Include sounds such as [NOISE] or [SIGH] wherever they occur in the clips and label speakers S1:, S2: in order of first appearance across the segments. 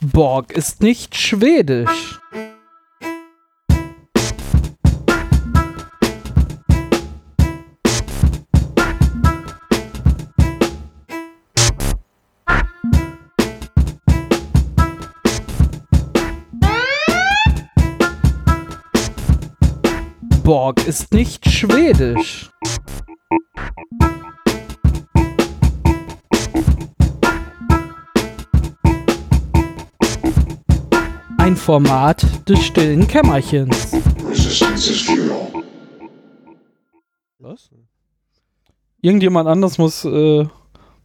S1: Göteborg ist nicht schwedisch. Borg ist nicht schwedisch. Ein Format des stillen Kämmerchens.
S2: Resistance is futile.
S3: Was?
S4: Irgendjemand anders muss, äh,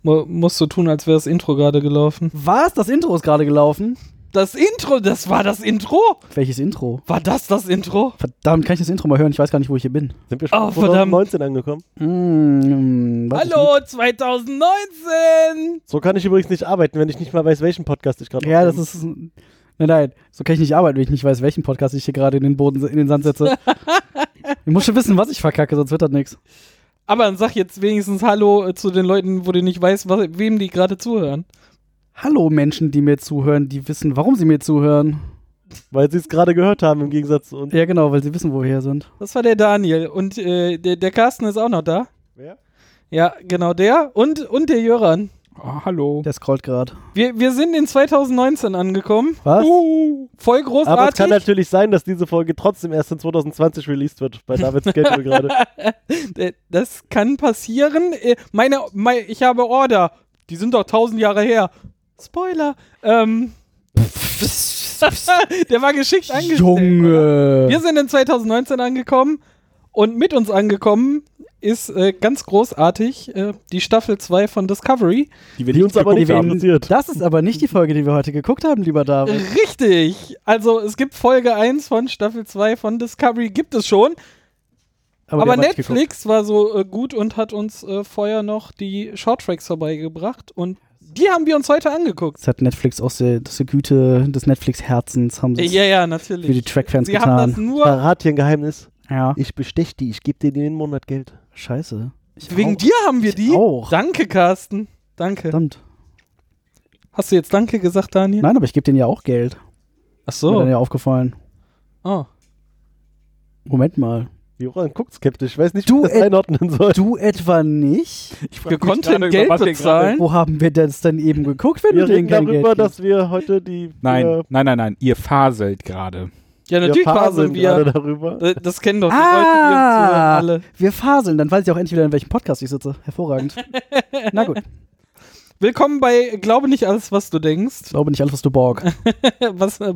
S4: mu- muss so tun, als wäre das Intro gerade gelaufen.
S3: Was? Das Intro ist gerade gelaufen.
S4: Das Intro, das war das Intro?
S3: Welches Intro?
S4: War das das Intro?
S3: Verdammt, kann ich das Intro mal hören? Ich weiß gar nicht, wo ich hier bin.
S5: Sind wir schon
S4: Oh,
S5: oh,
S4: verdammt.
S5: 2019 angekommen?
S3: Hm, mm, weiß ich
S4: Hallo, 2019!
S5: So kann ich übrigens nicht arbeiten, wenn ich nicht mal weiß, welchen Podcast ich gerade
S3: nicht. Ja, das
S5: aufnehme.
S3: ist. Nein, nein, so kann ich nicht arbeiten, wenn ich nicht weiß, welchen Podcast ich hier gerade in den Boden, in den
S4: [LAUGHS]
S3: Sand setze. ich muss schon wissen, was ich verkacke, sonst wird das nichts.
S4: Aber dann sag jetzt wenigstens Hallo äh, zu den Leuten, wo du nicht weißt, was, wem die gerade zuhören.
S3: Hallo Menschen, die mir zuhören, die wissen, warum sie mir zuhören.
S5: Weil sie es gerade gehört haben im Gegensatz zu uns.
S3: Ja, genau, weil sie wissen, wo wir her sind.
S4: Das war der Daniel. Und äh, der, der Carsten ist auch noch da.
S5: Wer?
S4: Ja, genau, der und, und der Jöran. hallo.
S3: Der scrollt gerade.
S4: Wir, wir sind in 2019 angekommen.
S3: Was?
S4: Uh, voll
S5: Aber es kann
S4: großartig.
S5: natürlich sein, dass diese Folge trotzdem erst in 2020 released wird, bei David Schedule gerade.
S4: Äh, Das kann passieren. Äh, Meine, mei- ich habe Order. Die sind doch tausend Jahre her. Spoiler. Ähm, [LAUGHS] der war geschickt angestellt.
S3: Junge!
S4: Wir sind in 2019 angekommen und mit uns angekommen ist äh, ganz großartig äh, die Staffel 2 von Discovery.
S5: Die, uns aber nicht
S3: Wenn-
S5: interessiert.
S3: Das ist aber nicht die Folge, die wir heute geguckt haben, lieber David.
S4: Richtig. Also es gibt Folge 1 von Staffel 2 von Discovery, gibt es schon.
S3: die
S4: Aber,
S3: haben wir nicht geguckt.
S4: Netflix war so äh, gut und hat uns äh, vorher noch die Shorttracks vorbeigebracht und die haben wir uns heute angeguckt.
S3: Das hat Netflix aus der, aus der Güte des Netflix-Herzens haben sie
S4: Äh,
S3: es
S4: Ja, ja,
S3: für die
S4: natürlich.
S3: Trackfans
S4: Sie haben das
S3: getan.
S4: nur
S5: Verrat hier ein Geheimnis.
S3: Ja.
S5: Ich bestech die, ich gebe dir jeden Monat Geld.
S3: Scheiße. Ich
S4: wegen
S3: auch.
S4: dir haben wir die.
S3: auch.
S4: Danke, Carsten. Danke.
S3: Verdammt.
S4: Hast du jetzt Danke gesagt, Daniel?
S3: Nein, aber ich gebe denen ja auch Geld.
S4: Ach
S3: Mir dann
S4: so.
S3: ja aufgefallen.
S4: Oh.
S3: Moment mal.
S5: Joran guckt skeptisch, weiß nicht,
S3: Du,
S5: wie ich das
S3: äh,
S5: einordnen soll.
S3: Du etwa nicht?
S6: Ich
S4: Wir konnten
S6: gerade,
S4: Geld
S6: über was wir
S4: bezahlen.
S3: Wo haben wir das denn eben geguckt, wenn
S5: Wir
S3: du denen
S5: reden
S3: kein Geld
S5: darüber,
S3: gibst?
S5: dass wir heute die
S6: Nein,
S5: äh,
S6: nein, nein, nein. Ihr faselt gerade.
S4: Ja, natürlich
S5: wir
S4: faseln
S5: faseln
S4: wir.
S5: gerade darüber.
S4: Äh, Das kennen doch die
S3: Ah!
S4: Leute, die uns zuhören, alle.
S3: Wir faseln, dann weiß ich auch endlich wieder, in welchem Podcast ich sitze.
S4: [LAUGHS]
S3: Hervorragend. Na gut,
S4: Willkommen bei Glaube nicht alles, was du denkst. [LAUGHS]
S3: glaube nicht alles, was du Borg.
S4: Was, äh,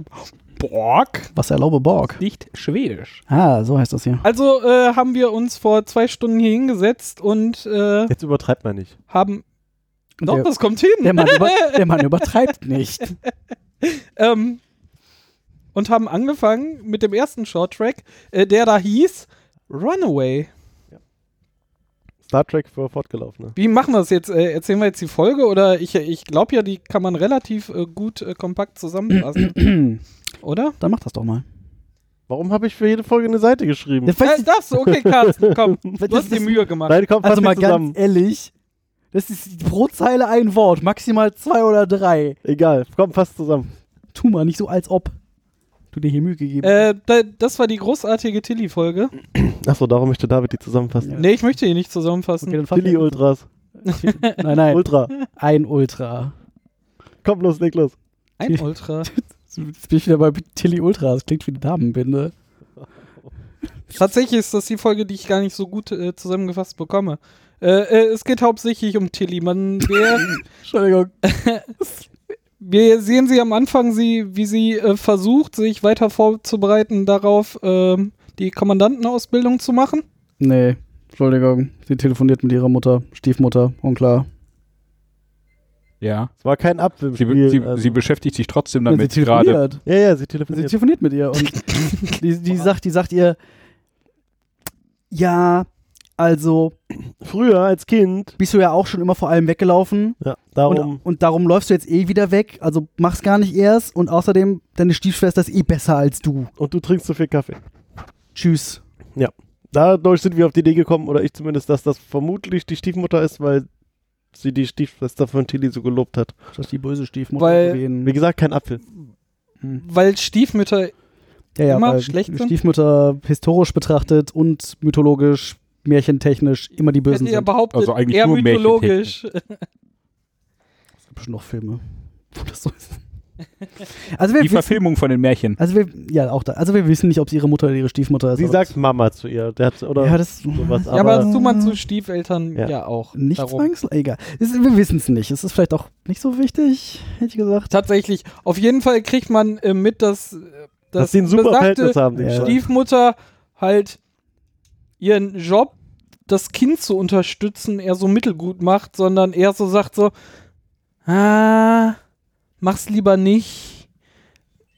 S6: Borg?
S3: Was erlaube Borg.
S6: Nicht schwedisch.
S3: Ah, so heißt das hier.
S4: also äh, haben wir uns vor zwei Stunden hier hingesetzt und äh,
S5: Jetzt übertreibt man nicht.
S4: haben. Doch,
S3: Der-
S4: das kommt hin.
S3: Der Mann, über, der Mann
S4: [LAUGHS]
S3: übertreibt nicht.
S4: ähm, und haben angefangen mit dem ersten Shorttrack, äh, der da hieß Runaway.
S5: Star Trek ne? für Fortgelaufene.
S4: Wie machen wir das jetzt? Äh, erzählen wir jetzt die Folge oder ich, ich glaube ja, die kann man relativ äh, gut äh, kompakt
S3: [CLEARS THROAT]
S4: zusammenfassen,
S3: Dann
S4: oder?
S3: mach das doch mal.
S5: Warum habe ich für jede Folge eine Seite geschrieben?
S4: Äh, darfst du? Okay, Carsten, komm. Du
S3: [LAUGHS] Das
S4: hast dir
S3: ist-
S4: Mühe gemacht.
S5: Nein, komm, fass
S3: also
S5: dich
S3: mal
S5: zusammen.
S3: ganz ehrlich, das ist pro Zeile ein Wort, maximal zwei oder drei.
S5: Egal, komm, fass zusammen.
S3: Tu mal nicht so, als ob du dir hier Mühe gegeben
S4: Äh, da, das war die großartige Tilly-Folge.
S5: Achso, darum möchte David die zusammenfassen.
S4: Nee, ich möchte die nicht zusammenfassen.
S3: Okay, dann fass
S5: Dilly Ultras.
S3: jetzt- [LAUGHS] Nein, nein,
S5: Ultra.
S3: ein Ultra.
S5: Komm los, Niklas.
S4: Ein Ultra.
S3: Jetzt bin ich wieder bei Tilly Ultra, das klingt wie eine Damenbinde.
S4: Tatsächlich ist das die Folge, die ich gar nicht so gut äh, zusammengefasst bekomme. Äh, äh, es geht hauptsächlich um Tilly. Man, wir,
S3: Entschuldigung.
S4: wir sehen sie am Anfang, sie, wie sie äh, versucht, sich weiter vorzubereiten darauf, ähm, die Kommandantenausbildung zu machen.
S3: Nee, Entschuldigung. Sie telefoniert mit ihrer Mutter, Stiefmutter, unklar.
S6: Ja.
S5: Es war kein Abwimpel.
S6: Sie, be- sie,
S3: ähm,
S6: sie beschäftigt sich trotzdem
S3: Wenn sie
S6: damit gerade.
S3: telefoniert.
S5: ja, ja, sie
S3: Sie
S5: telefoniert.
S3: telefoniert mit ihr und
S5: [LAUGHS]
S3: die, die, sagt, die sagt ihr, ja, also
S5: Früher als Kind.
S3: bist du ja auch schon immer vor allem weggelaufen.
S5: Ja, darum.
S3: Und, und darum läufst du jetzt eh wieder weg. Also mach's gar nicht erst. Und außerdem, deine Stiefschwester ist eh besser als du.
S5: Und, du trinkst zu viel Kaffee.
S3: Tschüss.
S5: Dadurch sind wir auf die Idee gekommen, oder ich zumindest, dass das vermutlich die Stiefmutter ist, weil sie die Stiefschwester von Tilly so gelobt hat.
S3: Das ist die böse Stiefmutter.
S4: Weil-
S3: für jeden-
S5: Wie gesagt, kein Apfel.
S4: Weil Stiefmütter
S3: ja, ja,
S4: immer
S3: weil
S4: schlecht sind?
S3: Stiefmütter historisch betrachtet und mythologisch, märchentechnisch immer die Bösen
S4: hätten ja
S3: sind.
S4: behauptet,
S6: Also eigentlich
S4: eher
S6: nur
S4: mythologisch.
S3: Es gibt bestimmt noch Filme, [LAUGHS] wo das so ist. Also wir,
S6: Die
S3: wissen,
S6: Verfilmung von den Märchen.
S3: also wir, ja, auch da. Also wir wissen nicht, ob es ihre Mutter oder ihre Stiefmutter ist.
S5: Sie
S3: aber
S5: sagt Mama zu ihr. Der hat,
S3: das,
S5: oder
S3: ja, das
S5: sowas.
S4: Ja, aber das
S5: aber
S4: tut man
S3: Mhm.
S4: zu Stiefeltern ja,
S5: Ja.
S4: auch.
S3: nicht
S4: darum.
S3: zwangsläufig. Egal. Es- wir wissen es nicht. Es ist vielleicht auch nicht so wichtig, hätte ich gesagt.
S4: Tatsächlich. Auf jeden Fall kriegt man äh, mit, dass, äh,
S5: dass
S4: dass
S5: sie ein super
S4: besagte
S5: Verhältnis haben. die
S3: Ja.
S5: beiden.
S4: Äh, Stiefmutter halt ihren Job, das Kind zu unterstützen, eher so mittelgut macht, sondern eher so sagt so, ah, mach's lieber nicht.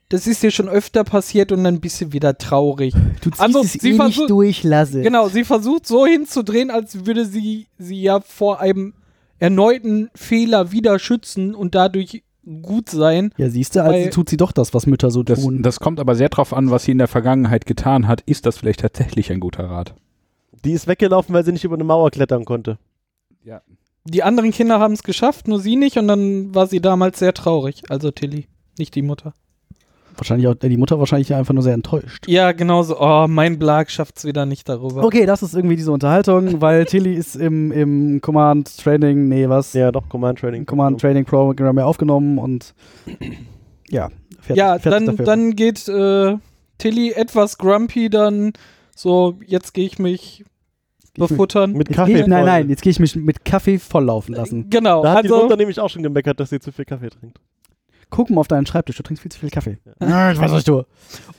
S4: Das ist dir schon öfter passiert und dann bist du wieder traurig.
S3: Du ziehst
S4: Also,
S3: es
S4: sie
S3: eh
S4: versuch-
S3: nicht durch, lasse.
S4: Genau, sie versucht so hinzudrehen, als würde sie sie ja vor einem erneuten Fehler wieder schützen und dadurch gut sein.
S3: Ja, siehst du, also
S4: Weil-
S3: tut sie doch das, was Mütter so
S6: Das,
S3: tun.
S6: das kommt aber sehr drauf an, was sie in der Vergangenheit getan hat. Ist das vielleicht tatsächlich ein guter Rat?
S5: Die ist weggelaufen, weil sie nicht über eine Mauer klettern konnte.
S4: Die anderen Kinder haben es geschafft, nur sie nicht und dann war sie damals sehr traurig. Also Tilly, nicht die Mutter.
S3: Wahrscheinlich auch, die Mutter wahrscheinlich einfach nur sehr enttäuscht.
S4: Ja, genau so. Oh, mein Blag schafft's wieder nicht darüber.
S3: Okay, das ist irgendwie diese [LAUGHS] Unterhaltung, weil Tilly ist im, im Command Training, nee, was?
S5: Ja, doch, Command Training.
S3: Command Training Program mehr aufgenommen [CLEARS THROAT] und ja, fertig,
S4: ja,
S3: fertig
S4: dann,
S3: dafür.
S4: dann geht äh, Tilly etwas grumpy dann so, jetzt gehe ich mich befuttern.
S3: Jetzt
S5: Mit
S3: geh
S5: Kaffee.
S3: ich, nein, nein, jetzt gehe ich mich mit Kaffee volllaufen lassen.
S4: genau,
S5: Da hat die
S4: also
S5: Mutter nämlich auch schon gemeckert, dass sie zu viel Kaffee trinkt.
S3: Guck mal auf deinen Schreibtisch, du trinkst viel zu viel Kaffee. [LAUGHS] Ah, Ich weiß, was ich tue.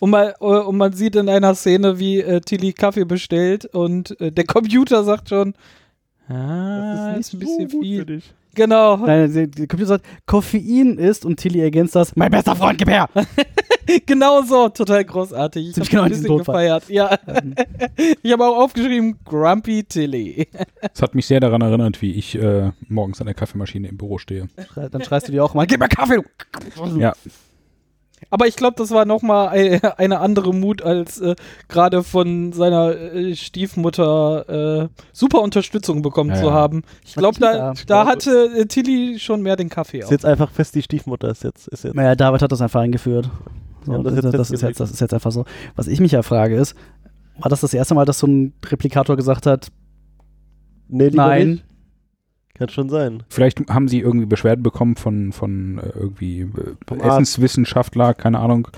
S4: und, mal, äh, und man sieht in einer Szene, wie äh, Tilly Kaffee bestellt und äh, der Computer sagt schon, ah, das ist, ein bisschen viel.
S5: dich.
S4: Genau.
S3: Nein, der der Computer sagt, Koffein ist und Tilly ergänzt das, mein bester Freund, gib [LAUGHS] her!
S4: [LAUGHS] Genau so, total großartig. Ich
S3: Ziemlich
S4: habe
S3: genau
S4: ein
S3: in diesem
S4: bisschen
S3: Tonfall.
S4: gefeiert. Ja. [LAUGHS] Ich habe auch aufgeschrieben, Grumpy Tilly.
S6: Das hat mich sehr daran erinnert, wie ich äh, morgens an der Kaffeemaschine im Büro stehe.
S3: Dann schreist du dir auch mal, gib mir Kaffee! Du.
S6: Ja.
S4: Aber ich glaube, das war nochmal [LAUGHS] eine andere Mut als äh, gerade von seiner äh, Stiefmutter äh, super Unterstützung bekommen
S6: Ja,
S4: zu
S6: ja.
S4: haben. Ich glaube, da,
S3: Ja,
S4: da hatte äh, Tilly schon mehr den Kaffee
S5: Ist
S4: auf.
S5: jetzt einfach fest, die Stiefmutter ist jetzt. Ist jetzt.
S3: Naja, David hat das einfach eingeführt. So,
S5: Ja, das
S3: das, das,
S5: ist jetzt
S3: ist
S5: festgelegt.
S3: jetzt, das ist jetzt einfach so. Was ich mich ja frage ist, war das das erste Mal, dass so ein Replikator gesagt hat,
S5: Nee, lieber
S3: nein,
S5: nicht. Kann schon sein.
S6: Vielleicht haben sie irgendwie Beschwerden bekommen von, von äh, irgendwie äh,
S5: Vom Arzt.
S6: Essenswissenschaftler, keine Ahnung.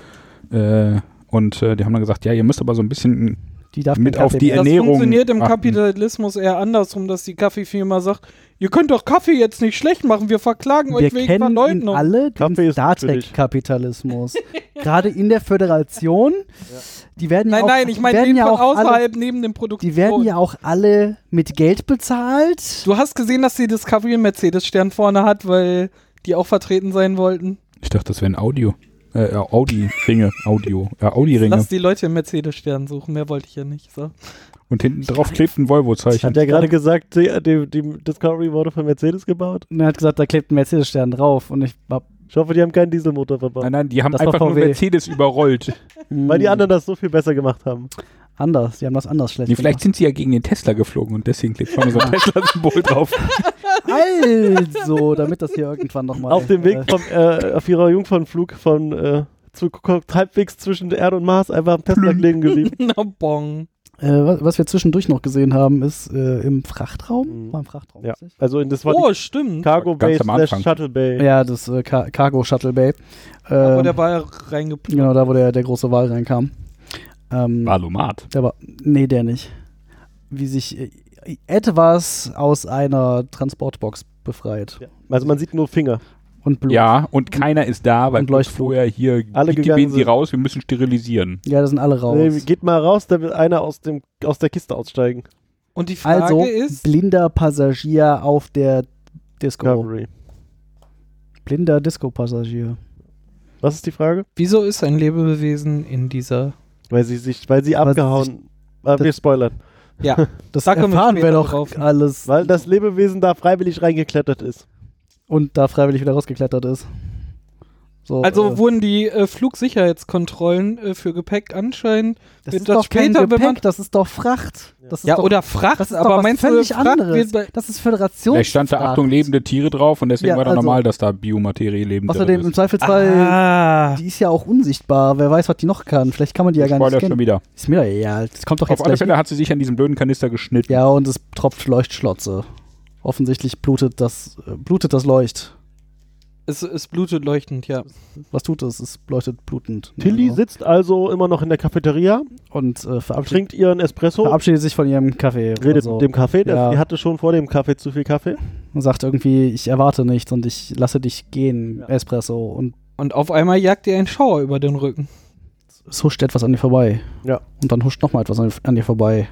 S6: Äh, und äh, die haben dann gesagt, ja, ihr müsst aber so ein bisschen
S3: die darf
S6: mit
S3: keinen
S6: auf
S3: Kaffee
S6: die
S3: mehr.
S4: Das
S6: Ernährung
S4: funktioniert im
S6: achten.
S4: Kapitalismus eher andersrum, dass die Kaffeefirma sagt, ihr könnt doch Kaffee jetzt nicht schlecht machen, wir verklagen
S3: Wir
S4: euch wegen
S3: kennen ihn
S4: Verleugnung.
S3: alle, den
S5: Kaffee ist
S3: Star
S5: gut für dich.
S3: Trek-Kapitalismus. Gerade in der Föderation, die werden ja
S4: Nein,
S3: auch,
S4: nein, ich meine
S3: werden
S4: den
S3: ja
S4: von
S3: auch alle,
S4: außerhalb neben dem Produkt.
S3: Die werden ja auch alle mit Geld bezahlt.
S4: Du hast gesehen, dass die Discovery einen Mercedes-Stern vorne hat, weil die auch vertreten sein wollten.
S6: Ich dachte, das wären Audio. Äh, äh, Audi-Ringe. Audio. Äh, Audi-Ringe.
S4: Lass die Leute im Mercedes-Stern suchen, mehr wollte ich ja nicht. So. [LAUGHS]
S6: Und hinten drauf klebt ein
S5: Hat
S6: Volvo-Zeichen.
S5: der gerade gesagt, die, die, die Discovery wurde von Mercedes gebaut?
S3: Und er hat gesagt, da klebt ein Mercedes-Stern drauf. Und ich hab,
S5: Ich hoffe, die haben keinen Dieselmotor verbaut.
S6: Nein, nein, die haben
S3: Das war
S6: einfach nur
S3: VW.
S6: Mercedes überrollt.
S5: Weil die anderen das so viel besser gemacht haben.
S3: hm, anders, die haben das anders schlecht
S6: Die, vielleicht sind sie ja gegen den Tesla geflogen und deswegen klebt vorne so
S3: Ah.
S6: ein Tesla-Symbol drauf.
S3: gemacht. Also, damit das hier irgendwann nochmal...
S5: auf dem Weg vom, äh, auf ihrer Jungfernflug von äh, zu, halbwegs zwischen der Erde und Mars einfach am Tesla kleben geblieben.
S4: [LAUGHS] Na bong.
S3: Äh, was, was wir zwischendurch noch gesehen haben, ist äh, im Frachtraum.
S5: Mhm.
S3: War im Frachtraum.
S5: ja,
S3: richtig?
S5: also in, das war
S4: Oh,
S5: die
S4: stimmt.
S5: Cargo Bay
S6: Ganz am
S5: slash
S6: Anfang.
S5: Shuttle Bay.
S3: ja das äh, Car Cargo Shuttle Bay.
S4: Da Wo
S3: Ähm,
S4: Oh, der Ball reingeplant.
S3: genau, da wo der, der große Wal reinkam. Ähm,
S6: Valomat.
S3: der war, nee, der nicht. Wie sich äh, etwas aus einer Transportbox befreit.
S5: Ja. Also man sieht nur Finger.
S3: Und Blut.
S6: Ja, und keiner ist da, weil
S3: Und Leuchtflug.
S6: vorher hier
S5: Alle
S6: die
S5: gegangen
S6: gehen sie
S5: sind.
S6: raus, wir müssen sterilisieren.
S3: Ja, da sind alle raus.
S5: Nee, geht mal raus, da will einer aus, dem, aus der Kiste aussteigen.
S4: Und die Frage
S3: also,
S4: ist,
S3: blinder Passagier auf der Disco.
S5: Discovery.
S3: Blinder Disco-Passagier.
S5: Was ist die Frage?
S4: wieso ist ein Lebewesen in dieser.
S5: Weil sie sich, weil sie
S3: Weil
S5: abgehauen. Ah, wir
S3: das-
S5: spoilern. [LAUGHS]
S4: Ja,
S3: Das
S4: Da kommen wir
S3: erfahren wir
S4: später
S3: doch
S4: drauf.
S3: alles.
S5: Weil das Lebewesen da freiwillig reingeklettert ist.
S3: Und da freiwillig wieder rausgeklettert ist. So,
S4: Also
S3: äh,
S4: wurden die äh, Flugsicherheitskontrollen äh, für Gepäck anscheinend
S3: das
S4: wird
S3: ist
S4: das
S3: doch kein
S4: später, wenn man-
S3: Gepäck, das ist doch Fracht. Das ist
S4: ja
S3: doch,
S4: oder Fracht,
S3: das ist doch
S4: aber
S3: was
S4: meinst du
S3: völlig
S4: Fracht
S3: anderes.
S4: wird bei,
S3: Das ist Ah. Föderation.
S6: Vielleicht stand da Achtung lebende Tiere drauf und deswegen
S3: Ja,
S6: war doch
S3: also-
S6: normal, dass da Biomaterie lebend drin
S3: Außerdem im
S6: ist.
S3: Zweifelsfall,
S4: Ah,
S3: die ist ja auch unsichtbar. Wer weiß, was die noch kann. Vielleicht kann man die ja gar nicht
S6: Spoiler schon
S3: kennen.
S6: wieder.
S3: Ist mir doch egal. Das kommt doch
S6: Auf
S3: jetzt
S6: alle
S3: gleich.
S6: Fälle hat sie sich an diesem blöden Kanister geschnitten.
S3: Ja, und es tropft Leuchtschlotze. Offensichtlich blutet das, äh, blutet das Leucht.
S4: es, es blutet leuchtend, ja.
S3: Was tut es? Es leuchtet blutend.
S5: Tilly
S3: Also.
S5: sitzt also immer noch in der Cafeteria,
S3: und äh, verabschiedet,
S5: trinkt ihren Espresso,
S3: verabschiedet sich von ihrem Kaffee. Also, oder
S5: redet
S3: so.
S5: mit dem Kaffee. Der-
S3: Ja.
S5: Die hatte schon vor dem Kaffee zu viel Kaffee.
S3: und sagt irgendwie, ich erwarte nichts und ich lasse dich gehen,
S5: Ja.
S3: Espresso. Und
S4: Und auf einmal jagt ihr einen Schauer über den Rücken.
S3: es huscht etwas an dir vorbei.
S5: Ja.
S3: Und dann huscht nochmal etwas an, an dir vorbei.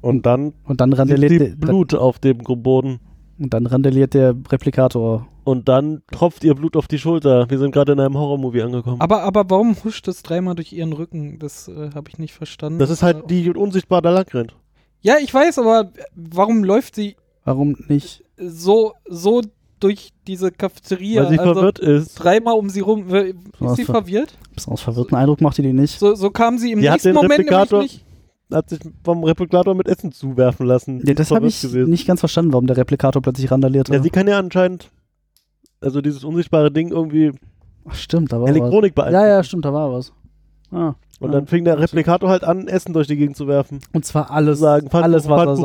S5: Und dann
S3: Und dann
S5: sieht
S3: randaliert,
S5: sie
S3: der, dann,
S5: Blut auf dem Boden.
S3: und dann randaliert der Replikator.
S5: Und dann tropft ihr Blut auf die Schulter. Wir sind gerade in einem Horrormovie angekommen.
S4: Aber, aber warum huscht es dreimal durch ihren Rücken? Das äh, habe ich nicht verstanden. Äh,
S5: das ist halt die die unsichtbar da lang rennt.
S4: Ja, ich weiß, aber warum läuft sie
S3: Warum nicht?
S4: so, so durch diese Cafeteria? also
S5: Weil sie verwirrt ist.
S4: dreimal um sie rum. W- Ist
S3: Was
S4: sie
S3: ver-
S4: verwirrt?
S3: Bisschen Aus verwirrten Eindruck macht die die nicht.
S4: So, so kam sie im
S5: Die hat
S4: nächsten
S5: den
S4: Moment nämlich
S5: Replikator-
S4: nicht.
S5: Hat sich vom Replikator mit Essen zuwerfen lassen. Sie
S3: Ja,
S5: ist
S3: das habe
S5: verwirrt
S3: ich
S5: gewesen.
S3: nicht ganz verstanden, warum der Replikator plötzlich randalierte.
S5: Ja, sie kann ja anscheinend, also dieses unsichtbare Ding irgendwie
S3: Ach, stimmt, da war was.
S5: Elektronik beeinflussen.
S3: Ja, ja, stimmt, da war was. Ah.
S5: halt. Und dann fing der Replikator halt an, Essen durch die Gegend zu werfen.
S3: Und zwar alles,
S5: Sagen, Pfannkuchen,
S3: alles was er
S5: Pfannkuchen,
S3: so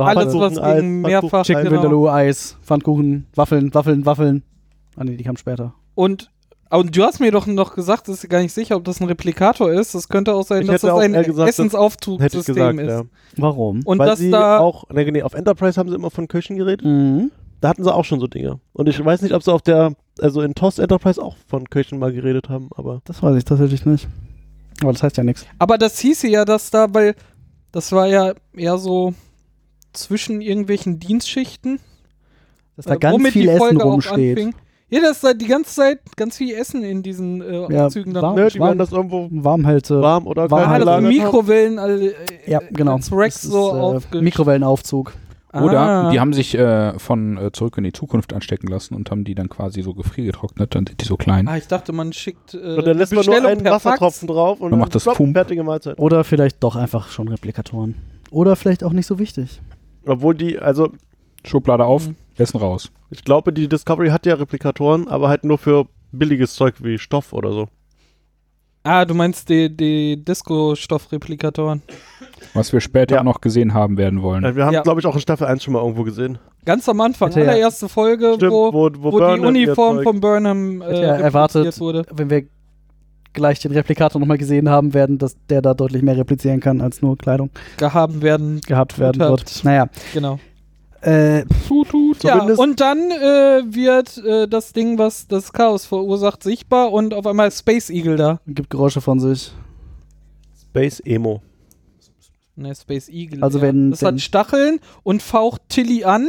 S5: Pfannkuchen,
S4: Alles,
S3: hatte.
S4: was
S5: Eis,
S4: gegen
S5: Pfannkuchen,
S4: mehrfach-
S5: Eis.
S3: Chicken
S4: genau.
S3: Vindaloo, Eis, Pfannkuchen, Waffeln, Waffeln, Waffeln. Ah nee, die kamen später.
S4: Und, und du hast mir doch noch gesagt, es ist gar nicht sicher, ob das ein Replikator ist. Das könnte auch sein,
S5: Ich
S4: dass
S5: hätte
S4: das
S5: auch
S4: ein
S5: eher gesagt, das Hätte ich gesagt,
S4: Essensaufzugsystem ist.
S5: ja.
S3: Warum?
S4: Und
S5: Weil
S4: dass
S5: sie
S4: da.
S5: auch, nee, nee, auf Enterprise haben sie immer von Köchen geredet.
S3: Mhm.
S5: Da hatten sie auch schon so Dinge. Und ich weiß nicht, ob sie auf der, also in TOS Enterprise auch von Köchen mal geredet haben, aber
S3: Das weiß ich tatsächlich nicht. Aber das heißt ja nichts.
S4: aber das hieße ja, dass da, weil das war ja eher so zwischen irgendwelchen Dienstschichten.
S3: Dass da
S4: äh,
S3: ganz
S4: womit die
S3: viel Essen
S4: Folge auch
S3: rumsteht.
S4: anfing. Ja, dass da die ganze Zeit ganz viel Essen in diesen äh,
S3: Ja,
S4: Anzügen dann
S3: war-
S5: nö, ne, die
S3: warm.
S5: werden das irgendwo
S3: Warmhalte.
S5: warm oder
S3: warm
S4: Ah,
S5: kalt
S4: das
S3: gelagert
S4: sind
S5: gelagert haben.
S4: Mikrowellen alle, äh,
S3: ja, genau.
S4: als Racks
S3: Das ist,
S4: so
S3: äh,
S4: aufge-
S3: Mikrowellenaufzug.
S6: Oder
S4: Ah.
S6: die haben sich äh, von äh, zurück in die Zukunft anstecken lassen und haben die dann quasi so gefriergetrocknet, dann sind die so klein.
S4: Ah, ich dachte, man schickt äh,
S5: Und dann lässt man nur
S4: Bestellung
S5: einen
S4: per Fax.
S5: Wassertropfen drauf und
S6: Dann macht das
S5: plopp,
S6: Pump.
S5: fertige Mahlzeit.
S3: Oder vielleicht doch einfach schon Replikatoren. Oder vielleicht auch nicht so wichtig.
S5: Obwohl die, also
S6: Schublade auf,
S4: Mhm.
S6: Essen raus.
S5: ich glaube, die Discovery hat ja Replikatoren, aber halt nur für billiges Zeug wie Stoff oder so.
S4: Ah, du meinst die, die Disco-Stoffreplikatoren.
S6: Was wir später
S5: Ja.
S6: noch gesehen haben werden wollen.
S5: Äh, Wir haben,
S4: Ja.
S5: glaube ich, auch in Staffel 1 schon mal irgendwo gesehen.
S4: Ganz am Anfang,
S3: Hätte ja-
S4: allererste Folge,
S5: Stimmt,
S4: wo,
S5: wo,
S4: wo,
S5: wo, Burnham
S4: die
S5: ihr
S4: Uniform
S5: Zeug-
S4: von Burnham äh,
S3: Hätte ja erwartet-
S4: repliziert wurde.
S3: Wenn wir gleich den Replikator nochmal gesehen haben werden, dass der da deutlich mehr replizieren kann, als nur Kleidung
S4: Gehaben werden,
S3: gehabt werden
S4: Gut
S3: wird. Naja.
S4: genau.
S3: Äh,
S4: Ja,
S5: Zumindest-
S4: und dann äh, wird äh, das Ding, was das Chaos verursacht, sichtbar und auf einmal ist Space Eagle da.
S3: gibt Geräusche von sich.
S5: Space Emo.
S4: Ne, Space Eagle.
S3: Also
S4: ja.
S3: wenn-
S4: das
S3: wenn-
S4: hat Stacheln und faucht Tilly an.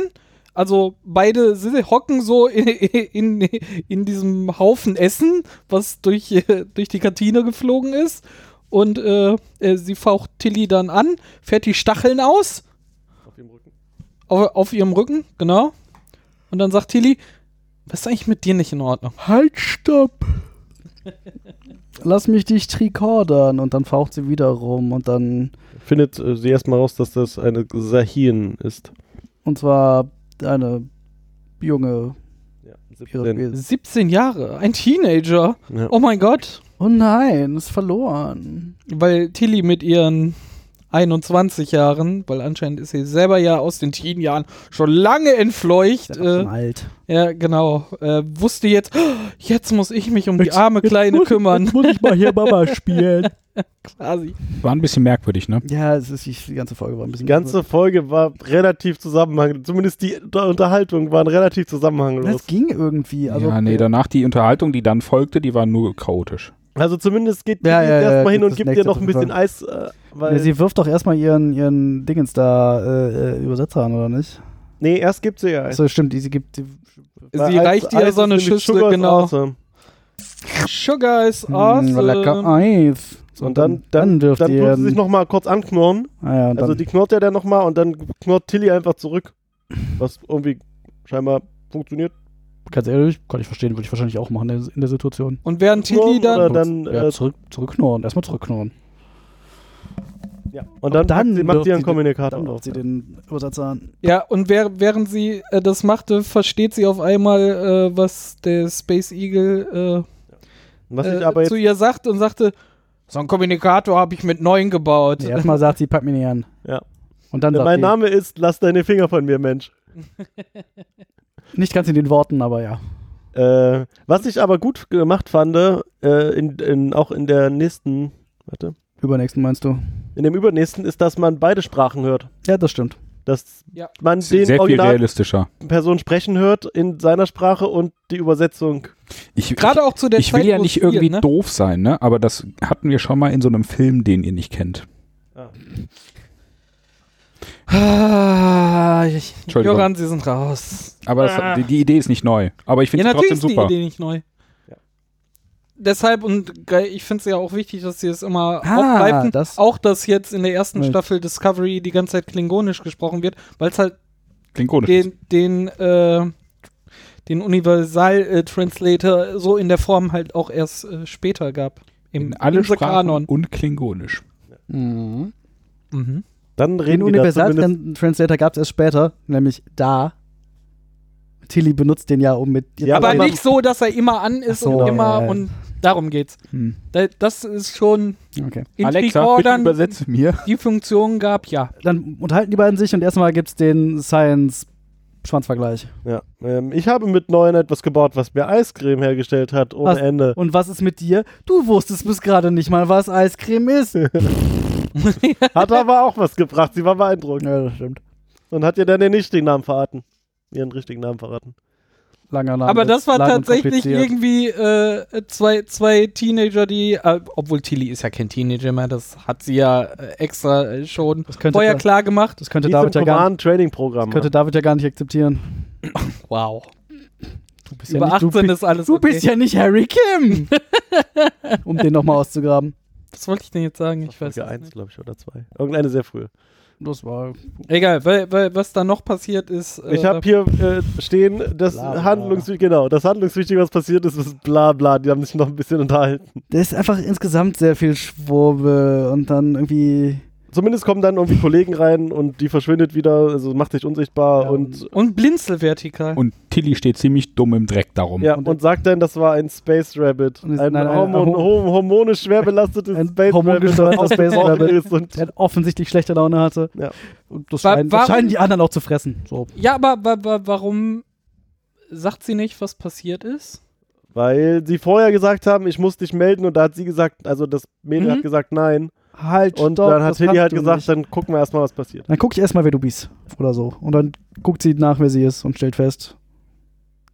S4: Also beide si- hocken so [LAUGHS] in, in, in diesem Haufen Essen, was durch, [LAUGHS] äh, durch die Kantine geflogen ist. Und äh, äh, sie faucht Tilly dann an, fährt die Stacheln aus auf, auf ihrem Rücken, genau. Und dann sagt Tilly, was ist eigentlich mit dir nicht in Ordnung?
S3: Halt, stopp! [LAUGHS] Lass mich dich trikordern. Und dann faucht sie wieder rum. Und dann,
S5: Findet äh, sie erstmal raus, dass das eine Sahin ist.
S3: und zwar eine junge.
S5: Ja,
S3: Irre-
S4: 17 Jahre, ein Teenager.
S5: Ja.
S4: Oh mein Gott.
S3: Oh nein, ist verloren.
S4: Weil Tilly mit ihren 21 Jahren, weil anscheinend ist sie selber ja aus den Teenjahren schon lange entfleucht.
S3: Ist ja auch schon
S4: Ja, äh,
S3: alt.
S4: ja genau. Äh, wusste jetzt, "Oh, jetzt muss ich mich um die
S3: Jetzt-
S4: arme Kleine kümmern. Also,
S3: Jetzt muss ich mal hier Mama spielen.
S4: [LAUGHS] Quasi.
S6: War ein bisschen merkwürdig, ne?
S3: [LAUGHS] Ja, es ist, die ganze Folge war ein bisschen.
S5: Die ganze Folge war relativ zusammenhanglos. Zumindest die Unter- Unterhaltung waren relativ zusammenhanglos.
S3: Das ging irgendwie. Also,
S6: ja, nee, danach die Unterhaltung, die dann folgte, die war nur chaotisch.
S5: Also zumindest geht
S3: Ja,
S5: die
S3: ja, ja,
S5: erstmal hin
S3: das
S5: und gibt
S3: nächste
S5: ihr noch ein bisschen
S3: Verfahren.
S5: Eis, äh, weil
S3: Nee, sie wirft doch erstmal ihren, ihren Dingens da äh, äh, Übersetzer an, oder nicht?
S5: Nee, erst gibt sie ja Eis.
S3: Achso, stimmt, die, sie gibt. Die,
S4: Also, Sie
S5: Weil Eis-
S4: reicht ihr
S5: Eis
S4: so
S5: ist
S4: eine
S5: nämlich
S4: Schüssel,
S5: Sugar
S4: genau.
S5: Awesome.
S4: Sugar is
S3: Mh, Mm, lecker Ah.
S4: awesome.
S3: Eis. So,
S5: ähm, Und dann, dann, dann,
S3: dürft ihr.
S5: tut sie sich nochmal kurz anknurren.
S3: ah, ja, und dann,
S5: Also die knurrt ja
S3: [LAUGHS]
S5: dann nochmal und dann knurrt Tilly einfach zurück. Was irgendwie scheinbar funktioniert.
S3: ganz ehrlich, kann ich verstehen, würde ich wahrscheinlich auch machen in der- in der Situation.
S4: Und während Tilly dann.
S5: Oder dann,
S3: ja,
S5: äh,
S3: zurück, zurückknurren, erstmal zurückknurren.
S5: ja. Und dann,
S3: dann
S5: packt sie, macht
S3: wirft
S5: sie einen
S3: sie den-
S5: Kommunikator
S3: Dann
S5: auf.
S3: macht sie den Übersetzer an.
S4: Ja, und wer, während sie äh, das machte, versteht sie auf einmal, äh, was der Space Eagle
S5: Was
S4: äh,
S5: ich aber
S4: äh, zu
S5: jetzt,
S4: ihr sagt und sagte, so einen Kommunikator habe ich mit neun gebaut.
S3: Nee, erstmal sagt sie, pack mich nicht an.
S5: Ja.
S3: Und dann sagt
S5: mein
S3: sie,
S5: Name ist, lass deine Finger von mir, Mensch.
S3: nicht ganz in den Worten, aber ja.
S5: Äh, was ich aber gut gemacht fand, äh, in, in, auch in der nächsten, warte,
S3: Übernächsten meinst du?
S5: in dem übernächsten, ist, dass man beide Sprachen hört.
S3: Ja, das stimmt.
S5: Dass
S4: Ja.
S5: man den
S6: Sehr viel
S5: originalen
S6: realistischer.
S5: Person sprechen hört in seiner Sprache und die Übersetzung.
S6: Ich,
S4: Gerade auch zu der
S6: ich
S4: Zeit.
S6: will ja
S4: wo es
S6: nicht irgendwie
S4: ihr, ne?
S6: doof sein, ne? aber das hatten wir schon mal in so einem Film, den ihr nicht kennt.
S4: Ah, ich-
S6: Entschuldigung.
S4: Joran, sie sind raus.
S6: Aber das, die, die Idee ist nicht neu. Aber ich finde
S4: Ah. ja,
S6: sie
S4: natürlich
S6: trotzdem
S4: ist die
S6: super.
S4: Idee nicht neu.
S5: Ja.
S4: Deshalb, und geil, ich finde es ja auch wichtig, dass sie es immer
S3: Ah,
S4: aufgreifen,
S3: das-
S4: auch dass jetzt in der ersten
S3: Nee.
S4: Staffel Discovery die ganze Zeit klingonisch gesprochen wird, weil es halt
S6: Klingt gut.
S4: den, den, äh, den Universal-Translator so in der Form halt auch erst äh, später gab. Im,
S6: in alle
S4: im The
S6: Sprachen
S4: Kanon.
S6: und Klingonisch.
S3: Mhm.
S4: Mhm.
S5: Dann reden
S3: Den
S5: wir da zumindest
S3: Universal-Translator gab es erst später, nämlich da. Tilly benutzt den ja, um mit ihr
S5: Ja,
S3: zu
S4: Aber
S5: aber-
S3: reden.
S4: nicht so, dass er immer an ist
S3: Ach so,
S4: und immer
S3: ja, ja.
S4: und darum geht's.
S3: Hm,
S4: Da- Das ist schon
S3: okay.
S4: in
S6: Alexa,
S4: Picard
S6: bitte
S4: dann
S6: übersetze mir.
S4: die Funktion gab, ja.
S3: Dann unterhalten die beiden sich und erstmal gibt's den Science-Schwanzvergleich.
S5: Ja, ähm, ich habe mit neuen etwas gebaut, was mir Eiscreme hergestellt hat, ohne
S3: Was?
S5: Ende.
S3: Und was ist mit dir? Du wusstest bis gerade nicht mal, was Eiscreme ist. ja,
S5: Hat aber auch was gebracht. Sie war beeindruckt.
S3: das stimmt.
S5: Und hat ihr dann den richtigen Namen verraten. Ihren richtigen Namen verraten.
S3: Langer Name.
S4: Aber das
S3: ist
S4: war
S3: lang und
S4: tatsächlich
S3: kompliziert.
S4: irgendwie äh, zwei, zwei Teenager, die, äh, obwohl Tilly ist ja kein Teenager mehr, das hat sie ja äh, extra äh, schon
S3: Das könnte
S4: vorher
S3: das-
S4: klar gemacht.
S3: Das könnte
S5: Die zum
S3: David ja gar nicht.
S5: Command-Training-Programm.
S3: Könnte David ja gar nicht akzeptieren.
S4: Wow.
S3: Du bist
S4: Über
S3: nicht, du
S4: 18
S3: bist-
S4: ist alles
S3: Du
S4: okay.
S3: bist ja nicht Harry
S4: [LAUGHS]
S3: Kim! um den nochmal auszugraben.
S4: Was wollte ich denn jetzt sagen? Ich weiß
S5: Folge
S4: es
S3: ne?
S5: 1,
S4: nicht.
S5: glaube ich, oder 2. Irgendeine sehr frühe.
S3: Das war.
S4: Egal, weil, weil was da noch passiert ist.
S5: Ich habe hier äh, stehen, das
S3: Bla, bla.
S5: handlungswichtig, genau, das handlungswichtige, was passiert ist, ist bla bla. Die haben sich noch ein bisschen unterhalten.
S3: Da ist einfach insgesamt sehr viel Schwurbel und dann irgendwie.
S5: Zumindest kommen dann irgendwie Kollegen rein und die verschwindet wieder, also macht sich unsichtbar
S3: Ja,
S5: und,
S4: Und Blinzel vertikal.
S6: Und Tilly steht ziemlich dumm im Dreck darum.
S5: ja,
S3: und-
S5: und, sagt dann, das war ein Space Rabbit.
S3: Und ist-
S5: Ein,
S3: nein, ein-
S5: hormon,
S3: ein Hom-
S5: hom- hormonisch schwer belastetes
S3: Ein
S5: Space Rabbit.
S3: hormongesteuerter
S5: das
S3: Space
S5: gebrochen
S3: Rabbit.
S5: ist Und
S3: Der offensichtlich schlechte Laune hatte.
S5: Ja.
S3: Und das
S4: Wa-
S3: scheinen,
S4: warum-
S3: das scheinen die anderen auch zu fressen. So.
S4: ja, aber wa wa warum sagt sie nicht, was passiert ist?
S5: Weil sie vorher gesagt haben, ich muss dich melden und da hat sie gesagt, also das Mädel
S4: Mhm.
S5: hat gesagt nein.
S3: Halt,
S5: Und
S3: stopp,
S5: dann hat
S3: das
S5: Tilly
S3: kannst
S5: halt
S3: du
S5: gesagt,
S3: nicht.
S5: dann gucken wir erstmal, was passiert.
S3: Dann guck ich erstmal, wer du bist. Oder so. Und dann guckt sie nach, wer sie ist und stellt fest,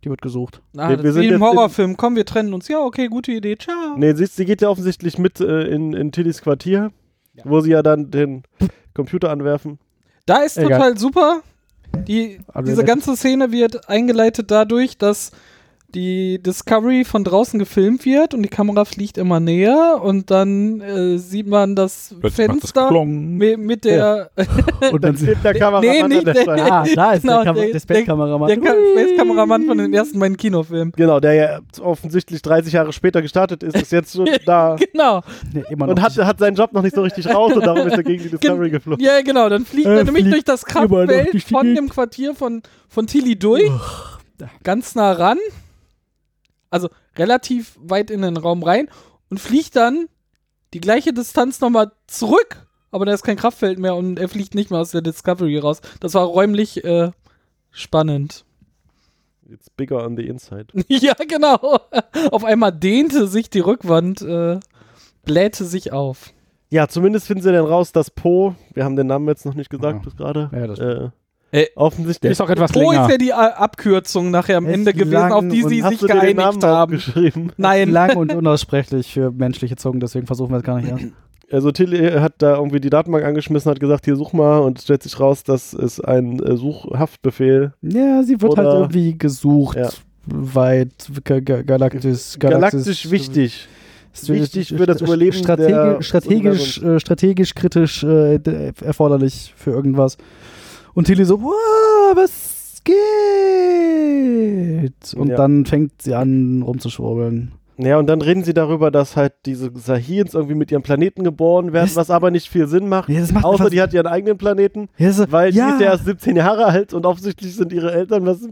S3: die
S4: [LAUGHS]
S3: wird gesucht.
S4: Na,
S5: Wir-
S4: Ah, das
S5: wir
S4: ist
S5: sind
S4: wie im
S5: jetzt in-
S4: Horrorfilm. Komm, wir trennen uns. Ja, okay, gute Idee. Ciao.
S5: Nee, sie, sie geht ja offensichtlich mit äh, in, in Tillys Quartier, wo sie ja dann den Computer anwerfen.
S4: Da ist
S3: Egal.
S4: total super. Die,
S3: Aber
S4: diese
S3: das-
S4: ganze Szene wird eingeleitet dadurch, dass die Discovery von draußen gefilmt wird und die Kamera fliegt immer näher und dann äh, sieht man das
S6: Plötzlich macht das
S4: Fenster
S6: Klong.
S4: mit, mit der
S3: Und [LAUGHS]
S5: Dann [LAUGHS]
S3: dann sie.
S5: steht der Kameramann
S4: nee, nicht
S5: an der
S4: der-
S5: Seite.
S3: [LAUGHS] Ah, da ist
S4: Genau,
S3: der, Kam
S4: der-
S3: der
S4: [LAUGHS]
S3: Space-Kameramann.
S4: Der Ka- Space-Kameramann von den ersten beiden Kinofilmen.
S5: Genau, der ja offensichtlich 30 Jahre später gestartet ist, ist
S3: [LAUGHS]
S5: jetzt schon da
S4: Genau.
S3: Nee, immer noch
S5: und hat,
S3: nicht.
S5: hat seinen Job noch nicht so richtig raus und darum ist
S3: [LAUGHS]
S5: er gegen die Discovery geflogen.
S4: Ja, genau. Dann fliegt
S3: Äh,
S4: er nämlich durch
S3: fliegt
S4: das
S3: überall durch die
S4: Kraftfeld von
S3: Gegend.
S4: dem Quartier von, von Tilly durch. Ganz nah ran. Also relativ weit in den Raum rein. Und fliegt dann die gleiche Distanz nochmal zurück. Aber da ist kein Kraftfeld mehr und er fliegt nicht mehr aus der Discovery raus. Das war räumlich äh, spannend. [LAUGHS]
S5: It's bigger on the inside.
S4: ja, genau. Auf einmal dehnte sich die Rückwand, äh, blähte sich auf.
S5: [LAUGHS] Ja, zumindest finden sie dann raus, dass Po, wir haben den Namen jetzt noch nicht gesagt
S6: Ja.
S5: bis gerade,
S3: Ja, das-
S5: äh,
S4: Äh,
S6: Der
S5: offensichtlich
S6: ist auch etwas
S4: Wo
S6: länger.
S4: ist ja die äh, Abkürzung nachher am
S3: Es
S4: Ende gewesen, auf
S3: lang
S4: die
S3: und
S4: sie
S5: Hast
S4: sich
S5: du dir den Namen
S4: geeinigt haben?
S5: geschrieben.
S4: Nein,
S3: lang und unaussprechlich für menschliche Zungen, deswegen versuchen wir es gar nicht erst.
S5: Also Tilly hat da irgendwie die Datenbank angeschmissen, hat gesagt, hier such mal und stellt sich raus, das ist ein äh, Suchhaftbefehl.
S3: [CLEARS THROAT] Ja, sie wird
S5: Oder-
S3: halt irgendwie gesucht.
S5: Ja.
S3: Weit, ga- ga- galaktisch, galaktisch,
S5: Galaktisch wichtig. wichtig für das Überleben der
S3: Strategisch, strategisch,
S5: Universums.
S3: äh, strategisch kritisch äh, d- erforderlich für irgendwas. Und Tilly so, "Wow, was was geht? Und
S5: Ja.
S3: dann fängt sie an, rumzuschwurbeln.
S5: Ja, und dann reden sie darüber, dass halt diese Sahiens irgendwie mit ihrem Planeten geboren werden, was aber nicht viel Sinn macht.
S3: Ja, das macht
S5: Außer
S3: einfach-
S5: die hat ihren eigenen Planeten,
S3: Ja, so-
S5: weil die
S3: ja,
S5: ist ja erst 17 Jahre alt und offensichtlich sind ihre Eltern, was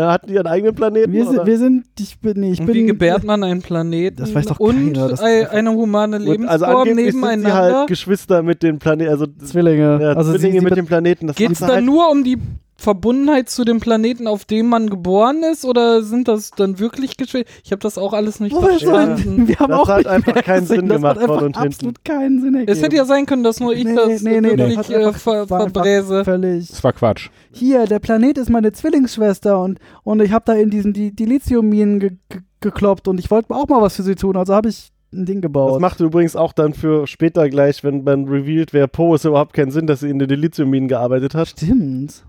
S5: hatten die ihren eigenen Planeten?
S3: wir,
S5: oder?
S3: sind, wir sind, ich bin, nee, ich
S4: Und
S3: bin.
S4: wie gebärt man einen Planeten
S3: Das weiß doch
S4: und
S3: keiner, das-
S4: ei- eine humane
S5: Und
S4: Lebensform
S5: also angeblich sind sie
S4: nebeneinander?
S5: halt Geschwister mit den Planeten, also
S3: Zwillinge.
S5: ja,
S3: also sie,
S5: Zwillinge
S3: sie
S5: mit dem Planeten. Das
S4: Geht es
S5: macht
S4: da
S5: halt-
S4: nur um die Verbundenheit zu dem Planeten, auf dem man geboren ist, oder sind das dann wirklich Geschwister? Ich habe das auch alles nicht
S3: Woher
S4: verstanden.
S3: Wir haben
S5: Das
S3: auch
S5: hat
S3: nicht
S5: einfach
S3: mehr
S5: keinen
S3: gesehen.
S5: Sinn
S3: das
S5: gemacht,
S3: hat einfach
S5: vorne und hinten.
S3: absolut keinen Sinn ergeben.
S4: Es hätte ja sein können, dass nur ich
S3: Nee,
S4: das
S3: nee, nee,
S4: wirklich
S3: das hat
S4: äh,
S3: einfach-
S4: ver
S3: war einfach
S4: verbräse.
S3: Völlig.
S6: Das war Quatsch.
S3: Hier, der Planet ist meine Zwillingsschwester und, und ich habe da in diesen die, die Lithiumminen ge ge gekloppt und ich wollte auch mal was für sie tun, also habe ich ein Ding
S5: Das
S3: gebaut.
S5: macht übrigens auch dann für später gleich, wenn man revealed, wer Poe ist, überhaupt keinen Sinn, dass sie in den Lithiumminen gearbeitet hat.
S3: Stimmt.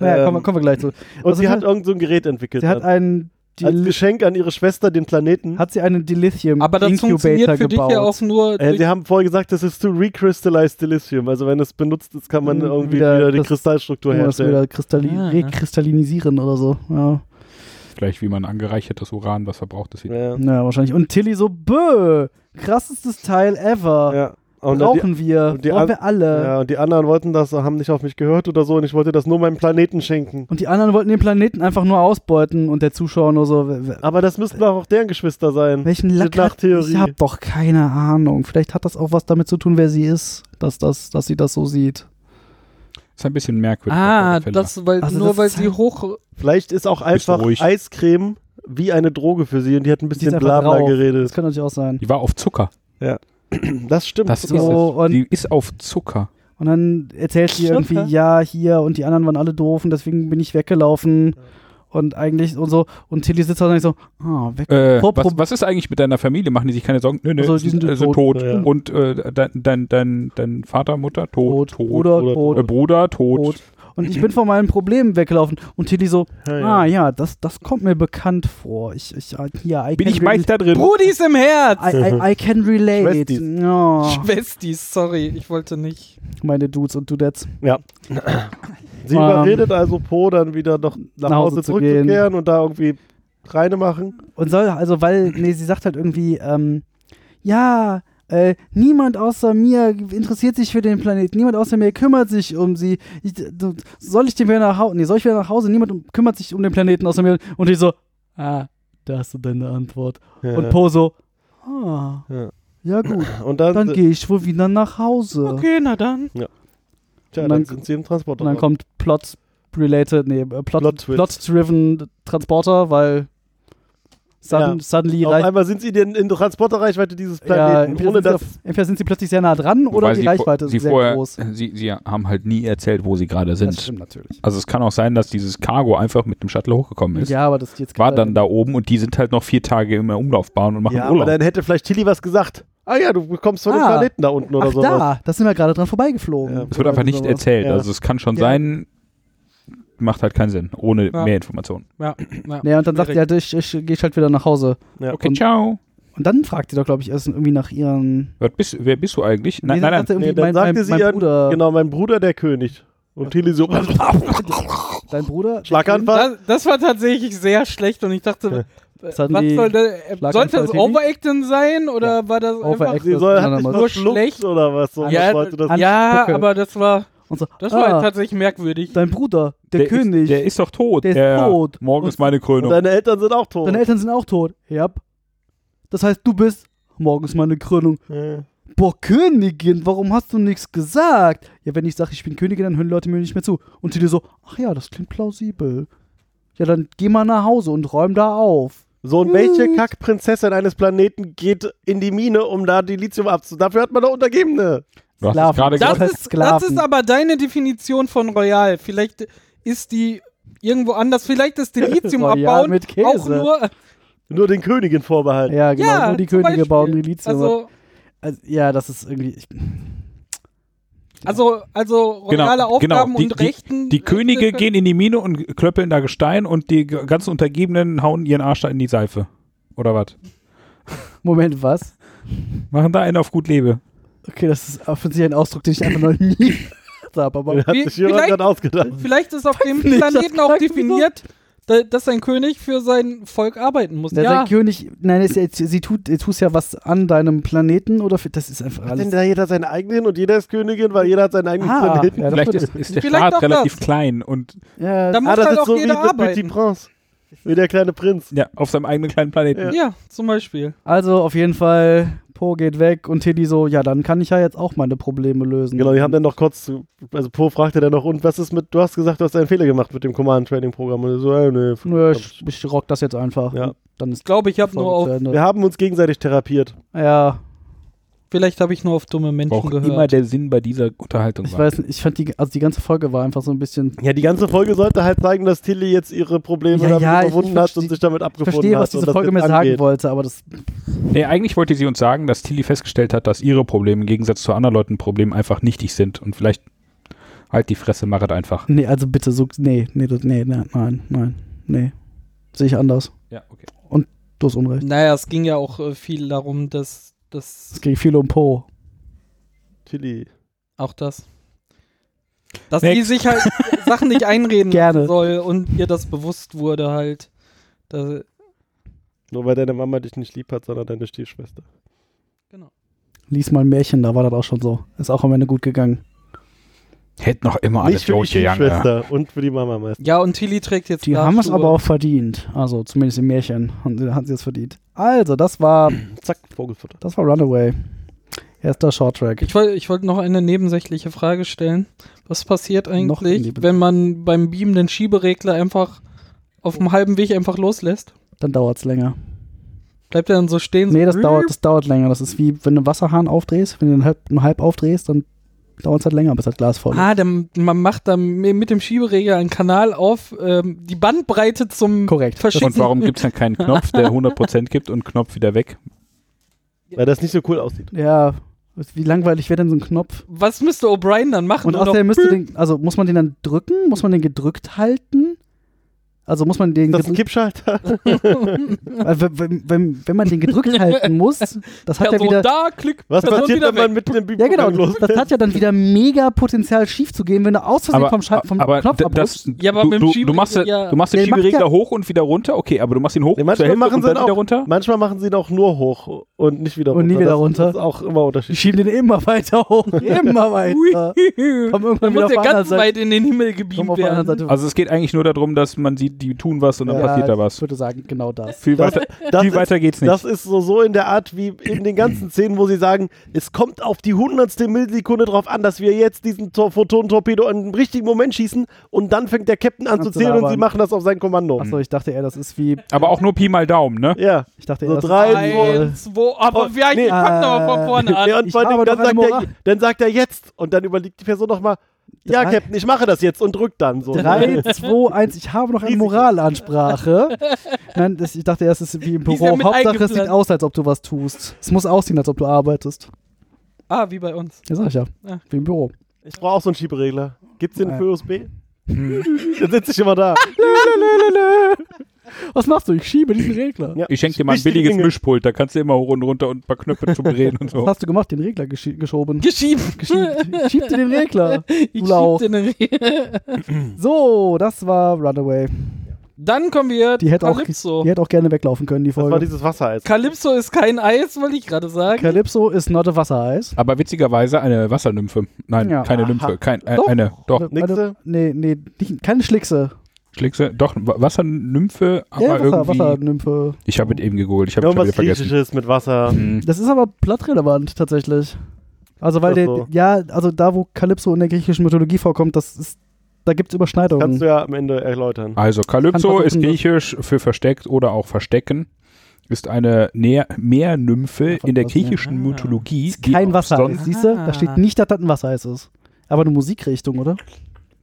S3: Naja,
S5: Ähm,
S3: kommen, wir- kommen wir gleich zu.
S5: Und
S3: Also
S5: sie
S3: sie
S5: hat
S3: hat-
S5: irgend so ein Gerät entwickelt.
S3: Sie hat
S5: dann.
S3: einen
S5: als
S3: Dil
S5: Geschenk an ihre Schwester den Planeten.
S3: hat sie einen Dilithium
S4: Aber das
S3: Incubator
S4: funktioniert für
S3: gebaut.
S4: dich ja auch nur
S5: äh,
S4: durch
S5: sie haben vorher gesagt, das ist to recrystallize the lithium. Also wenn es benutzt ist, kann man
S3: Mhm,
S5: irgendwie wieder,
S3: wieder
S5: die
S3: das-
S5: Kristallstruktur
S3: um das
S5: herstellen.
S3: wieder kristalli
S4: Ah, ja.
S3: rekristallinisieren oder so. Ja.
S6: Vielleicht wie man angereichertes Uran, was verbraucht ist.
S5: Ja.
S3: ja, wahrscheinlich. Und Tilly so, bö, krassestes Teil ever.
S5: Ja. Und dann die,
S3: Brauchen wir.
S5: und die
S3: Brauchen
S5: An-
S3: wir alle.
S5: ja, und die anderen wollten das, haben nicht auf mich gehört oder so und ich wollte das nur meinem Planeten schenken.
S3: Und die anderen wollten den Planeten einfach nur ausbeuten und der Zuschauer nur so, we- we-
S5: Aber das müssten doch auch deren Geschwister sein.
S3: welchen
S5: Diese
S3: Lack hat,
S5: Lachtheorie.
S3: ich hab doch keine Ahnung. Vielleicht hat das auch was damit zu tun, wer sie ist, dass, das, dass sie das so sieht.
S6: Ist ein bisschen merkwürdig.
S4: Ah,
S6: auf alle Fälle.
S4: das, weil,
S3: Also
S4: nur
S3: das
S4: weil
S3: ist
S4: sie
S3: halt-
S4: hoch.
S5: Vielleicht ist auch einfach
S6: ruhig.
S5: Eiscreme wie eine Droge für sie und die hat ein
S3: Sie ist
S5: bisschen
S3: einfach
S5: Blabla
S3: drauf. Das
S5: geredet.
S3: kann natürlich auch sein.
S6: Die war auf Zucker.
S5: Das stimmt.
S6: Das ist
S5: Zucker.
S3: So,
S6: es.
S3: und-
S6: Die ist auf Zucker.
S3: Und dann erzählt sie
S5: Stimmt,
S3: irgendwie, ja, hier und die anderen waren alle doof und deswegen bin ich weggelaufen. Und eigentlich und so. Und Tilly sitzt da und denkt so, ah, weg.
S6: Äh,
S3: Vor-
S6: was, was ist eigentlich mit deiner Familie? Machen die sich keine Sorgen? Nö, nö,
S3: Also, die sind
S6: äh,
S3: tot.
S5: Ja.
S6: Und äh, dein, dein, dein, dein Vater, Mutter, tot. tot.
S3: oder,
S5: oder
S3: tot,
S6: Äh, Bruder, tot.
S3: tot. Und ich bin von meinen Problemen weggelaufen. Und Tilly so,
S5: Ja, ja.
S3: ah ja, das, das kommt mir bekannt vor. Ich, ich, ah, hier, I
S6: Bin
S3: can
S6: ich
S3: relate.
S6: Meister drin?
S4: Brudis im Herz!
S3: I, I, I can relate.
S5: Schwestis.
S3: Ja.
S4: Schwestis, sorry, ich wollte nicht.
S3: Meine Dudes und Dudettes.
S5: Sie
S3: Ähm,
S5: überredet also Po dann wieder doch nach,
S3: nach
S5: Hause,
S3: Hause zu
S5: zurückzukehren und da irgendwie reine machen.
S3: Und soll, also, weil, nee, sie sagt halt irgendwie, ähm, ja, äh, niemand außer mir interessiert sich für den Planeten, niemand außer mir kümmert sich um sie. Ich, du, soll ich den wieder nach Hause? Nee, soll ich wieder nach Hause? Niemand um- kümmert sich um den Planeten außer mir. Und ich so, ah, da hast du deine Antwort. Und
S5: Po
S3: Po so, ah,
S5: Ja. Also
S3: ja, gut,
S5: und dann,
S3: dann gehe ich wohl wieder nach Hause.
S4: Okay, na dann.
S5: tja,
S3: und
S5: dann
S3: dann-
S5: sind sie im Transporter.
S3: Und dann kommt Plot-related, nee, äh, Plot-
S5: Plot-Twist.
S3: Plot-driven Transporter, weil sudden,
S5: Ja.
S3: suddenly
S5: Auf
S3: reicht.
S5: einmal sind sie denn in Transporterreichweite dieses
S3: Ja,
S5: Planeten,
S3: entweder,
S5: ohne
S3: sind sie
S5: dass
S3: auf, entweder sind sie plötzlich sehr nah dran oder
S6: Wobei
S3: die
S6: sie
S3: Reichweite
S6: vor- sie
S3: ist sehr
S6: vorher,
S3: groß.
S6: Sie, sie haben halt nie erzählt, wo sie gerade
S3: Das
S6: sind.
S3: stimmt natürlich.
S6: Also es kann auch sein, dass dieses Cargo einfach mit dem Shuttle hochgekommen ist.
S3: Ja, aber das ist jetzt
S6: War
S3: gerade-
S6: dann da oben und die sind halt noch vier Tage in der Umlaufbahn und machen
S5: ja, aber
S6: Urlaub.
S5: dann hätte vielleicht Tilly was gesagt. Ah ja, du kommst von dem
S3: Ah.
S5: Planeten da unten oder
S3: Ach,
S5: sowas.
S3: da, da sind wir gerade dran vorbeigeflogen.
S5: Ja.
S6: Es wird einfach nicht erzählt.
S5: Ja.
S6: Also es kann schon
S3: Ja.
S6: sein, macht halt keinen Sinn, ohne
S4: Ja.
S6: mehr Informationen.
S4: Ja, ja.
S3: Nee, und dann sagt die halt, ich, ich, geh ich halt wieder nach Hause.
S5: Ja.
S6: Okay,
S3: Und-
S6: ciao.
S3: Und dann fragt die doch, glaube ich, erst irgendwie nach ihren.
S6: Was bist, wer bist du eigentlich? Nein, nein,
S3: Nee, dann
S6: nein.
S3: sagt er irgendwie,
S5: Nee, dann
S3: mein,
S5: sagte
S3: mein,
S5: sie
S3: mein
S5: ja,
S3: Bruder,
S5: Genau, mein Bruder der König. Und Tilly so
S3: dein Bruder.
S5: Schlaganfall.
S4: Das, das war tatsächlich sehr schlecht und ich dachte, äh,
S3: Das hatten
S4: was
S3: die
S4: soll da, äh,
S3: Schlaganfall
S4: sollte das
S3: TV?
S4: Overacting sein oder war das einfach.
S3: Overacting.
S5: Sie soll, hat
S3: Nein,
S5: nicht
S3: nein,
S5: nur
S4: nur
S5: schlecht
S4: schlecht.
S5: oder was? So
S4: Ja,
S5: wollte das
S4: Ja,
S3: Spucke.
S4: aber das war
S3: Und so,
S4: das
S3: ah,
S4: war halt tatsächlich merkwürdig.
S3: dein Bruder, der,
S6: der
S3: König.
S6: Ist, der ist doch tot.
S3: Der ist
S6: Ja, ja.
S3: tot.
S6: Morgen
S3: Und-
S6: ist meine
S5: Und
S4: also-
S6: Krönung.
S5: deine Eltern sind auch tot.
S3: Deine Eltern sind auch tot. Ja. Das heißt, du bist morgens meine Krönung.
S5: Ja.
S3: Boah, Königin, warum hast du nichts gesagt? Ja, wenn ich sage, ich bin Königin, dann hören Leute mir nicht mehr zu. Und die dir so, ach ja, das klingt plausibel. Ja, dann geh mal nach Hause und räum da auf.
S5: So, und welche Kackprinzessin eines Planeten geht in die Mine, um da die Lithium abzu... Dafür hat man doch Untergebene.
S6: Du hast es
S3: Sklaven.
S6: gerade
S3: Das
S6: gesagt.
S3: heißt
S4: das, ist, das
S3: Sklaven.
S4: ist aber deine Definition von Royal. Vielleicht ist die irgendwo anders. Vielleicht ist
S3: [LAUGHS]
S4: Delizium
S3: Royal
S4: abbauen
S3: mit Käse.
S4: auch nur.
S5: Nur den Königin vorbehalten.
S3: Ja, genau,
S4: ja,
S3: nur die
S4: zum
S3: Könige
S4: Beispiel.
S3: bauen die Lithium. ab.
S4: Also,
S3: also, ja, das ist irgendwie. Ich,
S4: also, also royale Aufgaben
S6: Genau, die,
S4: und
S6: die,
S4: Rechten. äh,
S6: Die Könige gehen in die Mine und klöppeln da Gestein und die g- ganzen Untergebenen hauen ihren Arsch da in die Seife. Oder was?
S3: Moment, was?
S6: Machen da einen auf gut Lebe.
S3: Okay, das ist offensichtlich ein Ausdruck, den ich einfach noch nie. [LAUGHS] habe, aber
S5: Hat
S4: Wie-
S5: sich jemand
S4: vielleicht-
S5: dann ausgedacht.
S4: Vielleicht ist auf dem
S3: nicht, das
S4: Planeten auch
S3: fragt mich
S4: definiert, da, dass ein König für sein Volk arbeiten muss.
S3: der
S4: Ja,
S3: sagt König, nein, es, sie, sie tut, ihr tust ja was an deinem Planeten oder für, das ist einfach
S5: Hat denn
S3: alles.
S5: da jeder seinen eigenen und jeder ist Königin, weil jeder hat seinen eigenen
S3: Ah,
S5: Planeten?
S3: ja, das
S6: Vielleicht
S3: wird-
S6: ist, ist der
S4: Vielleicht auch
S6: Staat relativ
S4: das.
S6: klein und
S3: ja,
S4: da
S5: Ah,
S4: muss
S5: das
S4: halt
S5: ist
S4: auch
S5: so wie
S4: jeder
S5: das Petit
S4: arbeiten.
S5: Prince. Wie der kleine Prinz.
S6: ja, auf seinem eigenen kleinen Planeten.
S5: Ja.
S4: Ja, zum Beispiel.
S3: Also auf jeden Fall, Po geht weg und Tilly so, ja, dann kann ich ja jetzt auch meine Probleme lösen.
S5: Genau, die haben dann noch kurz zu. Also Po fragte dann noch, und was ist mit, du hast gesagt, du hast einen Fehler gemacht mit dem Command-Training-Programm. Und er so, äh, nö,
S3: Nö, ich, ich rock das jetzt einfach.
S5: Ja.
S3: Dann ist
S4: Ich glaube, ich habe
S3: Folge
S4: nur
S3: zu
S4: auf,
S3: Ende.
S5: Wir haben uns gegenseitig therapiert.
S3: Ja,
S4: vielleicht habe ich nur auf dumme
S6: Wo
S4: Menschen
S6: auch immer
S4: gehört.
S6: der Sinn bei dieser Unterhaltung
S3: ich
S6: war.
S3: weiß nicht, ich fand die, also die ganze Folge war einfach so ein bisschen.
S5: Ja, die ganze Folge sollte halt zeigen, dass Tilly jetzt ihre Probleme
S3: Ja,
S5: damit
S3: ja, ich
S5: überwunden hat
S3: versteh-
S5: und sich damit
S3: Ich
S5: abgefunden
S3: verstehe,
S5: hat.
S3: was
S5: und
S3: diese
S5: das
S3: Folge
S5: jetzt
S3: mir sagen
S5: angeht.
S3: wollte, aber das.
S6: Nee, eigentlich wollte sie uns sagen, dass Tilly festgestellt hat, dass ihre Probleme im Gegensatz zu anderen Leuten Problemen einfach nichtig sind und vielleicht halt die Fresse machet einfach.
S3: Nee, also bitte, so, nee, nee, das, nee, nee, nein, nein, nee. Sehe ich anders.
S6: Ja, okay.
S3: Du hast Unrecht.
S4: Naja, es ging ja auch äh, viel darum, dass, dass
S3: Es ging viel um Po.
S5: Tilly.
S4: auch das. Dass
S6: Next.
S4: die sich
S3: [LAUGHS]
S4: halt Sachen nicht einreden
S3: Gerne.
S4: soll und ihr das bewusst wurde halt. Da,
S5: Nur weil deine Mama dich nicht lieb hat, sondern deine Stiefschwester.
S4: genau.
S3: Lies mal ein Märchen, da war das auch schon so. Ist auch am Ende gut gegangen.
S6: Hätte noch immer
S5: nicht
S6: Oh, alles
S5: für die
S6: durchgegangen. ja.
S5: Stiefschwester und für die Mama meistens.
S4: ja, und Tilly trägt jetzt
S3: Die haben es
S4: Glasschuhe.
S3: aber auch verdient. Also zumindest im Märchen haben sie, haben sie es verdient. Also, das war,
S5: Zack, Vogelfutter.
S3: das war Runaway. Erster Shorttrack.
S4: Ich wollte ich wollt noch eine nebensächliche Frage stellen. Was passiert
S3: Noch eine
S4: eigentlich,
S3: neben-
S4: wenn man beim Beam den Schieberegler einfach auf dem halben Weg einfach loslässt?
S3: Dann dauert es länger.
S4: Bleibt er dann so stehen?
S3: Nee,
S4: so
S3: das dauert, das dauert länger. Das ist wie, wenn du einen Wasserhahn aufdrehst, wenn du ihn halb, nur halb aufdrehst, dann dauert es halt länger, bis das Glas voll ist.
S4: Ah, dann, man macht dann mit dem Schieberegler einen Kanal auf, ähm, die Bandbreite zum
S3: Korrekt.
S4: Verschicken.
S6: Und warum gibt es dann keinen Knopf, der 100% gibt und Knopf wieder weg?
S5: Weil das nicht so cool aussieht.
S3: Ja, wie langweilig wäre denn so ein Knopf?
S4: Was müsste O'Brien dann machen?
S3: Und
S4: Nur noch
S3: außerdem müsste den, also muss man den dann drücken? Muss man den gedrückt halten? Also muss man den,
S5: Ist das ein
S3: gedrückt,
S5: Kippschalter?
S3: weil wenn- wenn, wenn, wenn man
S4: [LAUGHS]
S3: den gedrückt halten muss, das hat ja
S4: Person
S3: wieder,
S4: Also da, klick,
S5: Was
S4: Person
S5: passiert,
S4: wieder
S5: wenn man
S4: weg.
S5: mitten im Bibel
S3: Ja, genau.
S5: los
S3: Das hat ja dann wieder mega Potenzial schief zu gehen, wenn du aus Versehen
S6: Aber,
S3: vom, Schal vom
S6: aber
S3: Knopf
S6: d- das,
S3: abrutschst.
S4: Ja, aber
S6: du,
S4: mit dem
S6: du, du
S4: Schieberegler,
S6: machst,
S4: ja.
S6: du machst den
S3: Der macht
S6: Schieberegler
S3: ja-
S6: hoch und wieder runter, okay, aber du machst ihn hoch
S5: Nee,
S6: zur
S5: manchmal
S6: Hälfte
S5: machen
S6: und
S5: sie
S6: dann
S5: ihn
S6: wieder
S5: auch.
S6: runter.
S5: Manchmal machen sie ihn auch nur hoch und nicht wieder
S3: Und nie
S5: runter.
S3: wieder
S5: das,
S3: runter.
S5: Das ist auch immer
S3: Die
S5: unterschiedlich.
S3: schieben den immer weiter hoch.
S4: [LAUGHS]
S3: Immer weiter. Komm irgendwann
S4: Dann
S3: Äh,
S4: muss
S3: wieder auf
S4: er
S3: der anderen
S4: ganz
S3: Seite.
S4: weit in den Himmel gebeamt
S3: Komm auf der anderen
S4: werden.
S3: Seite.
S6: Also es geht eigentlich nur darum, dass man sieht, die tun was und dann
S3: Ja,
S6: passiert da
S3: Ich
S6: was.
S3: würde sagen, genau das.
S6: Viel
S5: Das-
S6: weiter,
S5: [LAUGHS] das
S6: viel
S5: ist-
S6: weiter geht's nicht.
S5: Das ist so, so in der Art wie in
S6: [CLEARS THROAT]
S5: den ganzen Szenen, wo sie sagen, es kommt auf die hundertste Millisekunde drauf an, dass wir jetzt diesen Tor Photon-Torpedo an den richtigen Moment schießen und dann fängt der Captain an
S3: An
S5: zu
S3: zu
S5: zählen und
S3: labern.
S5: sie machen das auf sein Kommando.
S3: Achso, ich dachte eher, das ist wie.
S6: aber auch nur Pi mal Daumen, ne?
S5: Ja.
S3: Ich dachte
S5: So
S3: eher, das
S5: drei,
S3: ist wie, äh,
S4: Eins, zwei, aber
S5: Oh,
S4: wir
S5: nee.
S4: nee, fangen aber von
S3: Äh,
S4: vorne
S3: [LAUGHS]
S4: an.
S5: ja und
S3: ich
S5: vor allem
S3: habe
S5: dann
S3: doch eine
S5: sagt, er,
S3: Moral.
S5: dann sagt er jetzt und dann überlegt die Person nochmal, ja,
S3: Drei-
S5: Captain, ich mache das jetzt und drückt dann so.
S3: 3, [LAUGHS] 2, 1, ich habe noch eine
S5: Risiko.
S3: Moralansprache. Nein, das, ich dachte erst, es ist wie im
S4: Die ist ja
S3: Büro.
S4: mit
S3: Hauptsache, es
S4: eingeplant.
S3: sieht aus, als ob du was tust. Es muss aussehen, als ob du arbeitest.
S4: Ah, wie bei uns.
S3: Ja, sag ich ja.
S4: Ja.
S3: Wie im Büro.
S5: [LAUGHS] Ich brauche auch so einen Schieberegler. Gibt's den
S3: Ja.
S5: für USB?
S6: Hm.
S5: dann sitze ich immer da.
S3: Was machst du? Ich schiebe diesen Regler.
S5: Ja.
S6: Ich schenke dir mal ein
S5: Wichtige
S6: billiges
S5: Dinge.
S6: Mischpult, da kannst du immer hoch und runter und ein paar Knöpfe
S3: [LAUGHS]
S6: zum Reden und
S3: Was
S6: so.
S3: hast du gemacht? Den Regler geschi- geschoben. [LAUGHS]
S4: Geschieben.
S3: Geschiebt, schiebt dir den Regler.
S4: Ich
S3: Du Lauch.
S4: schieb den Re-
S3: So, das war Runaway.
S4: Dann kommen wir
S3: Die hätte, auch,
S4: Calypso.
S3: die hätte auch gerne weglaufen können, die
S5: Das war
S3: Folge.
S5: dieses Wassereis.
S4: Calypso ist kein Eis, wollte ich gerade sagen.
S3: Calypso ist not a Wassereis.
S6: Aber witzigerweise eine Wassernymphe. Nein,
S3: Ja.
S6: keine
S5: Aha.
S6: Nymphe. Kein, äh,
S3: Doch.
S6: Eine, doch.
S5: Nixe?
S3: Nee, nee, nicht, keine Schlickse.
S6: Schlägst du? Doch, Wa- Wassernymphe, aber
S3: ja, Wasser,
S6: irgendwie.
S3: Wassernymphe.
S6: Ich habe es eben gegoogelt, ich habe es schon
S5: Irgendwas
S6: wieder vergessen.
S5: Griechisches mit Wasser.
S6: Hm.
S3: Das ist aber plottrelevant tatsächlich. Also weil
S5: Ist das
S3: der,
S5: so?
S3: ja, also da wo Kalypso in der griechischen Mythologie vorkommt, das ist, da gibt es
S5: Kannst
S3: Überschneidungen.
S5: du ja am Ende erläutern.
S6: Also, Kalypso
S3: versuchen,
S6: ist
S3: das-
S6: griechisch für versteckt oder auch verstecken. Ist eine Näher Meernymphe
S3: Ja,
S6: in der
S3: was, ne?
S6: griechischen
S4: Ah.
S6: Mythologie. die
S3: Kein
S6: auch
S3: Wassereis,
S6: sonst-
S3: siehst du? Da steht nicht, dass das ein Wassereis ist. Aber eine Musikrichtung, oder?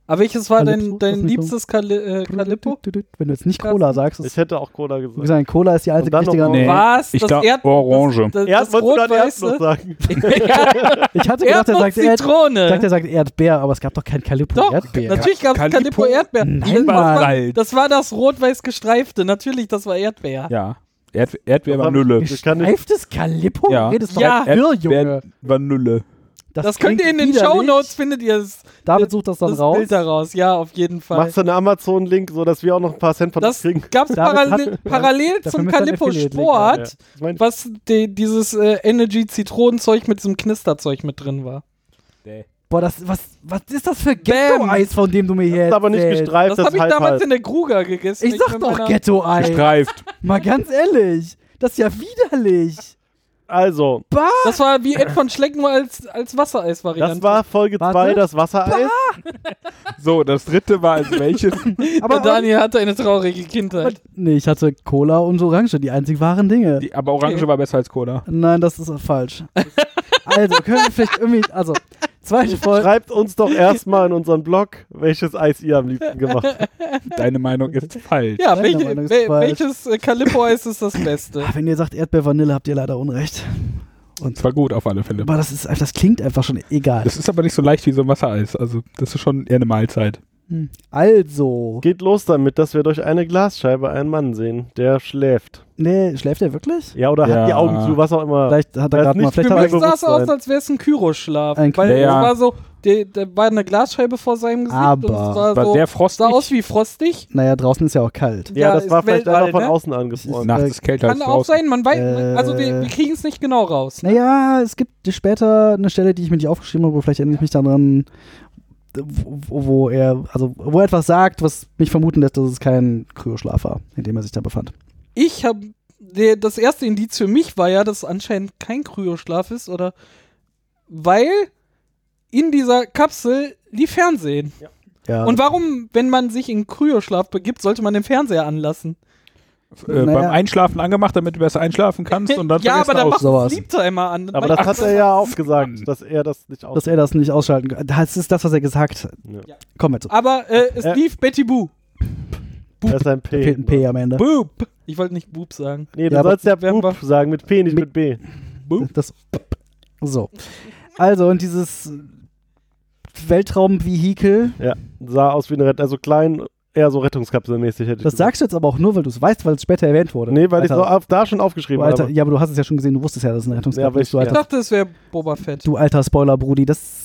S4: Aber welches war
S3: Calypso?
S4: dein,
S3: Lass
S4: dein
S3: mich
S4: liebstes Kali äh, Kalippo?
S3: Wenn du jetzt nicht Cola sagst,
S5: Ich
S3: ist,
S5: hätte auch Cola
S3: wie
S5: gesagt.
S3: gesagt, Cola ist die einzige
S5: dann noch-
S3: richtige
S6: Nee,
S3: Antwort.
S4: Was?
S6: Ich
S4: Das
S6: glaube,
S4: Erd-
S6: Orange.
S4: Das, das,
S5: Erdnuss
S4: das
S5: oder Erdnuss
S4: Rot-Weiße?
S5: sagen?
S4: [LAUGHS]
S3: Ich hatte gedacht, er
S4: Erdnuss,
S3: sagt, Erd, ich dachte,
S4: Zitrone.
S3: er sagt Erdbeer, aber es gab doch kein Kalypso
S4: Äh. Doch,
S3: Erdbeer.
S4: natürlich gab es
S6: Kalippo-
S4: Kalippo Erdbeer.
S3: Nein,
S4: das, war,
S6: Mann.
S4: das war das rot-weiß gestreifte. Natürlich, das war Erdbeer.
S6: Ja. Erd Erdbeer
S5: Das hab
S6: Vanille.
S5: Ich kann nicht.
S3: Reiftes Kalyppo?
S6: Ja.
S3: Redest doch
S4: Ja.
S3: Erdbeer, Junge.
S6: Erdbeer Vanille.
S4: Das, könnt ihr in den Shownotes, findet ihr das,
S3: David sucht das dann
S4: das
S3: raus.
S4: Bild daraus. Ja, auf jeden Fall.
S5: Machst du einen Amazon-Link, sodass wir auch noch ein paar Cent von
S4: Das
S5: das kriegen?
S4: gab es
S3: David
S4: parallel, parallel
S3: dafür
S4: zum
S3: müsst ihr einen
S4: Calippo
S3: Affiliate-Link
S4: Sport,
S5: haben, Ich mein,
S4: was die, dieses äh, Energy-Zitronenzeug mit diesem Knisterzeug mit drin war.
S3: Boah, das, was, was ist das für Ghetto-Eis, von dem du mir hier
S5: ist aber nicht
S3: erzählst?
S5: gestreift,
S4: Das
S5: das, halt.
S4: habe ich
S5: halb,
S4: damals
S5: halb.
S4: in der Kruger gegessen.
S3: Ich sag
S4: bin
S3: doch
S4: meiner-
S3: Ghetto-Eis.
S6: Gestreift.
S3: Mal ganz ehrlich. Das ist ja widerlich.
S5: Also,
S4: Das war wie Ed von Schleck nur als, als Wassereis-Variante.
S5: das war Folge
S3: Warte.
S5: 2, das Wassereis.
S6: So, das dritte war als welches?
S4: Der Daniel hatte eine traurige Kindheit.
S3: Nee, ich hatte Cola und Orange, die einzig wahren Dinge.
S6: Die, aber Orange
S4: Okay.
S6: war besser als Cola.
S3: Nein, das ist falsch. also, können wir vielleicht irgendwie. Also, zweite Folge.
S5: Schreibt uns doch erstmal in unseren Blog, welches Eis ihr am liebsten gemacht habt.
S6: Deine Meinung ist falsch.
S4: Ja,
S3: Deine
S4: welche,
S3: Meinung ist
S4: wel,
S3: falsch.
S4: welches äh, Calippo-Eis ist das
S5: [LAUGHS]
S4: Beste?
S3: Ah, Wenn ihr sagt Erdbeer Vanille, habt ihr leider Unrecht.
S6: Das war gut auf alle Fälle.
S3: Aber das ist das klingt einfach schon egal.
S6: Das ist aber nicht so leicht wie so ein Wassereis. Also, das ist schon eher eine Mahlzeit.
S3: Hm. Also.
S5: Geht los damit, dass wir durch eine Glasscheibe einen Mann sehen, der schläft.
S3: Nee, schläft er wirklich?
S5: Ja, oder
S6: Ja.
S5: hat die Augen zu, was auch immer.
S3: Vielleicht hat er
S5: Weiß
S3: gerade mal.
S5: nicht,
S3: Vielleicht
S5: wie
S3: hat
S5: man
S3: er
S4: Für
S5: Bewusstsein.
S4: mich sah es aus, als wäre es ein Kyroschlaf.
S3: Ein
S4: weil
S6: Ja, ja.
S4: es war so, der, der war eine Glasscheibe vor seinem Gesicht
S3: Aber-
S4: und es war
S6: War
S4: so,
S6: sehr frostig.
S4: Also, sah aus wie frostig.
S3: Naja, draußen ist ja auch kalt.
S5: ja,
S4: Ja,
S5: das
S4: ist
S5: war vielleicht
S4: Weltall,
S5: einfach von
S4: ne?
S5: außen
S3: Ist-
S5: angefroren.
S6: Nachts ist kälter
S4: Kann
S6: als
S4: auch
S6: draußen.
S4: sein, man weiß, also wir,
S3: Äh.
S4: wir kriegen es nicht genau raus.
S3: Naja, es gibt später eine Stelle, die ich mir nicht aufgeschrieben habe, wo vielleicht erinnere ich mich daran, wo, wo er, also wo er etwas sagt, was mich vermuten lässt, dass es kein Kryoschlaf war, in dem er sich da befand.
S4: Ich habe das erste Indiz für mich war ja, dass es anscheinend kein Kryoschlaf ist oder weil in dieser Kapsel lief Fernsehen.
S3: Ja.
S4: Und warum, wenn man sich in Kryoschlaf begibt, sollte man den Fernseher anlassen?
S6: Äh,
S3: Naja.
S6: Beim Einschlafen angemacht, damit du besser einschlafen kannst und dann
S4: [LAUGHS] ja, aber
S6: vergessen
S4: dann
S6: aus.
S4: macht
S3: sowas.
S4: Sleep Timer an.
S5: Aber
S4: Weil-
S5: das hat er ja auch gesagt, dass er das nicht aus.
S3: dass er das nicht ausschalten kann. Das ist das, was er gesagt hat.
S5: Ja.
S3: Komm jetzt.
S4: Aber äh, es
S5: Äh.
S4: lief Betty Boo.
S5: Er ist ein P.
S3: Fehlt ein P am Ende.
S4: Boop. Ich wollte nicht Boop sagen.
S5: Nee, du
S3: Ja, aber-
S5: sollst ja
S4: Wir haben
S5: Boop sagen, mit P, nicht mit B.
S3: Das, so. Also, und dieses Weltraumvehikel,
S5: Ja, sah aus wie eine Rett also klein, eher so Rettungskapselmäßig hätte ich
S3: das sagst du jetzt aber auch nur, weil du es weißt, weil es später erwähnt wurde.
S5: Nee, weil ich
S3: Alter,
S5: so auf, da schon
S3: du
S5: aufgeschrieben
S3: alter,
S5: habe.
S3: Ja, aber du hast es ja schon gesehen, du wusstest ja, dass es eine Rettungskapsel
S5: Ja, aber ich-
S3: ist. Du
S5: ja.
S4: Ich
S3: alter,
S4: dachte, es wäre Boba Fett.
S3: du alter Spoiler-Brudi, das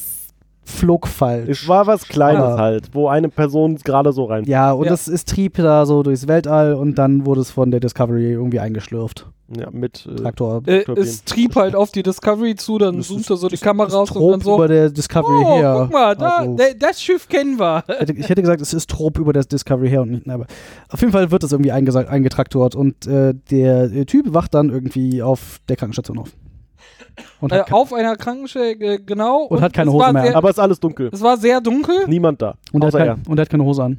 S3: flog falsch.
S5: Es war was Kleines
S3: Aber-
S5: halt, wo eine Person gerade so rein.
S3: Ja, und
S4: Ja.
S3: das ist trieb da so durchs Weltall und dann wurde es von der Discovery irgendwie eingeschlürft.
S5: Ja, mit. Äh,
S3: Traktor.
S4: Äh,
S5: Turbinen.
S4: es trieb halt auf die Discovery zu, dann
S3: Das
S4: zoomt
S3: ist-
S4: er so die Kamera raus und dann
S3: Trop
S4: so.
S3: über der Discovery
S4: Oh,
S3: her.
S4: guck mal, da,
S3: Also,
S4: da- das Schiff kennen wir.
S3: hätte, ich hätte gesagt, es ist Trop über der Discovery her und nicht, aber auf jeden Fall wird das irgendwie eingesagt, eingetraktort und äh, der äh, Typ wacht dann irgendwie auf der Krankenstation auf. Und
S4: Äh,
S3: hat, ke-
S4: auf einer Krankenschläge, genau.
S3: Und hat keine
S4: es
S3: Hose
S4: war
S3: mehr
S4: Sehr,
S5: aber es ist alles dunkel.
S4: es war sehr dunkel.
S5: Niemand da.
S3: und, hat
S5: außer er.
S3: kein, und er hat keine Hose an.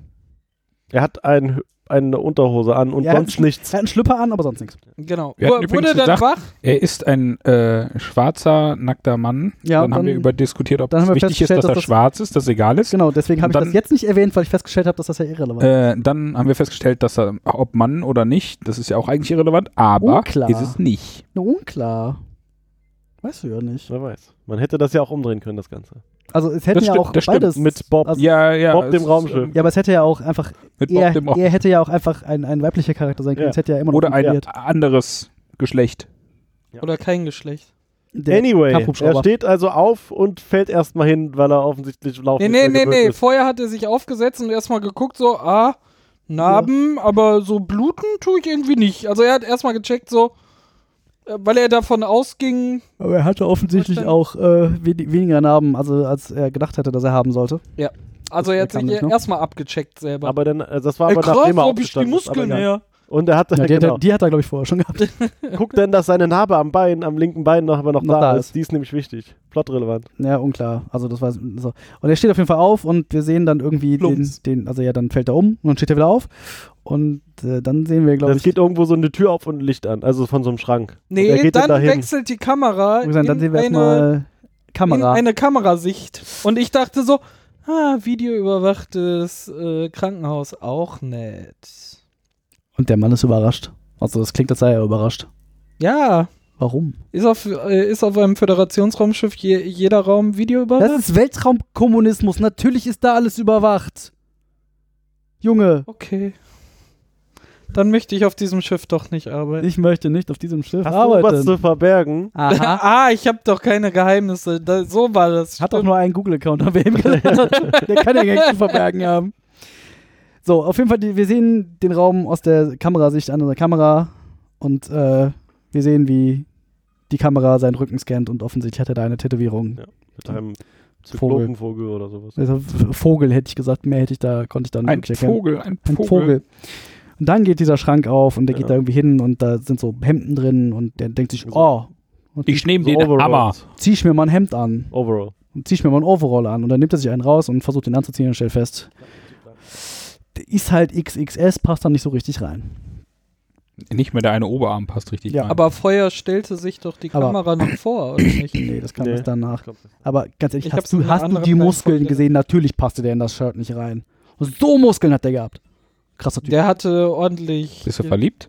S5: Er hat ein, eine Unterhose an und
S3: Ja, er hat
S5: sonst
S3: einen Schli-
S5: nichts.
S3: Er hat einen Schlüpper an, aber sonst nichts.
S4: Genau.
S6: Wir hatten
S4: Wurde
S6: übrigens
S4: wurde dann
S6: gesagt-
S4: wach.
S6: Er ist ein äh, schwarzer, nackter Mann.
S3: Ja,
S6: dann,
S3: dann-
S6: haben wir über diskutiert, ob
S3: dann
S6: es
S3: haben wir
S6: wichtig ist,
S3: festgestellt,
S6: dass er
S3: dass das-
S6: schwarz ist, dass egal ist.
S3: Genau, deswegen habe
S6: Und
S3: ich
S6: dann-
S3: das jetzt nicht erwähnt, weil ich festgestellt habe, dass das ja irrelevant ist.
S6: Äh, dann haben wir festgestellt, dass er, ob Mann oder nicht, das ist ja auch eigentlich irrelevant, aber
S3: Unklar.
S6: ist es nicht.
S3: Na, unklar. Weißt du ja nicht.
S5: Wer weiß. Man hätte das ja auch umdrehen können, das Ganze.
S3: Also es hätten
S6: Das
S3: ja
S6: stimmt,
S3: auch
S6: das stimmt.
S3: beides.
S5: Mit Bob.
S3: also-
S6: Ja, ja.
S5: Bob
S6: es
S5: dem
S6: ist,
S5: Raumschiff.
S6: ähm,
S3: ja, aber es hätte ja auch einfach
S6: Mit Bob
S3: Er,
S6: dem Raumschiff.
S3: er hätte ja auch einfach ein, ein weiblicher Charakter sein können.
S5: Ja.
S3: Das hätte ja immer noch
S6: Oder ein
S3: funktioniert.
S6: anderes Geschlecht.
S4: Oder kein Geschlecht.
S3: Der
S5: Anyway, er
S3: Kampfhubschrauber.
S5: steht also auf und fällt erstmal hin, weil er offensichtlich laufen
S4: Nee, nee,
S5: nicht mehr
S4: nee,
S5: gewöhnt
S4: nee.
S5: ist.
S4: Vorher hat er sich aufgesetzt und erstmal geguckt, so, ah, Narben, aber so bluten tue ich irgendwie nicht. Also er hat erstmal gecheckt, so, äh, weil er davon ausging,
S3: Aber er hatte offensichtlich
S4: Verstanden.
S3: auch äh, wen- weniger Narben, also als er gedacht hätte, dass er haben sollte.
S4: also er hat
S3: Der
S4: sich
S3: kam nicht, ne?
S4: erstmal abgecheckt selber.
S5: Aber dann, äh, das war
S4: Ey,
S5: aber
S4: krass,
S5: nachdem er
S4: wo hab ich die
S5: aufgestanden ist, aber
S4: Muskeln
S5: egal.
S4: her.
S5: Und er
S6: [LAUGHS]
S5: [LAUGHS] hat,
S3: Ja, die,
S5: genau,
S3: hat halt er, die hat er, glaube ich, vorher schon gehabt.
S5: guckt dann, dass seine Narbe am Bein, am linken Bein noch immer noch,
S3: Noch
S5: da
S3: da
S5: ist. Die ist nämlich wichtig. Plotrelevant.
S3: Ja, unklar. Also das war so. Und er steht auf jeden Fall auf und wir sehen dann irgendwie den,
S4: Plumps.
S3: den, also ja, dann fällt er um und dann steht er wieder auf. Und äh, dann sehen wir, glaube
S5: Das
S3: ich,
S5: geht irgendwo so eine Tür auf und ein Licht an. Also von so einem Schrank. und er
S4: nee,
S5: geht
S4: dann
S5: dahin.
S4: wechselt die Kamera
S3: wie gesagt, dann
S4: in
S3: sehen wir
S4: eine,
S3: erstmal
S4: in
S3: Kamera.
S4: eine Kamerasicht. Und ich dachte so, ah, videoüberwachtes äh, Krankenhaus, auch nett.
S3: Und der Mann ist überrascht. Also das klingt, als sei er überrascht.
S4: Ja,
S3: Warum?
S4: ist auf, äh, ist auf einem Föderationsraumschiff je, jeder Raum
S3: Das
S4: videoüberwacht?
S3: ist Weltraumkommunismus. Natürlich ist da alles überwacht. Junge,
S4: Okay. Dann möchte ich auf diesem Schiff doch nicht arbeiten.
S3: Ich möchte nicht auf diesem Schiff
S5: Hast du was
S3: arbeiten.
S5: zu verbergen?
S3: Aha.
S4: [LAUGHS] ah, ich habe doch keine Geheimnisse. Da, so war das.
S3: Hat doch nur einen Google-Account, haben wir eben gelernt. [LAUGHS] Der kann ja nichts zu verbergen haben. So, auf jeden Fall, die, wir sehen den Raum aus der Kamerasicht an unserer Kamera und äh, wir sehen, wie die Kamera seinen Rücken scannt und offensichtlich hat er da eine Tätowierung.
S5: Ja. Mit einem
S3: Vogel.
S5: Zyklopenvogel oder sowas.
S3: Also, V- Vogel hätte ich gesagt, mehr hätte ich da, konnte ich dann
S6: Ein
S3: wirklich erkennen.
S6: Vogel, ein
S3: Ein
S6: Vogel.
S3: Vogel. Und dann geht dieser Schrank auf und der
S5: Ja.
S3: geht da irgendwie hin und da sind so Hemden drin und der denkt sich,
S5: So.
S3: oh,
S6: Also Ich nehme
S5: So
S6: den Hammer.
S5: Overalls.
S3: zieh ich mir mal ein Hemd an.
S5: Overall.
S3: und zieh ich mir mal einen Overall an. Und dann nimmt er sich einen raus und versucht den anzuziehen und stellt fest, der ist halt XXS, passt da nicht so
S4: [CLEARS THROAT]
S3: richtig rein.
S6: Nicht mehr der eine Oberarm passt richtig
S3: Ja,
S6: rein.
S4: Aber vorher stellte sich doch die
S3: Aber-
S4: Kamera noch vor, oder
S3: [CLEARS THROAT]
S4: nicht?
S3: Nee, das kam
S5: Nee.
S3: erst danach.
S5: Kommt.
S3: Aber ganz ehrlich,
S4: Ich
S3: hast
S4: hab's in
S3: du,
S4: einer
S3: hast du
S4: anderen
S3: die
S4: Reihenfolge
S3: Muskeln
S4: gelernt.
S3: gesehen? Natürlich passte der in das Shirt nicht rein. Und so Muskeln hat der gehabt. Krasser Typ.
S4: Der hatte ordentlich.
S3: äh,
S6: Bist du
S3: [LAUGHS]
S6: verliebt?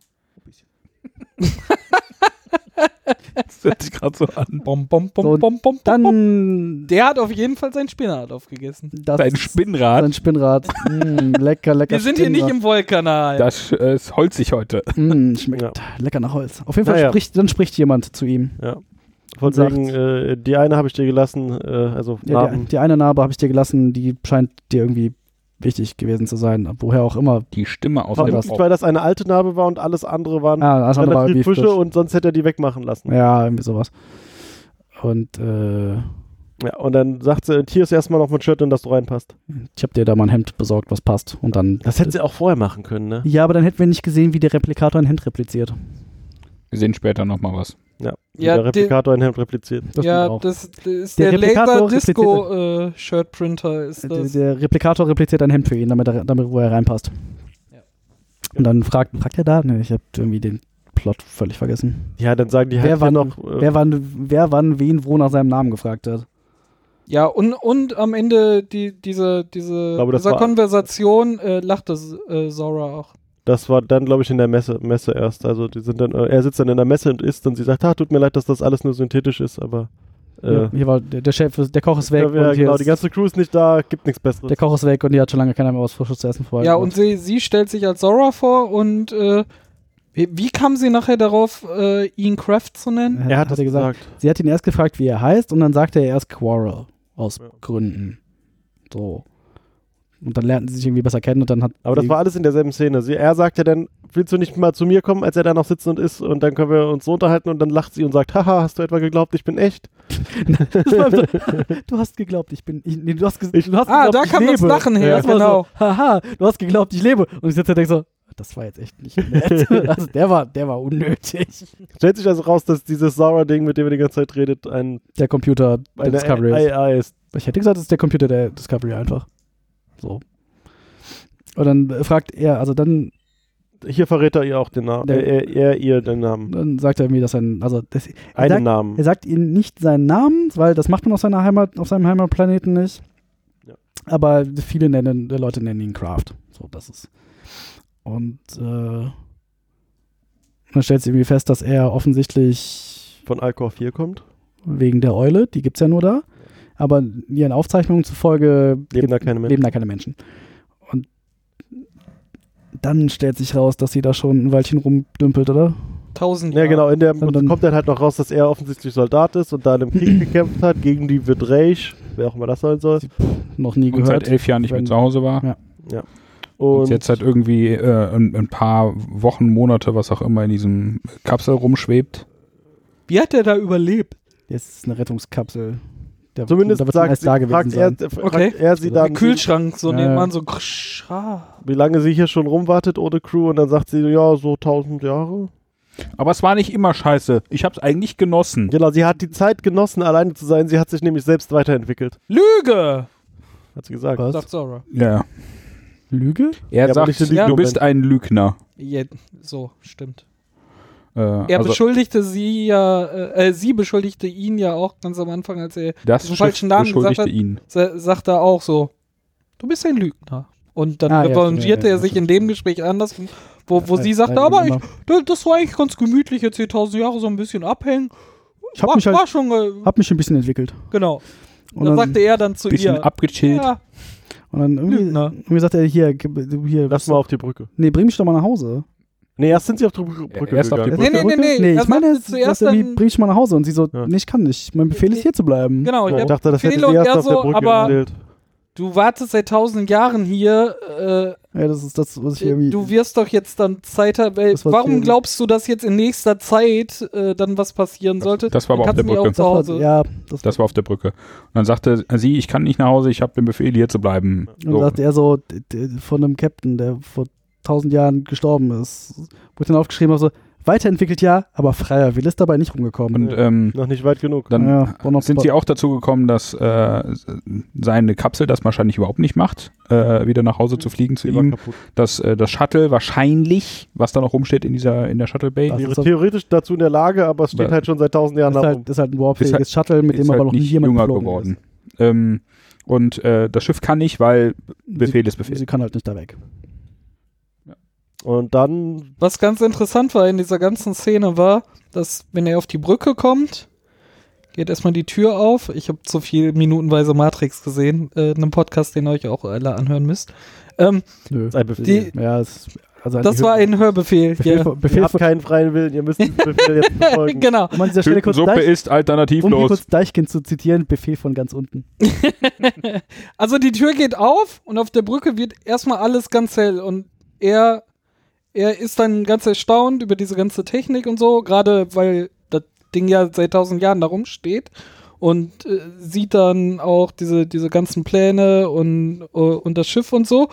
S6: das hört sich gerade so an.
S4: Bom, bom, bom,
S3: So,
S4: bom, bom, bom, bom.
S3: Dann
S4: Der hat auf jeden Fall sein Spinat aufgegessen.
S3: das
S6: Dein Spinnrad,
S3: Sein Spinnrad. Mm, lecker, lecker.
S4: Wir sind hier nicht
S3: Spinnrad.
S4: im Wollkanal.
S6: das äh, ist holzig heute.
S3: Mm, schmeckt
S5: Ja.
S3: lecker nach Holz. Auf jeden Fall
S5: Naja.
S3: spricht, dann spricht jemand zu ihm.
S5: Von
S3: Und sagt-
S5: wegen, äh, die eine habe ich dir gelassen, äh, also
S3: Ja, die,
S5: Narben.
S3: die eine Narbe habe ich dir gelassen, die scheint dir irgendwie wichtig gewesen zu sein. Woher auch immer.
S6: Die Stimme aus
S5: War
S6: dem
S5: möglich, weil das eine alte Narbe war und alles andere waren
S3: Ah, das andere war
S5: relativ
S3: irgendwie
S5: frische
S3: frisch.
S5: und sonst hätte er die wegmachen lassen.
S3: Ja, irgendwie sowas. Und äh,
S5: Ja, und dann sagt sie, äh, hier ist erstmal noch mein Shirt, in das du reinpasst.
S3: ich habe dir da mal ein Hemd besorgt, was passt. Und dann.
S5: Das hätte sie auch vorher machen können, ne?
S3: ja, aber dann hätten wir nicht gesehen, wie der Replikator ein Hemd repliziert.
S6: Wir sehen später nochmal was.
S5: Ja, wie
S4: Ja,
S5: der
S4: die-
S5: Replikator ein Hemd repliziert.
S3: Das stimmt
S4: ja,
S3: auch.
S4: das, das ist
S3: Der
S4: der,
S3: Replikator
S4: Laser Disco äh, Shirt Printer ist
S3: der,
S4: das.
S3: der Replikator repliziert ein Hemd für ihn, damit, er, damit wo er reinpasst.
S4: Ja.
S3: Und dann fragt, fragt er da? Ne, ich habe irgendwie den Plot völlig vergessen.
S5: Ja, dann sagen die
S3: Wer
S5: halt hier
S3: wann-
S5: noch, äh,
S3: Wer, wann, wer wann wen wo nach seinem Namen gefragt hat.
S4: Ja, und, und am Ende die, diese, diese
S5: glaube, das
S4: dieser
S5: war-
S4: Konversation äh, lachte äh, Zora auch.
S5: das war dann, glaube ich, in der Messe, Messe erst. Also die sind dann, äh, er sitzt dann in der Messe und isst und sie sagt, ah, tut mir leid, dass das alles nur synthetisch ist, aber äh,
S3: Ja, hier war der, der Chef, ist- der Koch ist weg.
S5: ja,
S3: und hier
S5: genau,
S3: ist,
S5: die ganze Crew ist nicht da, gibt nichts Besseres.
S3: der Koch ist weg und hier hat schon lange keiner mehr was Frisches zu essen vorher.
S4: Ja, und sie, sie stellt sich als Zora vor und äh, wie, wie kam sie nachher darauf, äh, ihn Kraft zu nennen?
S5: er hat das
S3: er gesagt,
S5: gesagt.
S3: Sie hat ihn erst gefragt, wie er heißt, und dann sagte er erst Quarrel aus
S5: Ja.
S3: Gründen. So. Und dann lernten sie sich irgendwie besser kennen und dann hat.
S5: Aber das
S3: sie,
S5: war alles in derselben Szene. Sie, er sagt ja dann, willst du nicht mal zu mir kommen, als er da noch sitzt und ist und dann können wir uns so unterhalten und dann lacht sie und sagt, haha, hast du etwa geglaubt, ich bin echt?
S3: [LAUGHS] das war so, [LAUGHS] du hast geglaubt, ich bin. Ich, nee, du hast, ges-
S5: Ich-
S3: du hast
S4: Ah,
S3: geglaubt,
S4: da
S3: ich
S4: kam
S3: lebe.
S4: das Lachen her,
S5: Ja.
S3: Das war
S4: genau.
S3: So, Haha, du hast geglaubt, ich lebe. Und ich sitze da und denke so, das war jetzt echt nicht [LAUGHS] nett. also der war, der war unnötig.
S5: Stellt sich also raus, dass dieses Zara-Ding, mit dem er die ganze Zeit redet, ein,
S3: Der Computer der
S5: eine
S3: Discovery ist.
S5: AI ist.
S3: Ich hätte gesagt, es ist der Computer der Discovery einfach. So. Und dann äh, fragt er, also dann,
S5: Hier verrät er ihr auch den Namen.
S3: Ja.
S5: Er, er, er ihr den Namen.
S3: dann sagt er mir, dass er, also das, er,
S5: Einen
S3: sagt,
S5: Namen.
S3: er sagt ihnen nicht seinen Namen, weil das macht man auf seiner Heimat, auf seinem Heimatplaneten nicht.
S5: Ja.
S3: Aber viele nennen, die Leute nennen ihn Kraft. So, das ist. Und äh, dann stellt sie irgendwie fest, dass er offensichtlich
S5: Von Alcor 4 kommt.
S3: wegen der Eule, die gibt es ja nur da. Aber ihren Aufzeichnungen zufolge
S5: Leben da keine Menschen.
S3: leben da keine Menschen. Und dann stellt sich raus, dass sie da schon ein Weilchen rumdümpelt, oder?
S4: Tausend
S5: Ja,
S4: Jahre.
S5: genau. In der,
S3: Dann-
S5: und
S3: dann-
S5: kommt dann halt noch raus, dass er offensichtlich Soldat ist und da in einem
S6: [CLEARS THROAT]
S5: Krieg gekämpft hat gegen die Vidreich, wer auch immer das sein soll.
S3: Noch nie
S6: Und
S3: gehört.
S6: seit elf Jahren nicht mehr
S3: Wenn-
S6: zu Hause war.
S3: Ja.
S6: Und
S5: Und
S6: jetzt halt irgendwie äh, ein, ein paar Wochen, Monate, was auch immer, in diesem Kapsel rumschwebt.
S4: Wie hat er da überlebt?
S3: Jetzt ist es eine Rettungskapsel. Da wird-
S5: zumindest
S3: da wird man
S5: sagt
S3: erst
S5: sie,
S3: da gewesen
S5: fragt, er,
S3: sein.
S5: fragt
S4: Okay.
S5: er
S6: Also
S5: sie
S4: Der
S5: dann,
S4: Kühlschrank, so
S3: Ja,
S4: nennt
S3: ja.
S4: man so. krsch, ah.
S5: wie lange sie hier schon rumwartet ohne Crew und dann sagt sie, ja, so 1000 Jahre.
S6: Aber es war nicht immer scheiße. Ich hab's eigentlich genossen.
S5: Genau, sie hat die Zeit genossen, alleine zu sein. Sie hat sich nämlich selbst weiterentwickelt,
S4: Lüge,
S5: hat sie gesagt.
S3: Was?
S4: sagt Zora.
S6: Ja.
S3: Lüge?
S6: Er
S5: Ja, aber
S6: sagt,
S5: nicht in
S6: du
S5: diesem
S6: bist ein Lügner.
S4: Ja, so, stimmt.
S6: Äh,
S4: Er
S6: also
S4: beschuldigte sie ja, äh, äh, sie beschuldigte ihn ja auch ganz am Anfang, als er
S6: das
S4: diesen
S6: Schiff
S4: falschen Namen gesagt
S6: beschuldigte
S4: hat,
S6: ihn.
S4: sa- sagt er auch so, du bist ein Lügner. Und dann
S3: Ah, ja,
S4: revanchierte
S3: ja, ja,
S4: er sich
S3: stimmt,
S4: in dem Gespräch anders, wo, wo
S3: Äh,
S4: sie
S3: äh,
S4: sagte, aber ich,
S3: immer.
S4: da- das war eigentlich ganz gemütlich, jetzt hier tausend Jahre so ein bisschen abhängen.
S3: Ich hab
S4: war,
S3: mich halt-
S4: war schon, ge
S3: Hab mich ein bisschen entwickelt.
S4: genau.
S3: Und
S4: dann,
S3: dann-
S4: sagte er dann zu
S6: Bisschen
S4: ihr,
S6: abgechillt.
S4: ja,
S3: Und dann irgendwie,
S4: Lügner.
S3: Mhm. irgendwie sagt er, hier, gib- du hier
S5: Lass mal auf die Brücke.
S3: nee, bring mich doch mal nach Hause.
S5: Nee, erst sind sie auf die Brücke
S6: Ja, erst auf die
S5: gegangen.
S6: Brücke.
S4: Nee, nee, nee, nee.
S3: Nee, ich
S4: das
S3: meine,
S4: macht
S3: jetzt
S4: sie zuerst
S3: sagt er, wie
S4: dann-
S3: bring ich mal nach Hause. Und sie so,
S5: Ja.
S3: nee, ich kann nicht. Mein Befehl ist, hier zu bleiben.
S4: Genau,
S5: Ich
S4: ja,
S5: dachte, das hätte
S4: Fedele
S5: sie
S4: und
S5: erst
S4: er
S5: auf der
S4: so,
S5: Brücke
S4: aber-
S5: gehandelt.
S4: du wartest seit tausend Jahren hier.
S3: Ja, das ist das, was ich
S4: Äh,
S3: irgendwie.
S4: du wirst doch jetzt dann Zeit haben. Ey,
S3: Das war
S4: Warum
S3: Theorie.
S4: glaubst du, dass jetzt in nächster Zeit äh, dann was passieren sollte?
S6: das war aber
S4: Dann
S6: auf der
S4: kannst du mir Auch
S6: Brücke.
S3: das
S4: zu
S3: war,
S4: Hause.
S3: ja, das,
S6: Das war auf der Brücke. Und dann sagte sie, ich kann nicht nach Hause, ich habe den Befehl, hier zu bleiben.
S3: Und
S6: So.
S3: sagt er so, d- d- von einem Captain, der vor tausend Jahren gestorben ist. Wurde dann aufgeschrieben, also weiterentwickelt ja, aber freier Wille ist dabei nicht rumgekommen.
S6: Und ähm,
S5: Noch nicht weit genug.
S6: dann
S3: Ja, war noch
S6: sind
S3: pa-
S6: sie auch dazu gekommen, dass äh, seine Kapsel das wahrscheinlich überhaupt nicht macht, äh, wieder nach Hause zu fliegen zu
S5: Die war
S6: ihm.
S5: kaputt.
S6: Dass äh, das Shuttle wahrscheinlich, was da noch rumsteht in dieser in der Shuttle Bay,
S3: Das
S5: Wäre
S3: ist so-
S5: theoretisch dazu in der Lage, aber es steht
S6: Ja.
S5: halt schon seit tausend Jahren
S3: ist
S5: da
S3: halt,
S5: rum.
S3: ist halt ein warpfähiges
S6: Ist halt-
S3: Shuttle, mit dem
S6: ist
S3: aber
S6: halt
S3: noch nie
S6: nicht
S3: jemand
S6: jünger
S3: geflogen
S6: geworden. Ähm, und äh, das Schiff kann nicht, weil
S3: ist.
S6: Befehl
S3: sie,
S6: ist Befehl.
S3: Sie kann halt nicht da weg.
S5: Und dann
S4: Was ganz interessant war in dieser ganzen Szene war, dass wenn er auf die Brücke kommt, geht erstmal die Tür auf. Ich habe zu viel minutenweise Matrix gesehen, äh, einem Podcast, den ihr euch auch alle anhören müsst. Ähm,
S3: Nö.
S5: ist ein Befehl.
S4: Die-
S3: Ja, es, also
S4: das war ein Hörbefehl.
S3: Befehl,
S4: ja.
S3: von,
S5: ihr
S3: Befehl
S5: habt
S3: von,
S5: keinen freien
S3: [LAUGHS]
S5: Willen, ihr müsst den Befehl jetzt
S4: [LAUGHS]
S5: befolgen.
S4: genau.
S3: um an dieser Stelle kurz,
S6: Tütensuppe
S3: Deich,
S6: ist
S3: um hier
S6: alternativlos.
S3: kurz Deichkind zu zitieren, Befehl von ganz unten.
S4: Also die Tür geht auf und auf der Brücke wird erstmal alles ganz hell und er, er ist dann ganz erstaunt über diese ganze Technik und so, gerade weil das Ding ja seit tausend Jahren da rumsteht und äh, sieht dann auch diese, diese ganzen Pläne und, äh, und das Schiff und so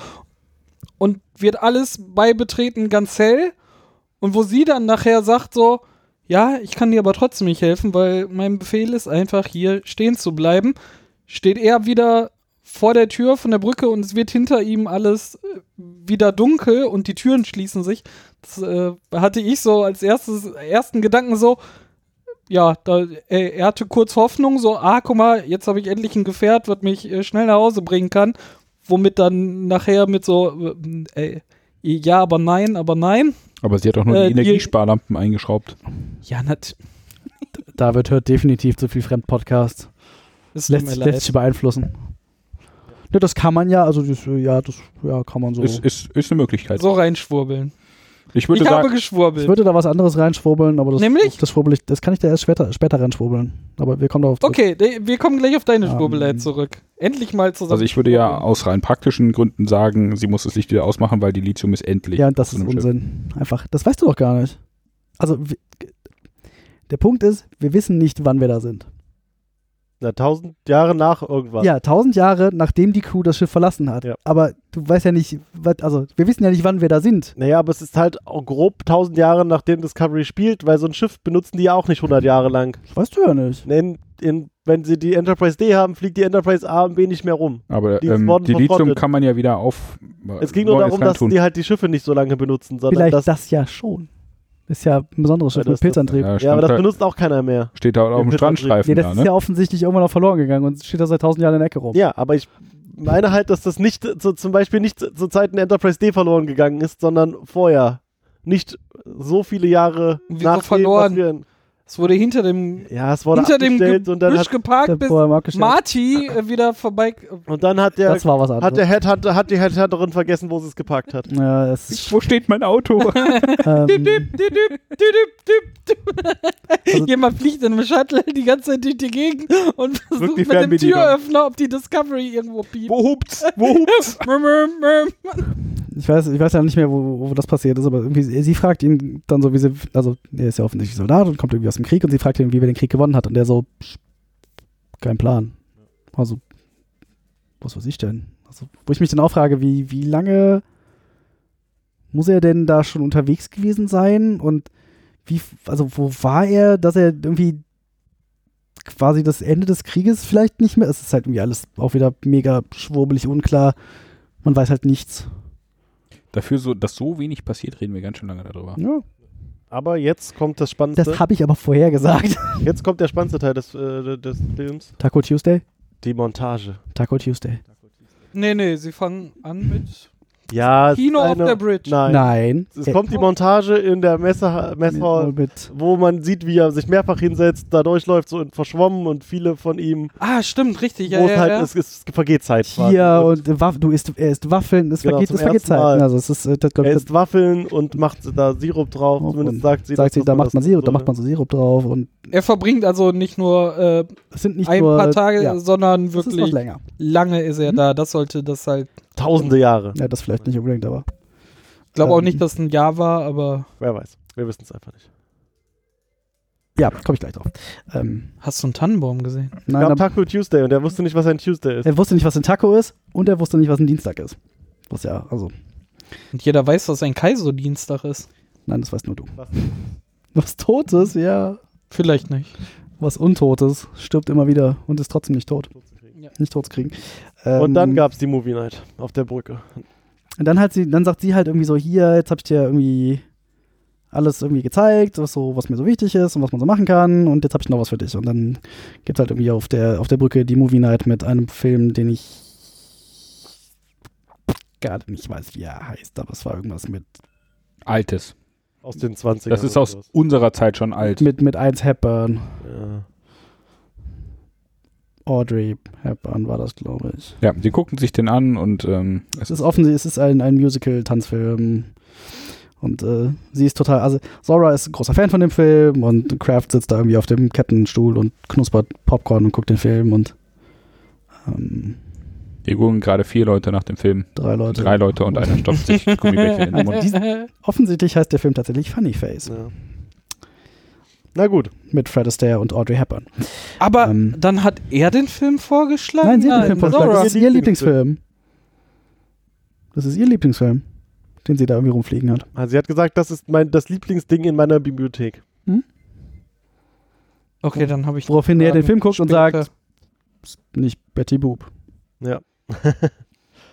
S4: und wird alles bei Betreten ganz hell und wo sie dann nachher sagt so, ja, ich kann dir aber trotzdem nicht helfen, weil mein Befehl ist einfach hier stehen zu bleiben, steht er wieder vor der Tür von der Brücke und es wird hinter ihm alles äh, wieder dunkel und die Türen schließen sich. Das äh, hatte ich so als erstes, ersten Gedanken so, ja, da, äh, er, er hatte kurz Hoffnung, so, ah, guck mal, jetzt habe ich endlich ein Gefährt, was mich äh, schnell nach Hause bringen kann, womit dann nachher mit so, äh, äh, ja, aber nein, aber nein.
S6: Aber sie hat auch nur
S4: Äh,
S6: die
S4: die-
S6: Energiesparlampen eingeschraubt.
S4: Ja, nat
S3: David hört definitiv zu viel Fremdpodcast.
S4: es tut
S3: lässt,
S4: mir
S3: sich- lässt sich
S4: leid.
S3: beeinflussen. Ne, das kann man ja, also das, ja, das ja, kann man so.
S6: Ist, ist, ist eine Möglichkeit.
S4: So reinschwurbeln.
S6: Ich
S4: Ich
S6: würde
S4: habe
S6: sagen,
S3: ich
S4: geschwurbelt.
S3: würde da was anderes reinschwurbeln, aber das,
S4: Nämlich?
S3: das schwurbel ich, das kann ich da erst später, später reinschwurbeln. Aber wir kommen darauf zurück.
S4: Okay, de- wir kommen gleich auf deine
S3: Ähm,
S4: Schwurbelei zurück. Endlich mal zusammen.
S6: also ich würde ja aus rein praktischen Gründen sagen, sie muss das Licht wieder ausmachen, weil die Lithium ist endlich.
S3: Ja, und das
S6: zu
S3: ist
S6: einem Schiff.
S3: Unsinn. Einfach, das weißt du doch gar nicht. Also wir, der Punkt ist, wir wissen nicht, wann wir da sind.
S5: Na, tausend Jahre nach irgendwas.
S3: Ja, tausend Jahre, nachdem die Crew das Schiff verlassen hat.
S5: Ja.
S3: Aber du weißt ja nicht, was- also wir wissen ja nicht, wann wir da sind.
S5: Naja, aber es ist halt auch grob tausend Jahre nachdem Discovery spielt, weil so ein Schiff benutzen die ja auch nicht 100 Jahre lang.
S3: Das weißt du ja nicht.
S5: In, in, wenn sie die Enterprise D haben, fliegt die Enterprise A und B nicht mehr rum.
S6: Aber
S5: Die
S6: ähm,
S5: wurden
S6: die Lithium
S5: verfrottet.
S6: kann man ja wieder auf.
S5: Es ging nur
S6: Neues
S5: darum, dass
S6: reintun.
S5: die halt die Schiffe nicht so lange benutzen, sondern
S3: Vielleicht
S5: dass,
S3: das, ja schon. Ist ja ein besonderes Schiff
S5: Ja,
S3: mit
S5: das- das-
S3: Pilzantrieb.
S6: ja,
S5: Ja, aber das
S6: stand da,
S5: benutzt auch keiner mehr.
S6: steht da auf dem
S5: Pilz-
S6: Strandstreifen
S3: Nee, das
S6: da,
S3: ist
S6: ne?
S3: ja offensichtlich irgendwann noch verloren gegangen und steht da seit tausend Jahren in der Ecke rum.
S5: Ja, aber ich meine halt, dass das nicht zu, zum Beispiel nicht zu, zu Zeiten Enterprise D verloren gegangen ist, sondern vorher. Nicht so viele Jahre
S4: Wieso
S5: nach
S4: verloren?
S5: Wir,
S4: es wurde hinter dem,
S5: ja, es wurde
S4: hinter dem
S5: abgestellt und dann
S4: Gebüsch
S5: hat,
S3: Der
S4: geparkt, bis
S3: vorher mal abgestellt.
S4: Marty äh, wieder [LAUGHS] vorbei.
S5: und dann hat der
S3: das war was anderes.
S5: hat der Headhunter hat die Headhunterin vergessen, wo sie es gepackt hat.
S3: ja,
S5: [LAUGHS]
S3: das ist,
S6: Wo steht mein [LAUGHS] Auto?
S3: ähm,
S4: Düdüp, düdüp, düdüp, düdüp. Jemand fliegt in einem Shuttle die ganze Zeit durch die Gegend und versucht
S6: die
S4: mit dem
S6: Fernbedienung.
S4: Türöffner, ob die Discovery irgendwo piept.
S6: Wo hupt's? Wo hupt's?
S4: Mrm, mrm, mrm.
S3: ich, weiß, ich weiß ja nicht mehr, wo, wo das passiert ist, aber irgendwie, sie fragt ihn dann so, wie sie, also er ist ja offensichtlich Soldat und kommt irgendwie aus dem Krieg und sie fragt ihn, wie wir den Krieg gewonnen hat und der so, psch, kein Plan. Also, was weiß ich denn? Also, wo ich mich dann auch frage, wie, wie lange muss er denn da schon unterwegs gewesen sein und wie, f- also wo war er, dass er irgendwie quasi das Ende des Krieges vielleicht nicht mehr, es ist halt irgendwie alles auch wieder mega schwurbelig unklar, man weiß halt nichts.
S6: Dafür, so, dass so wenig passiert, reden wir ganz schön lange darüber.
S3: Ja.
S5: [LAUGHS] Aber jetzt kommt das spannendste.
S3: Das habe ich aber vorher
S5: [LAUGHS]
S3: gesagt.
S5: jetzt kommt der spannendste Teil des, äh, des Films,
S3: Taco Tuesday?
S5: die Montage.
S3: Taco Tuesday.
S4: Nee, nee, sie fangen an mit
S5: Ja, es
S4: Kino
S5: ist
S4: auf
S5: eine,
S4: der Bridge.
S5: Nein.
S3: Nein.
S5: Es kommt die Montage in der Messe, Messehall,
S3: mit.
S5: wo man sieht, wie er sich mehrfach hinsetzt, da durchläuft, so in verschwommen und viele von ihm,
S4: Ah, stimmt, richtig. Ja,
S5: wo es
S4: ja,
S5: halt,
S4: ja.
S5: es, es vergeht Zeit. quasi.
S3: Hier und äh, Waff- du isst, er isst Waffeln, es
S5: Genau,
S3: vergeht,
S5: zum
S3: es vergeht
S5: ersten
S3: Zeit.
S5: Mal.
S3: Also es ist, äh, das, glaub,
S5: Er
S3: ich,
S5: isst Waffeln und macht da Sirup drauf.
S3: Und
S5: Zumindest sagt sie,
S3: das, sagt
S5: dass
S3: sie, da
S5: man
S3: macht
S5: das
S3: man Sirup, da
S5: sollte.
S3: macht man so Sirup drauf und
S4: Er verbringt also nicht nur äh,
S3: es sind nicht
S4: ein
S3: nur
S4: paar Tage,
S3: ja,
S4: sondern
S3: es ist noch
S4: wirklich
S3: länger.
S4: lange ist er da. Das sollte das halt.
S5: Tausende Jahre.
S3: Ja, das vielleicht nicht unbedingt, aber
S4: Ich glaube auch
S3: Ähm.
S4: nicht, dass es ein Jahr war, aber
S5: Wer weiß. Wir wissen es einfach nicht.
S3: ja, komme ich gleich drauf. Ähm,
S4: hast du einen Tannenbaum gesehen?
S5: Wir
S3: nein,
S5: haben
S3: aber,
S5: Taco Tuesday und er wusste nicht, was ein Tuesday ist.
S3: er wusste nicht, was ein Taco ist und er wusste nicht, was ein Dienstag ist. Was ja, also,
S4: Und jeder weiß, dass ein Kaiserdienstag ist.
S3: nein, das weißt nur du.
S5: Was?
S3: Was Totes, ja.
S4: Vielleicht nicht.
S3: Was Untotes stirbt immer wieder und ist trotzdem nicht tot.
S4: Ja.
S3: Nicht tot zu kriegen.
S5: Und dann
S3: Ähm,
S5: gab es die Movie Night auf der Brücke.
S3: Und dann hat sie, dann sagt sie halt irgendwie so, hier, jetzt hab ich dir irgendwie alles irgendwie gezeigt, was so, was mir so wichtig ist und was man so machen kann und jetzt hab ich noch was für dich. Und dann gibt's halt irgendwie auf der, auf der Brücke die Movie Night mit einem Film, den ich gerade nicht weiß, wie er heißt, aber es war irgendwas mit,
S6: Altes.
S5: Aus den 20ern.
S6: Das ist
S5: oder
S6: aus
S5: sowas.
S6: unserer Zeit schon alt.
S3: mit, mit 1 Hepburn.
S5: Ja.
S3: Audrey Hepburn war das, glaube ich.
S6: Ja, sie guckten sich den an und ähm,
S3: Es ist offensichtlich, es ist ein, ein Musical-Tanzfilm. Und äh, sie ist total, also Zora ist ein großer Fan von dem Film und Kraft sitzt da irgendwie auf dem Captain-Stuhl und knuspert Popcorn und guckt den Film und ähm,
S6: hier gucken gerade vier Leute nach dem Film.
S3: drei Leute.
S6: Drei Leute und einer stopft sich Gummibärchen in den
S3: Und
S6: Mund.
S3: diesen, offensichtlich heißt der Film tatsächlich Funny Face
S5: ja. Na gut.
S3: mit Fred Astaire und Audrey Hepburn.
S4: [LAUGHS] Aber
S3: Ähm.
S4: dann hat er den Film vorgeschlagen.
S3: Nein, sie hat den Film vorgeschlagen.
S4: Zora.
S3: Das ist ihr
S5: Lieblingsfilm.
S3: Lieblingsfilm. Das ist ihr Lieblingsfilm, den sie da irgendwie rumfliegen hat.
S5: Also sie hat gesagt, das ist mein, das Lieblingsding in meiner Bibliothek.
S4: Okay, dann habe ich.
S3: Woraufhin er den Film guckt und
S4: Später.
S3: sagt, nicht Betty Boop. [LAUGHS]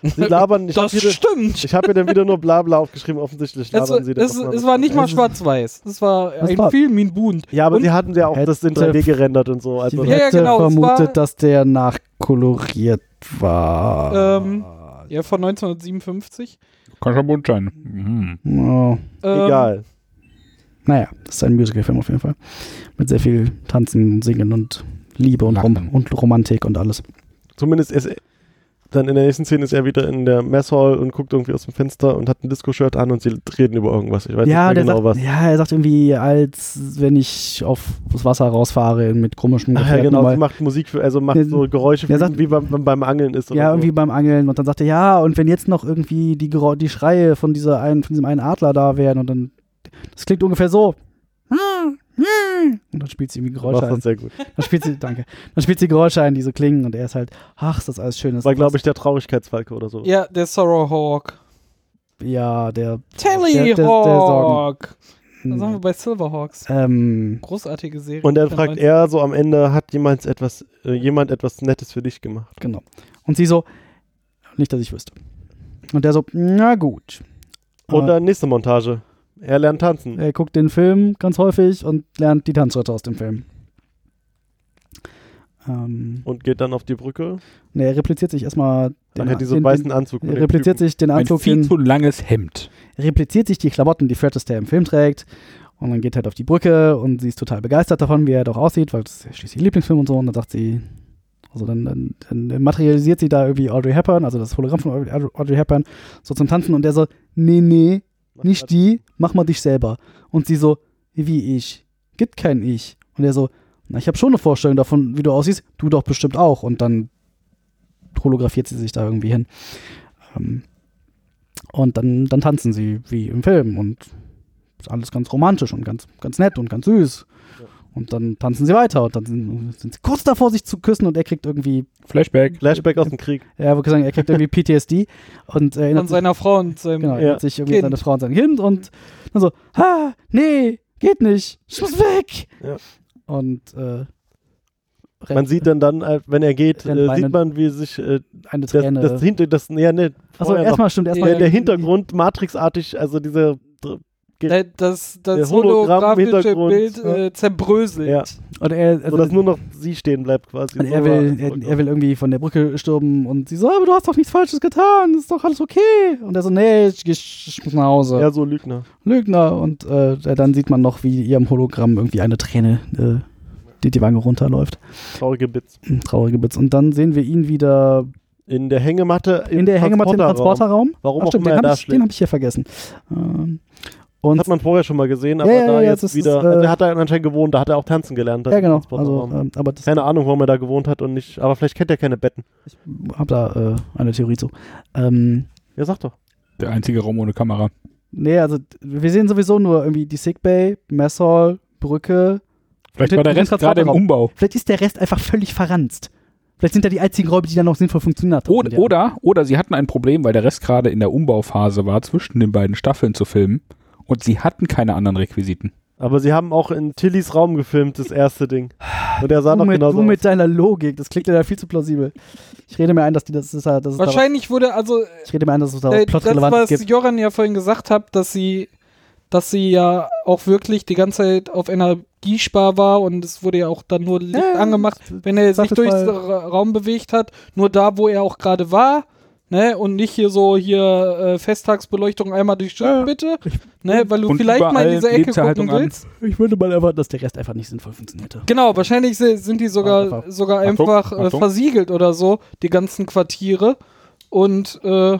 S5: Sie labern. Ich
S4: Das
S5: habe
S4: stimmt.
S5: ich hab ihr dann wieder nur Blabla aufgeschrieben. Offensichtlich
S4: Es,
S5: labern sie dann
S4: es,
S5: noch mal
S4: es war nicht mal
S5: miteinander.
S4: schwarz-weiß. Es war
S3: Das
S4: ein
S3: war-
S4: Film in Bunt.
S5: Ja, aber
S4: Und-
S5: sie hatten ja auch das in
S3: Hätte-
S5: 3D gerendert und so. Also
S3: Ich
S4: Ja, ja,
S3: hätte
S4: genau, es war-
S3: vermutet, dass der nachkoloriert war.
S4: Ähm, ja, von 1957.
S6: Kann schon bunt sein. Mhm.
S3: Oh.
S4: Ähm,
S5: egal.
S3: Naja, das ist ein Musicalfilm auf jeden Fall. Mit sehr viel Tanzen, Singen und Liebe und, Rom
S6: Lachen.
S3: und Romantik und alles.
S5: Zumindest ist er, dann in der nächsten Szene ist er wieder in der Messhall und guckt irgendwie aus dem Fenster und hat ein Disco-Shirt an und sie reden über irgendwas. Ich weiß
S3: Ja,
S5: nicht mehr
S3: der
S5: genau
S3: sagt,
S5: was.
S3: ja, er sagt irgendwie, als wenn ich auf das Wasser rausfahre mit komischem
S5: Ach ja,
S3: Gefährten
S5: genau,
S3: mal.
S5: sie macht Musik für, also macht
S3: Ja,
S5: so Geräusche,
S3: der
S5: wie-
S3: sagt-
S5: wie beim, beim- beim Angeln ist. Oder
S3: Ja,
S5: so. ne?
S3: irgendwie beim Angeln. Und dann sagte er, ja, und wenn jetzt noch irgendwie die, Gero- die Schreie von, dieser einen, von diesem einen Adler da wären und dann, das klingt ungefähr so. Hm, Und dann spielt sie irgendwie
S5: Du
S3: Geräusche
S5: machst
S3: ein.
S5: das sehr gut.
S3: Dann spielt sie, [LAUGHS] danke. Dann spielt sie Geräusche ein, die so klingen und er ist halt, ach, ist das alles schön.
S5: Das war, glaube ich, der Traurigkeitsfalke oder so.
S4: Ja, der Sorrowhawk.
S3: Ja, der, der- Hm. der
S4: Tallyhawk. Dann sind wir bei Silverhawks.
S3: ähm,
S4: Großartige Serie.
S5: Und dann
S4: von
S5: fragt er so am Ende, hat jemand etwas, äh, jemand etwas Nettes für dich gemacht?
S3: genau. Und sie so, nicht, dass ich wüsste. Und der so, na gut.
S5: Und
S3: Äh,
S5: dann nächste Montage. Er lernt tanzen.
S3: Er guckt den Film ganz häufig und lernt die Tanzschritte aus dem Film. Ähm,
S5: Und geht dann auf die Brücke.
S3: ne, er repliziert sich erstmal
S5: Dann
S3: den,
S5: hat diesen
S3: den,
S5: weißen
S3: den,
S5: Anzug. mit
S3: er
S5: dem
S3: repliziert
S5: Typen.
S3: sich den
S6: Ein
S3: Anzug,
S6: viel
S3: den,
S6: zu langes Hemd.
S3: repliziert sich die Klamotten, die Fred Astaire im Film trägt. Und dann geht er halt auf die Brücke und sie ist total begeistert davon, wie er doch aussieht, weil das ist ja schließlich ihr Lieblingsfilm und so. Und dann sagt sie, also dann, dann, dann materialisiert sie da irgendwie Audrey Hepburn, also das Hologramm von Audrey Audrey Hepburn, so zum Tanzen. Und der so, nee, nee, nicht die, mach mal dich selber. Und sie so, wie ich? Gibt kein Ich. Und er so, na, ich habe schon eine Vorstellung davon, wie du aussiehst, du doch bestimmt auch. Und dann holographiert sie sich da irgendwie hin. Ähm, und dann, dann tanzen sie wie im Film und ist alles ganz romantisch und ganz, ganz nett und ganz süß. Und dann tanzen sie weiter und dann sind, sind sie kurz davor, sich zu küssen und er kriegt irgendwie,
S6: Flashback.
S5: Flashback aus dem Krieg.
S3: ja, würde sagen, er
S4: [LAUGHS]
S3: kriegt irgendwie PTSD und erinnert
S4: Von
S3: sich
S4: seiner Frau und seinem.
S3: Genau,
S5: Ja.
S3: er hat sich irgendwie
S4: Kind.
S3: seine Frau und sein Kind und dann so, ha, nee, geht nicht, ich muss weg.
S5: Ja.
S3: Und äh,
S5: Man sieht dann dann, äh, wenn er geht,
S3: Rennt
S5: äh, sieht
S3: weinend.
S5: man, wie sich äh,
S3: eine
S5: das,
S3: Träne.
S5: das hinter, das, ja, ne,
S3: Achso,
S5: vorher noch,
S3: erstmal stimmt, erstmal
S5: der, der
S3: irgendwie-
S5: Hintergrund matrixartig, also diese
S4: Da- Äh, Das, das
S5: Der Hologramm im
S4: holographische
S5: Hintergrund,
S4: Bild äh, zerbröselt.
S5: Ja.
S3: Und er, also,
S5: sodass nur noch sie stehen bleibt quasi.
S3: und
S5: So
S3: er,
S5: war-
S3: will, er, er will irgendwie von der Brücke stürmen und sie so, aber du hast doch nichts Falsches getan, ist doch alles okay. Und er so, nee, ich, ich, ich muss nach Hause.
S5: Ja, so Lügner.
S3: Lügner. Und äh, dann sieht man noch, wie ihrem Hologramm irgendwie eine Träne äh, die, die Wange runterläuft.
S5: Traurige Bits.
S3: Ein trauriger Bitz. Und dann sehen wir ihn wieder
S5: In der Hängematte.
S3: in der Hängematte im Transporterraum.
S5: Warum
S3: Ach,
S5: auch
S3: stimmt,
S5: immer
S3: den
S5: er
S3: habe
S5: da
S3: ich, den
S5: schläft.
S3: hab ich hier vergessen. Ähm, und
S5: Hat man vorher schon mal gesehen, aber
S3: Ja, ja,
S5: da
S3: ja,
S5: jetzt
S3: das ist,
S5: wieder.
S3: äh,
S5: also er hat da anscheinend gewohnt, da hat er auch tanzen gelernt. da
S3: ja,
S5: im
S3: genau. Also,
S5: Transporterraum.
S3: ähm, aber das,
S5: Keine Ahnung, warum er da gewohnt hat und nicht. Aber vielleicht kennt er keine Betten.
S3: ich habe da äh, eine Theorie zu. Ähm,
S5: Ja, sag doch.
S6: Der einzige Raum ohne Kamera.
S3: nee, also wir sehen sowieso nur irgendwie die Sickbay, Messhall, Brücke.
S6: Vielleicht
S3: Den-
S6: war der
S3: den
S6: Rest gerade im
S3: Transporterraum.
S6: Umbau.
S3: Vielleicht ist der Rest einfach völlig verranzt. Vielleicht sind da die einzigen Räume, die dann noch sinnvoll funktioniert haben.
S6: Oder, oder, oder sie hatten ein Problem, weil der Rest gerade in der Umbauphase war, zwischen den beiden Staffeln zu filmen. Und sie hatten keine anderen Requisiten.
S5: Aber sie haben auch in Tillys Raum gefilmt, das erste Ding. Und er sah
S3: Du,
S5: noch
S3: mit,
S5: genauso
S3: du
S5: aus.
S3: mit deiner Logik, das klingt ja da viel zu plausibel. Ich rede mir ein, dass die das ist, das ist da,
S4: Wahrscheinlich wurde also
S3: ich rede mir ein, dass es
S4: Äh,
S3: da was
S4: das, was
S3: Plotrelevantes gibt.
S4: Joran ja vorhin gesagt hat, dass sie, dass sie ja auch wirklich die ganze Zeit auf Energiespar war und es wurde ja auch dann nur Licht
S3: Ja,
S4: angemacht, wenn er sich
S3: sag das
S4: durchs
S3: mal.
S4: Ra- Raum bewegt hat, nur da, wo er auch gerade war. Ne, und nicht hier so hier äh, Festtagsbeleuchtung einmal durchschauen, bitte. Ne, weil du
S6: Und
S4: vielleicht mal in
S6: überall
S4: diese Ecke gucken
S6: Lebenserhaltung an.
S4: willst.
S3: Ich würde mal erwarten, dass der Rest einfach nicht sinnvoll funktionierte.
S4: Genau, wahrscheinlich se- sind die sogar,
S3: Einfach-
S4: sogar
S6: Achtung,
S4: einfach Äh,
S6: Achtung.
S4: versiegelt oder so, die ganzen Quartiere. Und äh,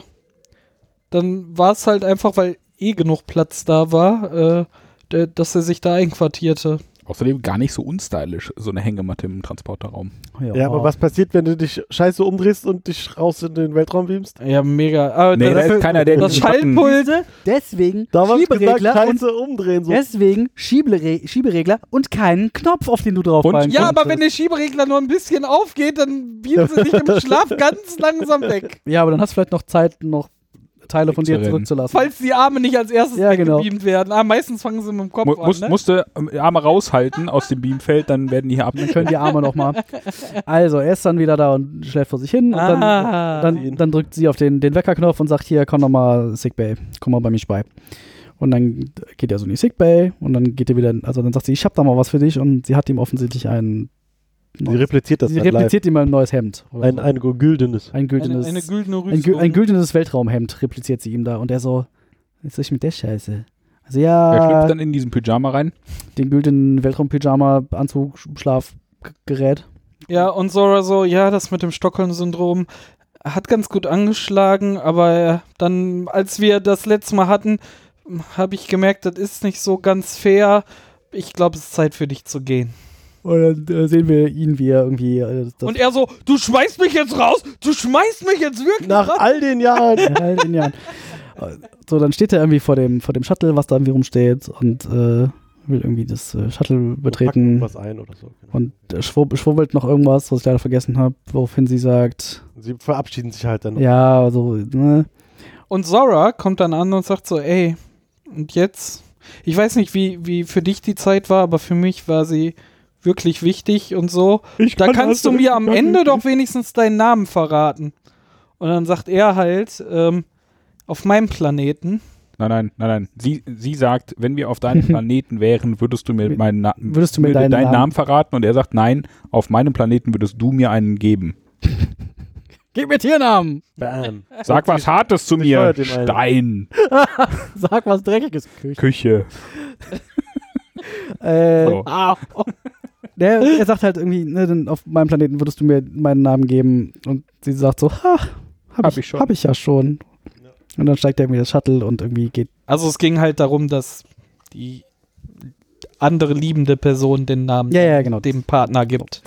S4: dann war es halt einfach, weil eh genug Platz da war, äh, d- dass er sich da einquartierte.
S6: Außerdem gar nicht so unstylisch, so eine Hängematte im Transporterraum.
S5: Ja,
S3: Oh.
S5: aber was passiert, wenn du dich scheiße umdrehst und dich raus in den Weltraum beamst?
S4: Ja, mega. Ah, Aber
S6: Nee, da
S4: das,
S6: ist keiner, der
S4: Äh, das
S6: diesen Button-
S4: Schaltpult,
S3: Deswegen
S5: Da war gesagt,
S3: Schieberegler und
S5: scheiße umdrehen. So.
S3: deswegen Schiebere Schieberegler und keinen Knopf, auf den du drauf
S6: Und-
S4: ja, aber wenn der Schieberegler nur ein bisschen aufgeht, dann bieten sie sich im Schlaf ganz langsam weg.
S3: ja, aber dann hast du vielleicht noch Zeit, noch Teile von dir
S6: Wegzurennen.
S3: zurückzulassen.
S4: Falls die Arme nicht als erstes
S3: Ja, genau.
S4: weggebeamt werden. Ah, meistens fangen sie mit dem Kopf
S6: Mu
S4: an.
S6: muss,
S4: ne?
S6: Musste ähm, Arme raushalten aus dem Beamfeld, dann werden die hier ab.
S3: [LAUGHS] [LAUGHS] können die Arme noch mal. Also, er ist dann wieder da und schläft vor sich hin. Und dann,
S4: Ah.
S3: dann, dann drückt sie auf den, den Weckerknopf und sagt, hier, komm noch mal, Sickbay, komm mal bei mich bei. Und dann geht er so in die Sickbay und dann geht er wieder, also dann sagt sie, ich hab da mal was für dich und sie hat ihm offensichtlich ein,
S5: Sie repliziert das
S3: sie
S5: dann live.
S3: repliziert ihm ein neues Hemd. oder
S5: Ein,
S3: so.
S5: ein güldines.
S3: ein
S4: eine,
S3: güldenes,
S4: eine güldene Rüstung.
S3: ein, gü- ein güldenes Weltraumhemd repliziert sie ihm da und er so, was soll ich mit der Scheiße? Also ja,
S6: Er schlüpft dann in diesen Pyjama rein.
S3: den güldenen Weltraumpyjama-Anzug, Schlafgerät.
S4: Ja, und Sora so, ja, das mit dem Stockholm-Syndrom hat ganz gut angeschlagen, aber äh, dann, als wir das letzte Mal hatten, habe ich gemerkt, das ist nicht so ganz fair. Ich glaube, es ist Zeit für dich zu gehen.
S3: Und dann äh, sehen wir ihn, wie er irgendwie. Äh, das
S4: und
S3: [LAUGHS]
S4: er so, du schmeißt mich jetzt raus, du schmeißt mich jetzt wirklich
S3: [LAUGHS]
S5: Nach
S4: raus.
S5: all den Jahren.
S3: halt, in all den Jahren. Äh, So, dann steht er irgendwie vor dem, vor dem Shuttle, was da irgendwie rumsteht und äh, will irgendwie das äh, Shuttle
S5: Packen
S3: betreten
S5: Was ein oder so. genau.
S3: und äh, schwubb, schwubbelt noch irgendwas, was ich leider vergessen habe, woraufhin sie sagt:
S5: Sie verabschieden sich halt dann. noch.
S3: Ja, also, ne?
S4: Und Sora kommt dann an und sagt so, ey, und jetzt? Ich weiß nicht, wie, wie für dich die Zeit war, aber für mich war sie wirklich wichtig und so. da kannst du mir am Ende doch wenigstens deinen Namen verraten. Und dann sagt er halt, ähm, auf meinem Planeten.
S6: Nein, nein, nein, nein. Sie, sie sagt, wenn wir auf
S3: [LAUGHS]
S6: deinem Planeten wären, würdest du mir meinen Na
S3: Würdest du mir
S6: würde
S3: deinen Namen-
S6: verraten? Und er sagt, nein, auf meinem Planeten würdest du mir
S4: [LAUGHS]
S6: einen geben.
S3: Gib mir Tiernamen!
S5: Bam.
S6: Sag was Hartes zu
S5: sie
S6: mir.
S5: steuert ihm
S6: Stein,
S5: einen.
S3: [LAUGHS] Sag was Dreckiges. Küche.
S6: Küche.
S3: Äh,
S6: So.
S3: der, er sagt halt irgendwie: ne, denn Auf meinem Planeten würdest du mir meinen Namen geben. Und sie sagt so: Ha, hab, ich,
S6: ich schon.
S3: Hab ich ja schon. Und dann steigt er irgendwie das Shuttle und irgendwie geht
S4: Also es ging halt darum, dass die andere liebende Person den Namen
S3: Ja, ja, genau.
S4: dem Partner gibt.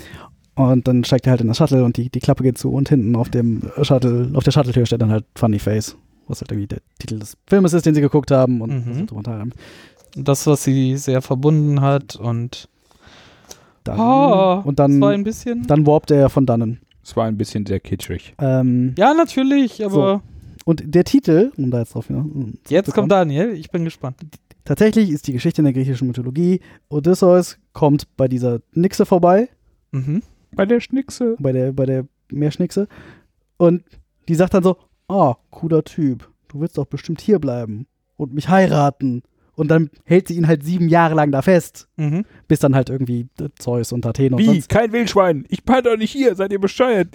S3: Und dann steigt er halt in das Shuttle und die, die Klappe geht zu und hinten auf dem Shuttle, auf der Shuttle-Tür steht dann halt Funny Face, was halt irgendwie der Titel des Filmes ist, den sie geguckt haben und
S4: Mhm.
S3: was sie drunter haben.
S4: Und Das, was sie sehr verbunden hat und
S3: Dann,
S4: Ah,
S3: und
S4: das war ein
S3: dann,
S4: bisschen.
S3: dann warpt er von dannen.
S6: Es war ein bisschen sehr kitschig.
S3: Ähm,
S4: ja, natürlich, aber
S3: Und der Titel, um da jetzt drauf ja,
S4: jetzt kommt Daniel, ich bin gespannt.
S3: Tatsächlich ist die Geschichte in der griechischen Mythologie. Odysseus kommt bei dieser Nixe vorbei,
S4: Mhm.
S6: Bei der Schnickse.
S3: bei der, bei der Meerschnickse. Und die sagt dann so: Ah, cooler Typ, du willst doch bestimmt hier bleiben und mich heiraten. Und dann hält sie ihn halt sieben Jahre lang da fest,
S4: Mhm.
S3: bis dann halt irgendwie Zeus und Athene und
S6: Wie?
S3: sonst,
S6: Kein Wildschwein. Ich bin doch nicht hier. Seid ihr bescheuert?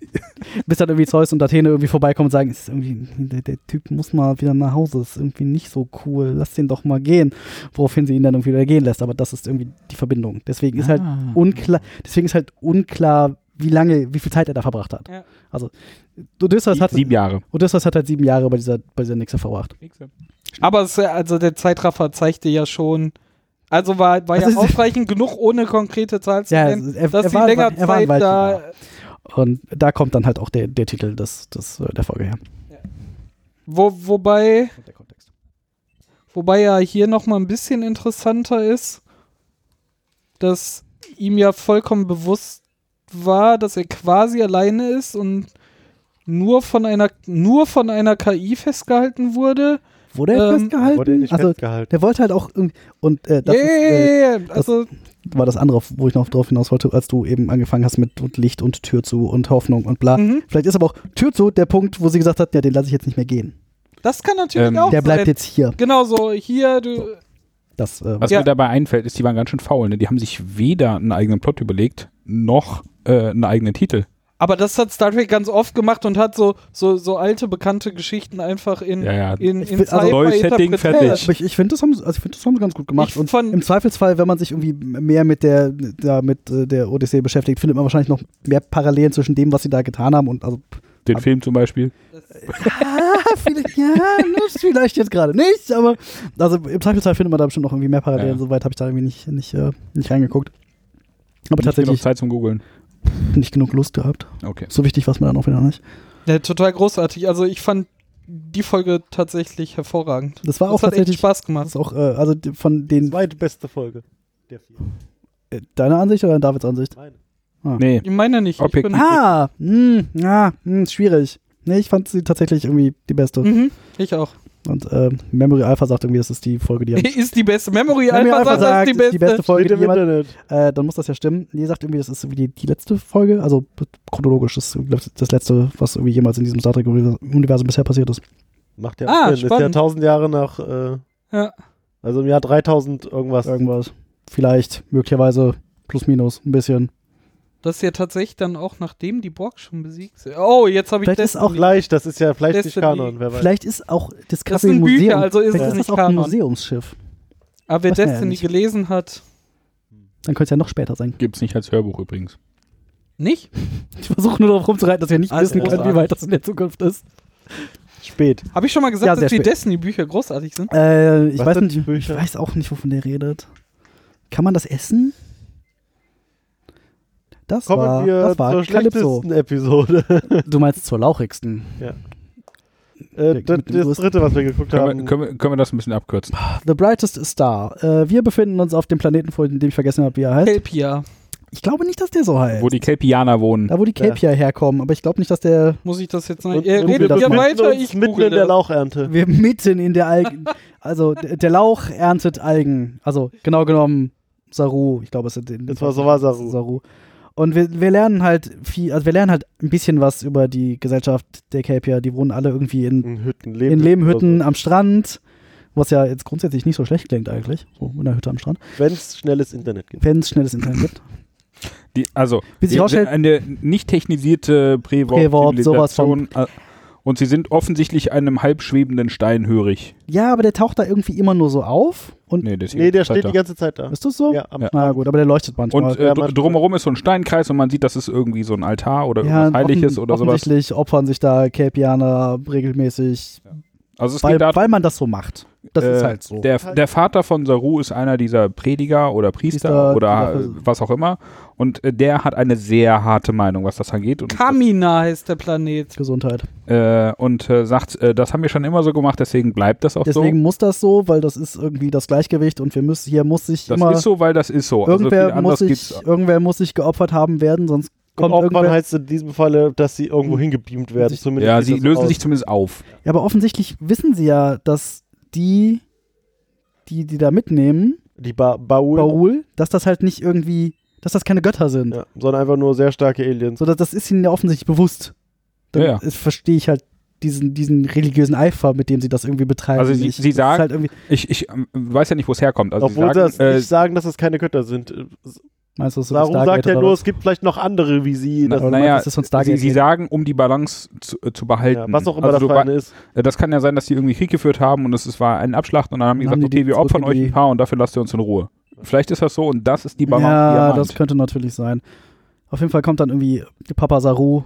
S3: bis dann irgendwie Zeus und Athene irgendwie vorbeikommen und sagen, ist irgendwie, der, der Typ muss mal wieder nach Hause, ist irgendwie nicht so cool, lass den doch mal gehen. Woraufhin sie ihn dann irgendwie wieder gehen lässt, aber das ist irgendwie die Verbindung. Deswegen ist halt unklar, deswegen ist halt unklar, wie lange, wie viel Zeit er da verbracht hat.
S4: Ja.
S3: Also Odysseus hat,
S6: Sieben Jahre.
S3: Odysseus hat halt sieben Jahre bei dieser, bei dieser Nixe verbracht.
S4: Aber es, ist ja- also der Zeitraffer zeigte ja schon. Also war, war
S3: Das
S4: ja
S3: ist-
S4: ausreichend genug, ohne konkrete Zahl zu
S3: Ja,
S4: nennen,
S3: es ist- er-
S4: dass
S3: er
S4: sie
S3: war-
S4: länger
S3: er war ein
S4: Zeit da.
S3: Und da kommt dann halt auch der, der Titel des, des, äh, der Folge her.
S4: Wo, wobei,
S3: Und der Kontext.
S4: wobei ja hier nochmal ein bisschen interessanter ist, dass ihm ja vollkommen bewusst war, dass er quasi alleine ist und nur von einer, nur von einer KI festgehalten wurde.
S3: Wurde er
S4: Ähm,
S3: festgehalten?
S5: Wurde er nicht
S3: also,
S5: festgehalten?
S3: der wollte halt auch irgendwie, und äh, das
S4: yeah,
S3: ist,
S4: also
S3: äh, war das andere, wo ich noch drauf hinaus wollte, als du eben angefangen hast mit und Licht und Tür zu und Hoffnung und bla.
S4: Mhm.
S3: Vielleicht ist aber auch Tür zu der Punkt, wo sie gesagt hat, ja, den lasse ich jetzt nicht mehr gehen.
S4: das kann natürlich
S6: Ähm,
S4: auch
S3: Der bleibt
S4: sein.
S3: jetzt hier.
S4: Genau so, hier, du,
S3: Das, äh,
S6: Was
S4: Ja.
S6: mir dabei einfällt, ist, die waren ganz schön faul. Ne? Die haben sich weder einen eigenen Plot überlegt, noch äh, einen eigenen Titel.
S4: Aber das hat Star Trek ganz oft gemacht und hat so, so, so alte, bekannte Geschichten einfach in,
S6: Ja, ja.
S4: in,
S3: Ich
S4: in
S3: find- also-
S4: Sci-Fi
S6: Neues Setting,
S4: interpretiert.
S6: fertig.
S3: Aber ich, ich finde, das, haben sie- also ich find, das haben sie ganz gut gemacht.
S4: Ich
S3: und
S4: fand-
S3: im Zweifelsfall, wenn man sich irgendwie mehr mit der, da mit äh, der Odyssee beschäftigt, findet man wahrscheinlich noch mehr Parallelen zwischen dem, was sie da getan haben und also
S6: Den
S3: Ab-
S6: Film zum Beispiel.
S3: ah, [LAUGHS] vielleicht, ja, das vielleicht jetzt gerade nicht, aber also im Zweifelsfall findet man da bestimmt noch irgendwie mehr Parallelen.
S6: Ja.
S3: Soweit habe ich da irgendwie nicht, nicht, äh, nicht reingeguckt. Aber
S6: Nicht genug
S3: tatsächlich
S6: Zeit zum Googeln.
S3: nicht genug Lust gehabt.
S6: Okay.
S3: So wichtig war es mir dann auch wieder nicht.
S4: Ja, total großartig. Also ich fand die Folge tatsächlich hervorragend.
S3: Das war auch
S4: das hat echt
S3: tatsächlich.
S4: Spaß
S3: Das
S4: gemacht.
S3: ist auch, äh, also die- von den.
S5: Zweitbeste Folge. Der vier.
S3: äh, Deiner Ansicht oder Davids Ansicht?
S5: Meine.
S6: Nee.
S4: Ich meine nicht. Ich
S6: Objektiv.
S4: bin,
S3: Ah, mh, ja, mh, schwierig. Nee, ich fand sie tatsächlich irgendwie die beste.
S4: mhm, ich auch.
S3: Und äh, Memory Alpha sagt irgendwie, das ist die Folge, die am
S4: [LAUGHS] Ist die beste. Memory
S3: Memory
S4: Alpha sagt, das ist die
S3: ist
S4: beste.
S3: Folge,
S5: Steht
S3: die
S5: im
S3: jemand,
S5: Internet.
S3: äh, dann muss das ja stimmen. Nee, sagt irgendwie, das ist irgendwie die, die letzte Folge, also chronologisch, das ist glaub ich, das letzte, was irgendwie jemals in diesem Star Trek-Universum bisher passiert ist.
S5: Macht ja
S4: Ah,
S5: auch Sinn. Ist ja
S4: spannend.
S5: 1000 Jahre nach. Äh,
S4: Ja.
S5: Also im Jahr 3000 irgendwas.
S3: Irgendwas. Vielleicht, möglicherweise, plus minus, ein bisschen.
S4: Das ist ja tatsächlich dann auch, nachdem die Borg schon besiegt sind. Oh, jetzt habe ich
S3: Vielleicht
S4: das.
S3: ist auch,
S5: Gleich, das ist ja vielleicht nicht
S4: Destiny.
S5: Kanon. Wer weiß.
S3: vielleicht ist auch das
S4: Das
S3: krasse
S4: sind Bücher,
S3: Museum.
S4: also ist
S3: vielleicht
S4: es
S3: ist
S4: nicht
S3: das auch ein
S4: Kanon.
S3: Museumsschiff.
S4: Aber Ah, wer
S3: weiß man ja
S4: Destiny
S3: nicht.
S4: gelesen hat,
S3: Dann könnte es ja noch später sein.
S6: Gibt's nicht als Hörbuch übrigens.
S4: nicht?
S3: Ich versuche nur darauf rumzureiten, dass wir nicht
S4: Also
S3: wissen können,
S4: großartig.
S3: wie weit das in der Zukunft ist.
S5: Spät.
S4: Habe ich schon mal gesagt,
S3: Ja, sehr
S4: dass die
S3: spät.
S4: Destiny-Bücher großartig sind?
S3: Äh, ich
S5: Was
S3: weiß
S5: sind
S3: nicht,
S5: die
S3: ich
S5: Bücher?
S3: weiß auch nicht, wovon der redet. Kann man das essen? Das
S5: Kommen
S3: war,
S5: wir
S3: das war
S5: zur
S3: Calypso. [LAUGHS]
S5: schlechtesten Episode.
S3: Du meinst zur lauchigsten.
S5: Äh,
S3: Mit
S5: das,
S3: dem
S5: das
S3: größten-
S5: dritte, was wir geguckt
S6: Können wir,
S5: haben.
S6: können, wir, können wir das ein bisschen abkürzen?
S3: The Brightest Star. Äh, wir befinden uns auf dem Planeten, von dem ich vergessen habe, wie er heißt.
S4: Kelpia,
S3: Ich glaube nicht, dass der so heißt.
S6: Wo die Kelpianer wohnen.
S3: da, wo die Capia herkommen. Aber ich glaube nicht, dass der.
S4: muss ich das jetzt
S5: Und-
S4: sagen? Ihr
S5: und
S4: redet
S5: wir
S4: ja
S5: befinden
S4: weiter,
S5: uns
S4: ich
S5: mitten
S4: google
S5: in der
S4: das.
S5: Lauchernte.
S3: Wir mitten in der Algen.
S5: [LAUGHS]
S3: also, d- der Lauch erntet Algen. Also, genau genommen, Saru. Ich glaube, es ist in
S5: Das war so war Saru.
S3: Saru. Und wir, wir lernen halt viel, also wir lernen halt ein bisschen was über die Gesellschaft der Capia. Die wohnen alle irgendwie in,
S5: In Hütten, Leben.
S3: in Lehmhütten am Strand, was ja jetzt grundsätzlich nicht so schlecht klingt eigentlich. So in einer Hütte am Strand.
S5: Wenn es schnelles Internet gibt.
S3: Wenn es schnelles Internet gibt.
S6: Die, also,
S3: Wie sich
S6: die-
S3: rausstellt-
S6: eine nicht technisierte
S3: Prä-Warp, sowas
S6: Prä-Warp-Zivilisation. äh, Und sie sind offensichtlich einem halbschwebenden Stein hörig.
S3: Ja, aber der taucht da irgendwie immer nur so auf. Und
S6: Nee, deswegen
S5: Nee, der
S6: ist er
S5: steht
S6: da.
S5: die ganze Zeit da.
S3: ist das so?
S5: Ja, am
S6: Ja.
S3: Na gut, aber der leuchtet manchmal.
S6: Und äh,
S5: Ja,
S6: dr-
S5: manchmal.
S6: drumherum ist so ein Steinkreis und man sieht, das ist irgendwie so ein Altar oder
S3: Ja,
S6: irgendwas Heiliges
S3: offen-
S6: oder sowas.
S3: offensichtlich opfern sich da Kelpianer regelmäßig,
S6: Also es
S3: weil,
S6: geht darum,
S3: weil man das so macht. Das ist halt so.
S6: Äh, Der, der Vater von Saru ist einer dieser Prediger oder Priester,
S3: Priester,
S6: oder
S3: die
S6: äh,
S3: dafür-
S6: was auch immer. Und äh, der hat eine sehr harte Meinung, was das angeht. Und,
S4: Kamina heißt der Planet.
S3: Gesundheit.
S6: äh, und äh, sagt, äh, das haben wir schon immer so gemacht, deswegen bleibt das auch
S3: Deswegen muss das so, weil das ist irgendwie das Gleichgewicht und wir müssen hier muss sich
S6: so. Das
S3: immer
S6: ist so, weil das ist so. also
S3: irgendwer
S6: viel anders
S3: muss sich
S6: geht's.
S3: irgendwer muss sich geopfert haben werden, sonst kommt
S5: Und irgendwann
S3: irgendwer. Hm.
S5: heißt es in diesem Falle, dass sie irgendwo hingebeamt werden.
S3: Sich-
S5: Zumindest
S6: Ja,
S5: sieht
S6: sie
S5: das
S6: lösen
S5: aus.
S6: sich zumindest auf.
S3: ja, aber offensichtlich wissen sie ja, dass die die die da mitnehmen,
S5: Die ba Baul,
S3: Baul, dass das halt nicht irgendwie, dass das keine Götter sind.
S5: Ja, sondern einfach nur sehr starke Aliens.
S3: So, das, das ist ihnen ja offensichtlich bewusst. Dann
S6: Ja, ja.
S3: ist- verstehe ich halt diesen, diesen religiösen Eifer, mit dem sie das irgendwie betreiben.
S6: Also sie-
S3: Ich-
S6: sie
S3: das ist
S6: sagt-
S3: halt irgendwie,
S6: Ich, ich ähm, weiß ja nicht, wo es herkommt. Also sie
S5: Obwohl
S6: sagen,
S5: sie das
S6: äh,
S5: nicht sagen, dass das keine Götter sind. Äh,
S3: meinst du, das ist so
S5: Warum
S3: Stargate
S5: sagt er
S3: oder
S5: nur,
S3: was?
S5: es gibt vielleicht noch andere wie sie?
S6: Na,
S5: Das,
S3: Oder
S6: naja,
S3: meinst du, das ist so ein
S6: sie,
S3: Stargate?
S6: sie sagen, um die Balance zu, äh, zu behalten.
S5: ja, was auch immer
S6: also
S5: das
S6: du
S5: für eine ist.
S6: Äh, Das kann ja sein, dass die irgendwie Krieg geführt haben und es es war ein Abschlachten und dann haben die
S3: Dann
S6: gesagt,
S3: haben die
S6: okay,
S3: die
S6: wir opfern
S3: zurück
S6: euch
S3: in
S6: ein
S3: die-
S6: paar und dafür lasst ihr uns in Ruhe. Vielleicht ist das so und das ist die Balance, die
S3: ja,
S6: ihr
S3: das
S6: ahnt.
S3: könnte natürlich sein. Auf jeden Fall kommt dann irgendwie Papa Saru,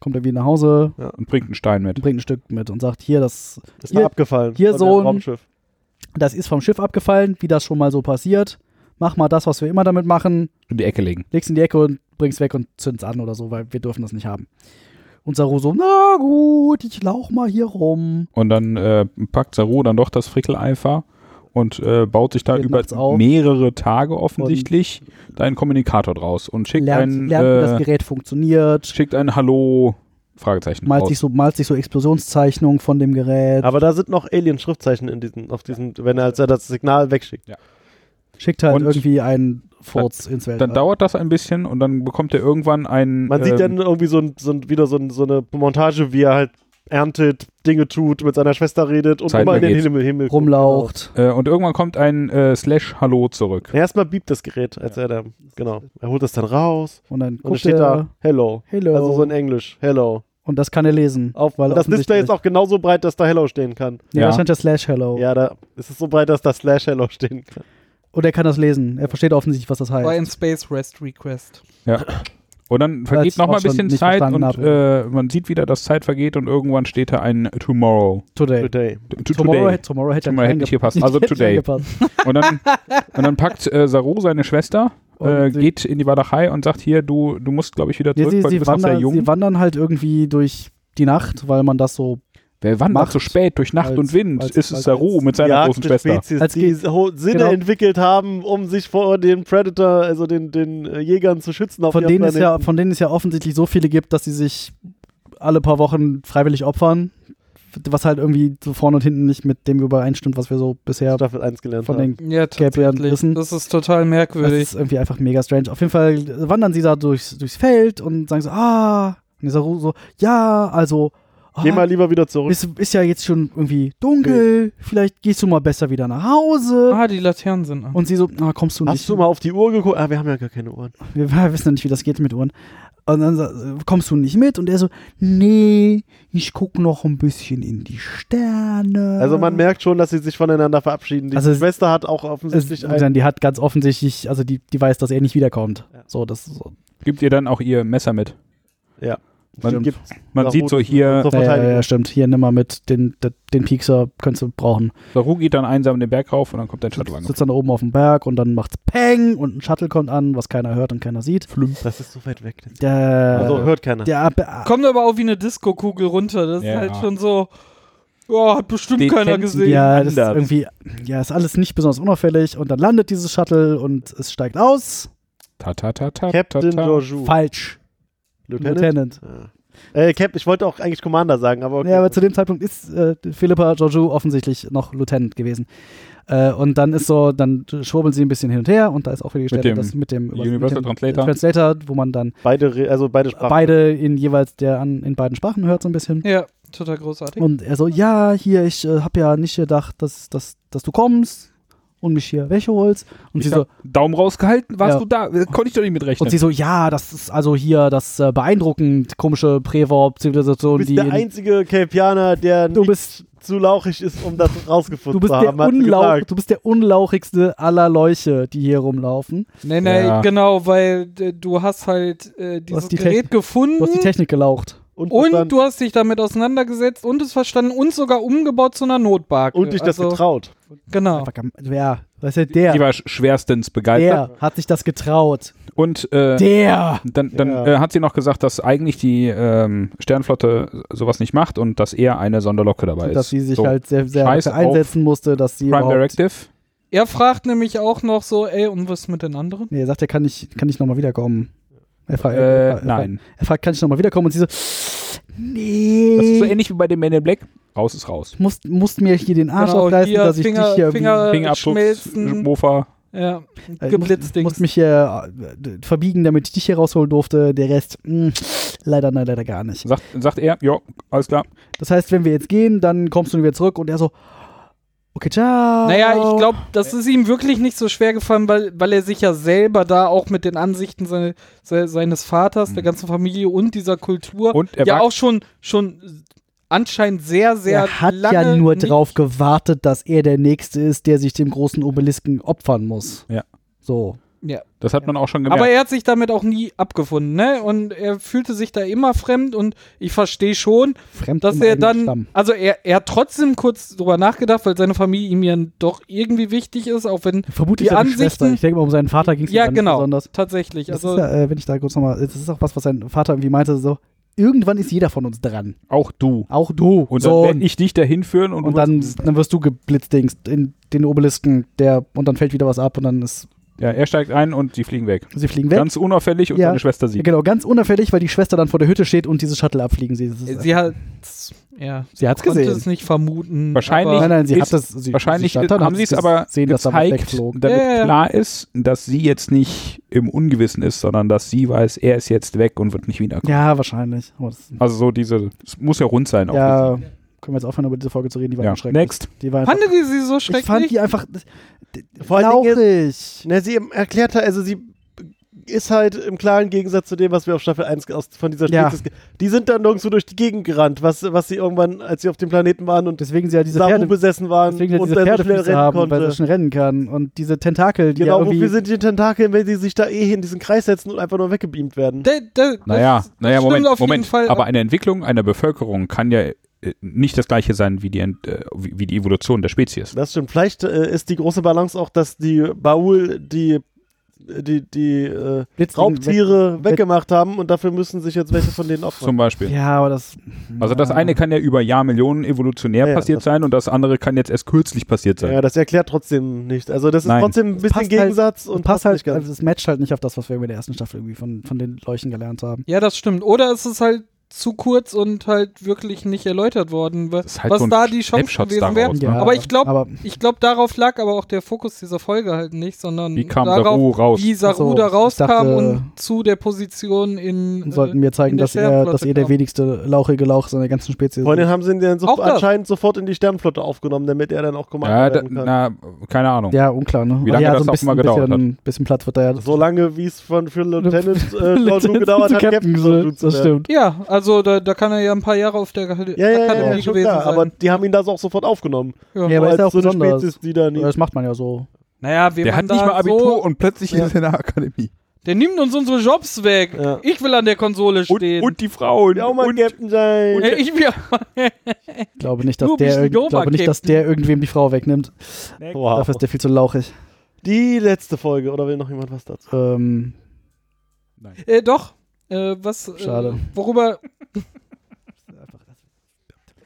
S3: kommt irgendwie nach Hause
S6: und bringt einen Stein
S3: und
S6: mit.
S3: bringt ein Stück mit und sagt, hier, das,
S5: Ist
S3: Hier-
S5: mal abgefallen.
S3: hier
S5: von
S3: so
S5: dem
S3: ein-
S5: Raumschiff.
S3: das ist vom Schiff abgefallen, wie das schon mal so passiert. Mach mal das, was wir immer damit machen,
S6: In die Ecke legen.
S3: leg's in die Ecke und bring's weg und zünd's an oder so, weil wir dürfen das nicht haben. Und Saru so, na gut, ich lauch mal hier rum.
S6: Und dann äh, packt Saru dann doch das Frickeleifer und äh, baut sich da
S3: Steht
S6: über
S3: nachts auf.
S6: mehrere Tage offensichtlich da einen Kommunikator draus und schickt
S3: Lernt,
S6: ein
S3: lernt wie das
S6: äh,
S3: Gerät funktioniert,
S6: schickt ein Hallo Fragezeichen
S3: malt
S6: raus.
S3: sich, so, malt sich so Explosionszeichnungen von dem Gerät,
S5: Aber da sind noch Alien-Schriftzeichen in diesen, auf diesem, wenn er, als er das Signal wegschickt.
S3: schickt halt
S6: und-
S3: irgendwie einen Furz ins
S6: dann
S3: Weltall.
S6: dauert das ein bisschen und dann bekommt er irgendwann einen
S5: Man
S6: ähm,
S5: sieht dann irgendwie so, ein, so ein, wieder so, ein, so eine Montage, wie er halt erntet, Dinge tut, mit seiner Schwester redet und
S6: Zeit
S5: immer in den
S6: vergeht.
S5: Himmel, Himmel guckt.
S3: rumlaucht.
S6: äh, und irgendwann kommt ein äh, Slash Hallo zurück.
S5: Genau. Erstmal biebt das Gerät, als er da, genau. Er holt das dann raus
S3: Und dann
S5: und dann
S3: guckt
S5: steht
S3: er,
S5: da Hello.
S3: hello.
S5: Also so in Englisch, Hello.
S3: und das kann er lesen.
S5: Auf, weil das Display ist auch genauso breit, dass da Hello stehen kann.
S3: Nee,
S6: Ja.
S3: da stand ja slash hello.
S5: Ja, da ist es so breit, dass da Slash Hello stehen kann.
S3: Und er kann das lesen. Er versteht offensichtlich, was das heißt.
S4: War ein Space Rest Request.
S6: Und dann
S3: Weil
S6: vergeht
S3: ich's
S6: noch mal
S3: auch
S6: ein bisschen
S3: schon nicht
S6: Zeit und
S3: verstanden
S6: äh, man sieht wieder, dass Zeit vergeht und irgendwann steht da ein Tomorrow.
S3: today.
S5: Today.
S6: T- t-
S3: Tomorrow,
S6: Today.
S3: hätte- tomorrow hätte
S6: Tomorrow
S3: ja
S6: hätte nicht
S3: reingep- [LAUGHS]
S6: gepasst. Also
S3: hätte
S6: today.
S3: reingepasst.
S6: Und dann, und dann packt äh, Saru seine Schwester, äh,
S3: Und sie-
S6: geht in die Walachei und sagt, hier, du, du musst, glaube ich, wieder
S3: Nee,
S6: zurück,
S3: sie,
S6: weil du
S3: sie,
S6: bist noch sehr
S3: wandern,
S6: jung.
S3: sie wandern halt irgendwie durch die Nacht, weil man das so
S6: Wer wandert
S3: macht-
S6: so spät durch Nacht
S3: als-
S6: und Wind?
S3: als-
S6: ist es
S3: als-
S6: Saru mit seiner großen
S5: die
S6: Schwester.
S5: Spezies,
S3: Als
S5: die
S3: geht-
S5: so Sinne
S3: genau.
S5: entwickelt haben, um sich vor den Predator, also den, den äh, Jägern zu schützen auf
S3: von
S5: ihrem
S3: denen, es
S5: Planeten.
S3: ja, von denen es ja offensichtlich so viele gibt, dass sie sich alle paar Wochen freiwillig opfern, was halt irgendwie so vorne und hinten nicht mit dem übereinstimmt, was wir so bisher
S5: Staffel 1 gelernt
S3: von
S5: haben.
S3: den
S4: Ja,
S3: Gelbären
S4: tatsächlich.
S3: wissen.
S4: Das ist total
S3: Das
S4: merkwürdig.
S3: ist irgendwie einfach mega strange. Auf jeden Fall wandern sie da durchs, durchs Feld und sagen so, ah, und Saru so, ja, also, ah,
S5: Geh mal lieber wieder zurück.
S3: ist, ist ja jetzt schon irgendwie dunkel, vielleicht gehst du mal besser wieder nach Hause.
S4: Ah, die Laternen sind an.
S3: äh, Und sie so, ah, kommst du nicht.
S5: Hast du mal auf die Uhr geguckt? Ah, wir haben ja gar keine Uhren.
S3: Wir [LAUGHS] wissen noch nicht, wie das geht mit Uhren. Und dann sa- kommst du nicht mit und er so, nee, ich guck noch ein bisschen in die Sterne.
S5: Also man merkt schon, dass sie sich voneinander verabschieden. Die
S3: Also es-
S5: Schwester hat auch
S3: es,
S5: offensichtlich ein,
S3: dann, die hat ganz offensichtlich, also die, die weiß, dass er nicht wiederkommt.
S5: Ja.
S3: So, das ist so.
S6: Gibt ihr dann auch ihr Messer mit.
S5: man gibt
S6: Man
S5: Saru
S6: sieht so hier,
S5: zur
S3: Ja, ja, ja,
S5: Verteidigung.
S3: stimmt. Hier nimm mal mit, den, den, den Piekser könntest du brauchen.
S6: Saru geht dann einsam den Berg rauf und dann kommt ein Shuttle angefahren.
S3: Sitzt dann oben auf dem Berg und dann macht's Peng und ein Shuttle kommt an, was keiner hört und keiner sieht.
S5: Das ist so weit weg.
S3: Der,
S5: Also hört keiner.
S3: der äh, Ab-
S4: Kommt aber auch wie eine Disco-Kugel runter. Das
S6: Ja.
S4: ist halt schon so. Ja, hat bestimmt
S6: Die
S4: keiner
S6: Tänzen,
S4: gesehen.
S3: Ja, das ist
S6: anders.
S3: irgendwie, ja, ist alles nicht besonders unauffällig und dann landet dieses Shuttle und es steigt aus.
S6: Ta, ta, ta, ta,
S5: Captain
S6: ta, ta.
S5: Georgiou.
S3: Falsch.
S5: Lieutenant?
S3: Lieutenant.
S5: Äh, Cap, ich wollte auch eigentlich Commander sagen, aber okay.
S3: Ja, aber zu dem Zeitpunkt ist äh, Philippa Georgiou offensichtlich noch Lieutenant gewesen. Äh, und dann ist so, dann schwurbeln sie ein bisschen hin und her und da ist auch wieder die Stelle,
S6: dem
S3: dass mit dem über-
S6: Universal
S3: mit dem
S6: Translator.
S3: Translator, wo man dann
S5: beide, Re- also beide Sprachen.
S3: beide in jeweils der an, in beiden Sprachen hört so ein bisschen.
S4: Ja, total großartig.
S3: Und er so, ja, hier, ich äh, habe ja nicht gedacht, dass, dass, dass du kommst und mich hier wegholst. Und
S6: Ich
S3: sie so,
S6: hab Daumen rausgehalten, warst
S3: Ja.
S6: du da? Äh, Konnte ich doch nicht mitrechnen.
S3: Und sie so, ja, das ist also hier das äh, beeindruckend komische
S5: Du
S3: Präverb-Zivilisation,
S5: bist
S3: die.
S5: der
S3: in-
S5: einzige Capianer, der
S3: Du
S5: nicht
S3: bist,
S5: zu lauchig ist, um das
S3: du,
S5: rausgefunden
S3: bist
S5: zu
S3: der
S5: haben. hat sie
S3: unlau
S5: gesagt.
S3: du bist der unlauchigste aller Leuche, die hier rumlaufen.
S4: Nee, nee,
S6: Ja.
S4: genau, weil äh, du hast halt äh, dieses
S3: hast die
S4: Gerät
S3: Technik-
S4: gefunden
S3: Du hast die Technik gelaucht.
S5: Und, dann-
S4: und du hast dich damit auseinandergesetzt und es verstanden und sogar umgebaut zu einer Notbarke.
S5: und dich das
S4: also,
S5: getraut.
S4: Genau.
S3: Einfach gem- Wer? Weißt du, der,
S6: Die war sch- schwerstens begeistert.
S3: der hat sich das getraut.
S6: Und äh,
S3: Der!
S6: Dann, dann
S5: Ja.
S6: äh, hat sie noch gesagt, dass eigentlich die ähm, Sternflotte sowas nicht macht und dass er eine Sonderlocke dabei ist.
S3: Dass sie sich
S6: so.
S3: halt sehr, sehr
S6: Scheiß
S3: dafür einsetzen musste, dass sie.
S6: Prime
S3: überhaupt-
S6: Directive.
S4: Er fragt nämlich auch noch so, ey, und was mit den anderen?
S3: Nee, er sagt, er kann nicht, kann nicht nochmal wiederkommen. Er fragt, er,
S6: Äh,
S3: fragt- [LAUGHS]
S6: nein.
S3: Er fragt, kann ich nochmal wiederkommen? Und sie so, nee.
S6: Das ist so ähnlich wie bei dem Man in Black. Raus ist raus.
S3: musst, musst mir hier den Arsch
S4: genau,
S3: aufreißen,
S4: hier
S3: dass ich
S4: Finger,
S3: dich hier irgendwie-
S4: Finger
S6: Fingerabdruck,
S4: Äh, schmelzen.
S6: Mofa.
S4: Ja,
S3: Äh, Ich
S4: geblitzdings.
S3: musste mich hier äh, verbiegen, damit ich dich hier rausholen durfte. Der Rest, mh, leider, nein, leider gar nicht.
S6: Sagt, sagt er, ja, alles klar.
S3: Das heißt, wenn wir jetzt gehen, dann kommst du wieder zurück und er so, okay, ciao.
S4: Naja, ich glaube, das ist ihm wirklich nicht so schwer gefallen, weil, weil er sich ja selber da auch mit den Ansichten seine, se, seines Vaters, der ganzen Familie und dieser Kultur
S6: Mhm. Und er
S4: ja
S6: war-
S4: auch schon, schon anscheinend sehr, sehr
S3: Er hat
S4: lange
S3: ja nur
S4: nicht-
S3: drauf gewartet, dass er der Nächste ist, der sich dem großen Obelisken opfern muss.
S6: Ja.
S3: So.
S4: Ja.
S6: Das hat man auch schon gemerkt.
S4: Aber er hat sich damit auch nie abgefunden, ne? Und er fühlte sich da immer fremd und ich verstehe schon,
S3: Fremd
S4: dass
S3: im
S4: er
S3: eigenen
S4: dann,
S3: Stamm.
S4: also er, er hat trotzdem kurz drüber nachgedacht, weil seine Familie ihm ja doch irgendwie wichtig ist, auch wenn,
S3: Vermutlich
S4: die
S3: seine
S4: Ansichten-
S3: Schwester. Ich denke mal, um seinen Vater ging es
S4: ja
S3: nicht
S4: genau,
S3: besonders.
S4: tatsächlich,
S3: Das
S4: also
S3: ist ja, äh, wenn ich da kurz nochmal, das ist auch was, was sein Vater irgendwie meinte, so, irgendwann ist jeder von uns dran.
S6: auch du.
S3: Auch du.
S6: Und
S3: so,
S6: dann werde ich dich dahin führen und,
S3: und
S6: du [LAUGHS]
S3: dann, dann wirst du geblitzdingst in den Obelisken, der, und dann fällt wieder was ab und dann ist,
S6: Ja, er steigt ein und sie fliegen weg.
S3: sie fliegen weg.
S6: Ganz unauffällig und
S3: Ja.
S6: seine Schwester
S3: Ja,
S6: sieht.
S3: genau, ganz unauffällig, weil die Schwester dann vor der Hütte steht und dieses Shuttle abfliegen sieht. Das ist-
S4: sie hat, ja,
S3: sie hat's
S4: konnte
S3: gesehen.
S4: es nicht vermuten.
S6: Wahrscheinlich-
S4: aber-
S3: Nein, nein, sie
S6: Ist-
S3: hat das. Sie,
S6: Wahrscheinlich äh,
S3: stand da und
S6: haben
S3: hat
S6: sie es aber
S3: gesehen, dass da was
S6: gezeigt,
S3: wegflog.
S6: damit
S4: Ja, ja, ja.
S6: klar ist, dass sie jetzt nicht im Ungewissen ist, sondern dass sie weiß, er ist jetzt weg und wird nicht wiederkommen.
S3: Ja, wahrscheinlich. Aber das,
S6: Also so diese, es muss ja rund sein. auch
S3: ja, können wir jetzt aufhören, über diese Folge zu reden? Die
S6: für sie. ja.
S3: war ja. schrecklich.
S6: Next.
S3: Die war einfach,
S4: Fanden sie so
S3: ich fand
S4: schrecklich?
S3: die einfach
S5: Vor allen Dingen
S3: lauchig.
S5: Na, sie erklärt halt, also sie ist halt im klaren Gegensatz zu dem, was wir auf Staffel 1 aus, von dieser
S3: Ja.
S5: Spezies. ge- Die sind dann nirgendwo durch die Gegend gerannt, was, was sie irgendwann, als sie auf dem Planeten waren und
S3: Deswegen sie ja diese
S5: Saru
S3: Pferde,
S5: besessen waren
S3: deswegen sie ja
S5: und
S3: diese
S5: dann so schnell
S3: Pferdefüße
S5: rennen
S3: haben, weil
S5: konnte.
S3: sie schon rennen kann. Und diese Tentakel, die
S5: Genau,
S3: ja irgendwie.
S5: wofür sind die Tentakel, wenn die sich da eh in diesen Kreis setzen und einfach nur weggebeamt werden?
S4: Da- da- das-
S6: Naja,
S4: das
S6: naja,
S4: stimmt
S6: Moment,
S4: auf jeden
S6: Moment.
S4: Fall.
S6: Aber eine Entwicklung einer Bevölkerung kann ja äh, nicht das gleiche sein wie die, Ent- äh, wie wie die Evolution der Spezies.
S5: Das stimmt. Vielleicht äh, ist die große Balance auch, dass die Baul die die, die äh,
S3: Blitzding
S5: Raubtiere
S3: weg-
S5: weggemacht haben und dafür müssen sich jetzt welche von denen opfern.
S6: Zum Beispiel.
S3: ja, aber das.
S6: Also das eine kann ja über Jahrmillionen evolutionär
S5: Ja, ja,
S6: passiert
S5: das-
S6: sein und das andere kann jetzt erst kürzlich passiert sein.
S5: Ja, das erklärt trotzdem nicht. Also das ist
S6: Nein.
S5: trotzdem ein bisschen
S3: passt
S5: Gegensatz
S3: Und
S5: und
S3: passt halt,
S5: nicht ganz.
S3: also es matcht halt nicht auf das, was wir über der ersten Staffel irgendwie von, von den Leuchten gelernt haben.
S4: ja, das stimmt. Oder es ist halt zu kurz und halt wirklich nicht erläutert worden, wa-
S6: Das ist halt
S4: was
S6: so ein
S4: da die Chance
S6: Snapshot
S4: gewesen
S6: daraus,
S4: wäre.
S6: ne?
S3: Ja,
S4: aber ich glaube,
S3: Aber
S4: ich glaube, darauf lag aber auch der Fokus dieser Folge halt nicht, sondern
S6: Wie kam
S4: darauf,
S6: Saru raus?
S4: wie Saru
S3: Ach so,
S4: da
S3: ich
S4: rauskam
S3: dachte-
S4: und zu der Position in. äh,
S3: sollten wir zeigen,
S4: in der
S3: dass er,
S4: Sternenflotte
S3: dass er der
S4: kam.
S3: wenigste lauchige Lauch seiner ganzen Spezies ist.
S5: Vorhin haben sie ihn dann so
S4: Auch das.
S5: anscheinend sofort in die Sternenflotte aufgenommen, damit er dann auch Kommando
S6: Ja, da,
S5: werden kann.
S6: na, keine Ahnung.
S3: Ja, unklar, ne?
S6: Wie lange
S3: ja,
S6: das
S3: so ein
S6: auch
S3: bisschen,
S6: immer gedauert hat.
S3: bisschen, bisschen Platz wird da ja.
S5: Also so lange, wie es von
S3: [LAUGHS]
S5: für Lieutenant äh,
S3: Letztens
S5: George gedauert
S3: zu
S5: hat,
S3: Captain
S5: Captain George
S3: gesagt,
S5: zu
S3: Das
S5: werden.
S3: stimmt.
S4: Ja, also da, da kann er ja ein paar Jahre auf der Akademie
S5: Ja, ja, ja, ja
S4: gewesen
S5: schon klar,
S4: sein.
S5: aber die haben ihn da so auch sofort aufgenommen.
S4: ja.
S3: Ja, aber
S5: Als
S3: ist ja auch
S5: so eine
S3: besonders.
S5: Spezies, die da nie
S3: Das macht man ja so.
S4: naja, wir
S6: Der
S4: waren
S6: hat
S4: da
S6: nicht mal Abitur
S4: so,
S6: und plötzlich
S5: Ja.
S4: [LAUGHS]
S6: ist er in der Akademie.
S4: Der nimmt uns unsere Jobs weg.
S5: Ja.
S4: Ich will an der Konsole
S6: Und,
S4: stehen.
S6: und die Frauen.
S5: Ja, oh mein
S6: und
S5: Captain sein.
S4: Äh, ich will, [LAUGHS]
S3: Ich glaube nicht, dass,
S4: Nur
S3: der,
S4: bisschen
S3: irgend- ich glaube nicht, dass
S4: Doberkäpt'n.
S3: der irgendwem die Frau wegnimmt.
S5: Wow.
S3: Dafür ist der viel zu lauchig.
S5: Die letzte Folge, oder will noch jemand was dazu?
S3: Ähm,
S4: Äh, doch. Äh, was,
S3: Schade.
S4: Äh, worüber,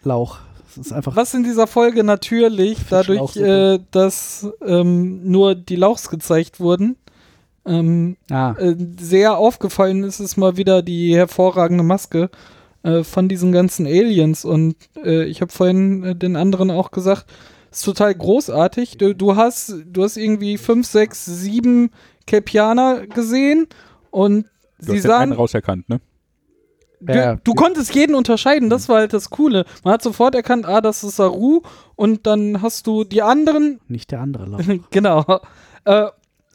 S3: Lauch. Das ist einfach.
S4: was in dieser Folge natürlich, dadurch,
S3: Schlauchsuppe.
S4: äh, dass ähm, nur die Lauchs gezeigt wurden, ähm,
S3: Ah,
S4: äh, sehr aufgefallen ist, ist mal wieder die hervorragende Maske äh, von diesen ganzen Aliens. Und äh, ich habe vorhin äh, den anderen auch gesagt, ist total großartig. Du, du hast, du hast irgendwie fünf, sechs, sieben Kelpianer gesehen und
S6: Du
S4: sie
S6: hast den einen
S4: sahen
S6: rauserkannt, ne?
S4: Du,
S3: Ja.
S4: du konntest jeden unterscheiden, das war halt das Coole. Man hat sofort erkannt, ah, das ist Saru und dann hast du die anderen,
S3: nicht der andere Lauch.
S4: [LAUGHS] genau. Äh,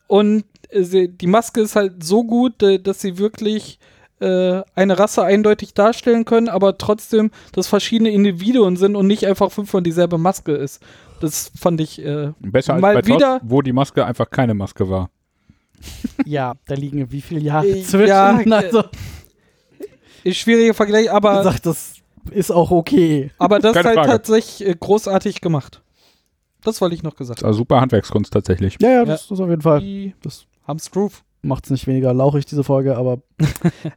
S4: und äh, sie, die Maske ist halt so gut, äh, dass sie wirklich äh, eine Rasse eindeutig darstellen können, aber trotzdem, dass verschiedene Individuen sind und nicht einfach fünf von dieselbe Maske ist. Das fand ich äh,
S6: Besser als
S4: Mal
S6: bei Todd,
S4: wieder-
S6: wo die Maske einfach keine Maske war.
S3: [LAUGHS] ja, da liegen wie viele Jahre
S4: Äh,
S3: zwischen.
S4: ja, äh,
S3: [LAUGHS] also,
S4: ein schwieriger Vergleich,
S3: wie
S5: [LAUGHS]
S4: aber,
S3: gesagt, das ist auch okay.
S4: aber das
S6: Keine
S4: halt
S6: Frage.
S4: tatsächlich äh, großartig gemacht. Das wollte ich noch gesagt.
S6: Das war super Handwerkskunst tatsächlich.
S3: Ja, ja, das ist auf jeden Fall.
S4: Die
S3: Das
S4: haben's drauf.
S3: macht es nicht weniger lauchig, diese Folge, [LAUGHS] aber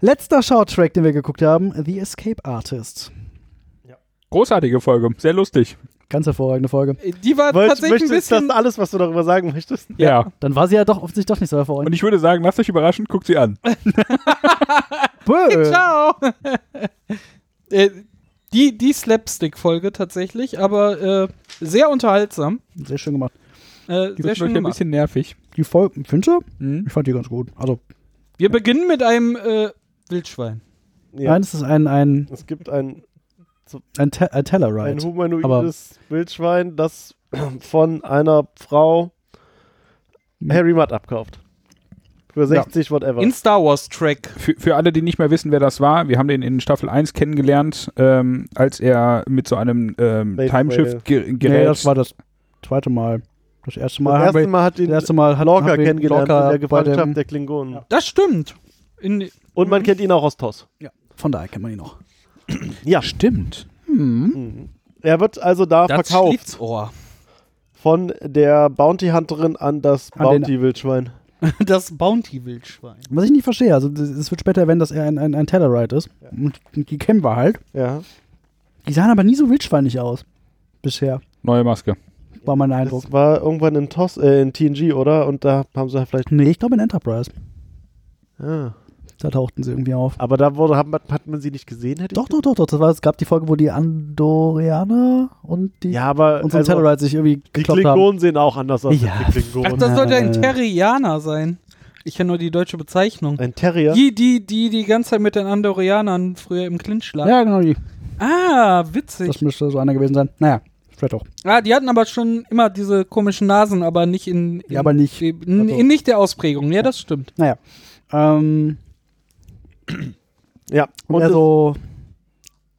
S3: letzter Shorttrack, den wir geguckt haben, The Escape Artist.
S6: Großartige Folge, sehr lustig.
S3: Ganz hervorragende Folge.
S4: äh, Die war
S5: Wolltest,
S4: tatsächlich ein
S5: möchtest das
S4: bisschen.
S5: alles, was du darüber sagen möchtest?
S6: Ja.
S3: Dann war sie ja doch offensichtlich doch nicht so
S6: Und
S3: hervorragend.
S6: ich würde sagen, lasst euch überraschen, guckt sie an.
S3: Bö.
S4: Ciao! [LAUGHS] Äh, die die Slapstick-Folge tatsächlich, aber äh, sehr unterhaltsam.
S3: Sehr schön gemacht.
S4: Äh, sehr
S6: Die sind
S4: schön
S6: euch ein
S4: gemacht.
S6: bisschen nervig.
S3: die Folge. Findest du?
S6: Mhm.
S3: Ich fand die ganz gut. Also,
S4: Wir beginnen mit einem äh, Wildschwein.
S5: Ja.
S3: nein, es ist ein, ein,
S5: Es gibt ein,
S3: ein, Te ein
S5: ein
S3: Tellerride.
S5: humanoides Wildschwein, das von einer Frau
S3: Hm.
S5: Harry Mudd abkauft. Für 60, whatever.
S4: In Star Wars Track.
S6: Für, für alle, die nicht mehr wissen, wer das war, wir haben den in Staffel 1 kennengelernt, ähm, als er mit so einem ähm,
S5: Wave
S6: Timeshift-Gerät.
S3: nee, das war das zweite Mal. Das erste Mal.
S5: das
S3: haben wir-
S5: erste Mal hat ihn
S3: das erste Mal hat,
S5: Lorca
S3: haben wir
S5: kennengelernt
S3: Lorca
S5: in der
S3: bei dem,
S5: Gewaltschaft der Klingonen.
S4: Das stimmt. In,
S5: Und
S3: Mhm.
S5: man kennt ihn auch aus TOS.
S3: Von daher kennt man ihn noch.
S5: [CLEARS THROAT] Ja,
S6: Stimmt.
S3: Mhm.
S5: er wird also da
S4: das
S5: verkauft
S4: Schlitzohr. [LAUGHS]
S5: von der Bounty Hunterin an das
S3: An den-
S5: Bounty Wildschwein.
S4: Das Bounty-Wildschwein.
S3: Was ich nicht verstehe, also das- es wird später erwähnt, dass er ein, ein, ein Tellerride ist. Und die- die kennen wir halt.
S5: Ja.
S3: Die sahen aber nie so wildschweinig aus. Bisher,
S6: Neue Maske.
S3: war mein Eindruck.
S5: Das war irgendwann in TOS, äh, in TNG, oder? Und da haben sie halt vielleicht.
S3: Nee, ich glaube in Enterprise.
S5: Ah.
S3: Da tauchten sie irgendwie auf.
S5: Aber da wurde, haben, hat man sie nicht gesehen, hätte ich
S3: Doch, doch, doch, doch. Das war, es gab die Folge, wo die Andorianer und die
S5: Ja, aber
S3: und so ein
S5: also,
S3: Tellerite sich irgendwie
S5: die
S3: gekloppt haben.
S5: Klingonen sehen auch anders aus
S3: Ja.
S5: als die Klingonen.
S4: Ach, das sollte ein
S3: Äh.
S4: Terrianer sein. Ich kenne nur die deutsche Bezeichnung.
S5: ein Terrier.
S4: Die, die, die die ganze Zeit mit den Andorianern früher im Clinch lag.
S3: Ja, genau, die,
S4: Ah, witzig.
S3: das müsste so einer gewesen sein. Naja, vielleicht auch.
S4: Ah, die hatten aber schon immer diese komischen Nasen, aber nicht in, in,
S3: Ja, aber nicht. Also
S4: in, in nicht der Ausprägung. Ja, das stimmt.
S3: Naja. Ähm,
S5: Ja.
S3: und er so,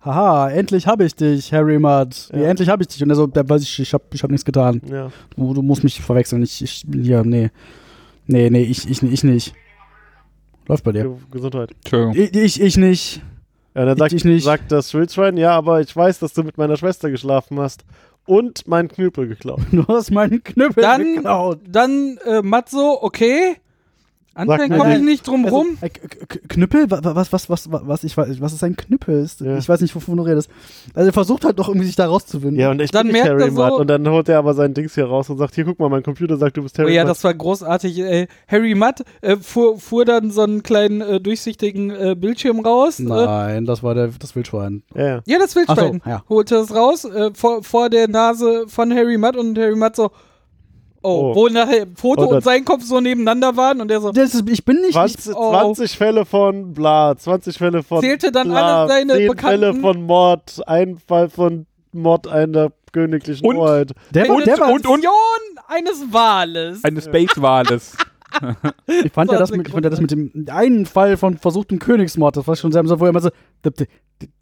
S3: haha, endlich habe ich dich, Harry Mudd. Wie,
S5: Ja.
S3: endlich habe ich dich. Und er so, da weiß ich, ich habe ich hab nichts getan.
S5: es- ja.
S3: Du, du musst mich verwechseln. Ich, ich, ja, nee. Nee, nee, ich, ich, ich nicht. Läuft bei dir.
S5: Ge- Gesundheit.
S6: Entschuldigung.
S3: Ich, ich, ich nicht. [LAUGHS]
S5: Ja, dann sagt,
S3: ich nicht.
S5: sagt das Wildschwein, ja, aber ich weiß, dass du mit meiner Schwester geschlafen hast und meinen Knüppel geklaut.
S3: Du hast meinen Knüppel
S4: Dann-
S3: geklaut.
S4: Dann äh, Matzo, okay. Anfang
S5: mir
S4: komme ich
S5: nicht.
S4: nicht drum rum.
S3: Äh, K- K- Knüppel? Wa- wa- Was, was, was, wa- was, ich weiß, was ist ein Knüppel? Ist-
S5: Ja.
S3: Ich weiß nicht, wovon du redest. Also er versucht halt doch irgendwie sich da rauszuwinden.
S5: Ja, und ich
S4: Dann
S5: bin nicht
S4: merkt er
S5: Harry
S4: so-
S5: Mudd. Und dann holt er aber sein Dings hier raus und sagt, hier, guck mal, mein Computer sagt, du bist
S4: Oh
S5: Harry
S4: ja,
S5: Mudd.
S4: das war großartig. Äh, Harry Mudd äh, fuhr, fuhr dann so einen kleinen äh, durchsichtigen äh, Bildschirm raus. Äh,
S3: Nein, das war der, das Wildschwein.
S5: ja, ja.
S4: ja, das Wildschwein.
S3: Ach so, ja.
S4: Holte es raus äh, vor, vor der Nase von Harry Mudd und Harry Mudd so. Oh,
S5: Oh.
S4: wo nachher Foto
S5: Oh,
S4: und,
S5: dann-
S4: sein Kopf so nebeneinander waren und er so.
S3: Das ist, ich bin nicht. Ich,
S5: 20,
S4: oh.
S5: 20 Fälle von bla, 20 Fälle von
S4: Zählte dann
S5: bla,
S4: alle seine
S5: 10
S4: Bekannten?
S5: Fälle von Mord, ein Fall von Mord einer königlichen
S6: Und?
S5: Hoheit.
S3: der, war- der war,
S6: und- und-
S4: Illusion eines Wales.
S6: Eine Space-Wales.
S3: ich fand ja
S4: so
S3: das,
S4: hat
S3: mit, ich
S4: eine
S3: fand ja das mit dem einen Fall von versuchtem Königsmord. Das war schon sehr, wo er immer so, der, der,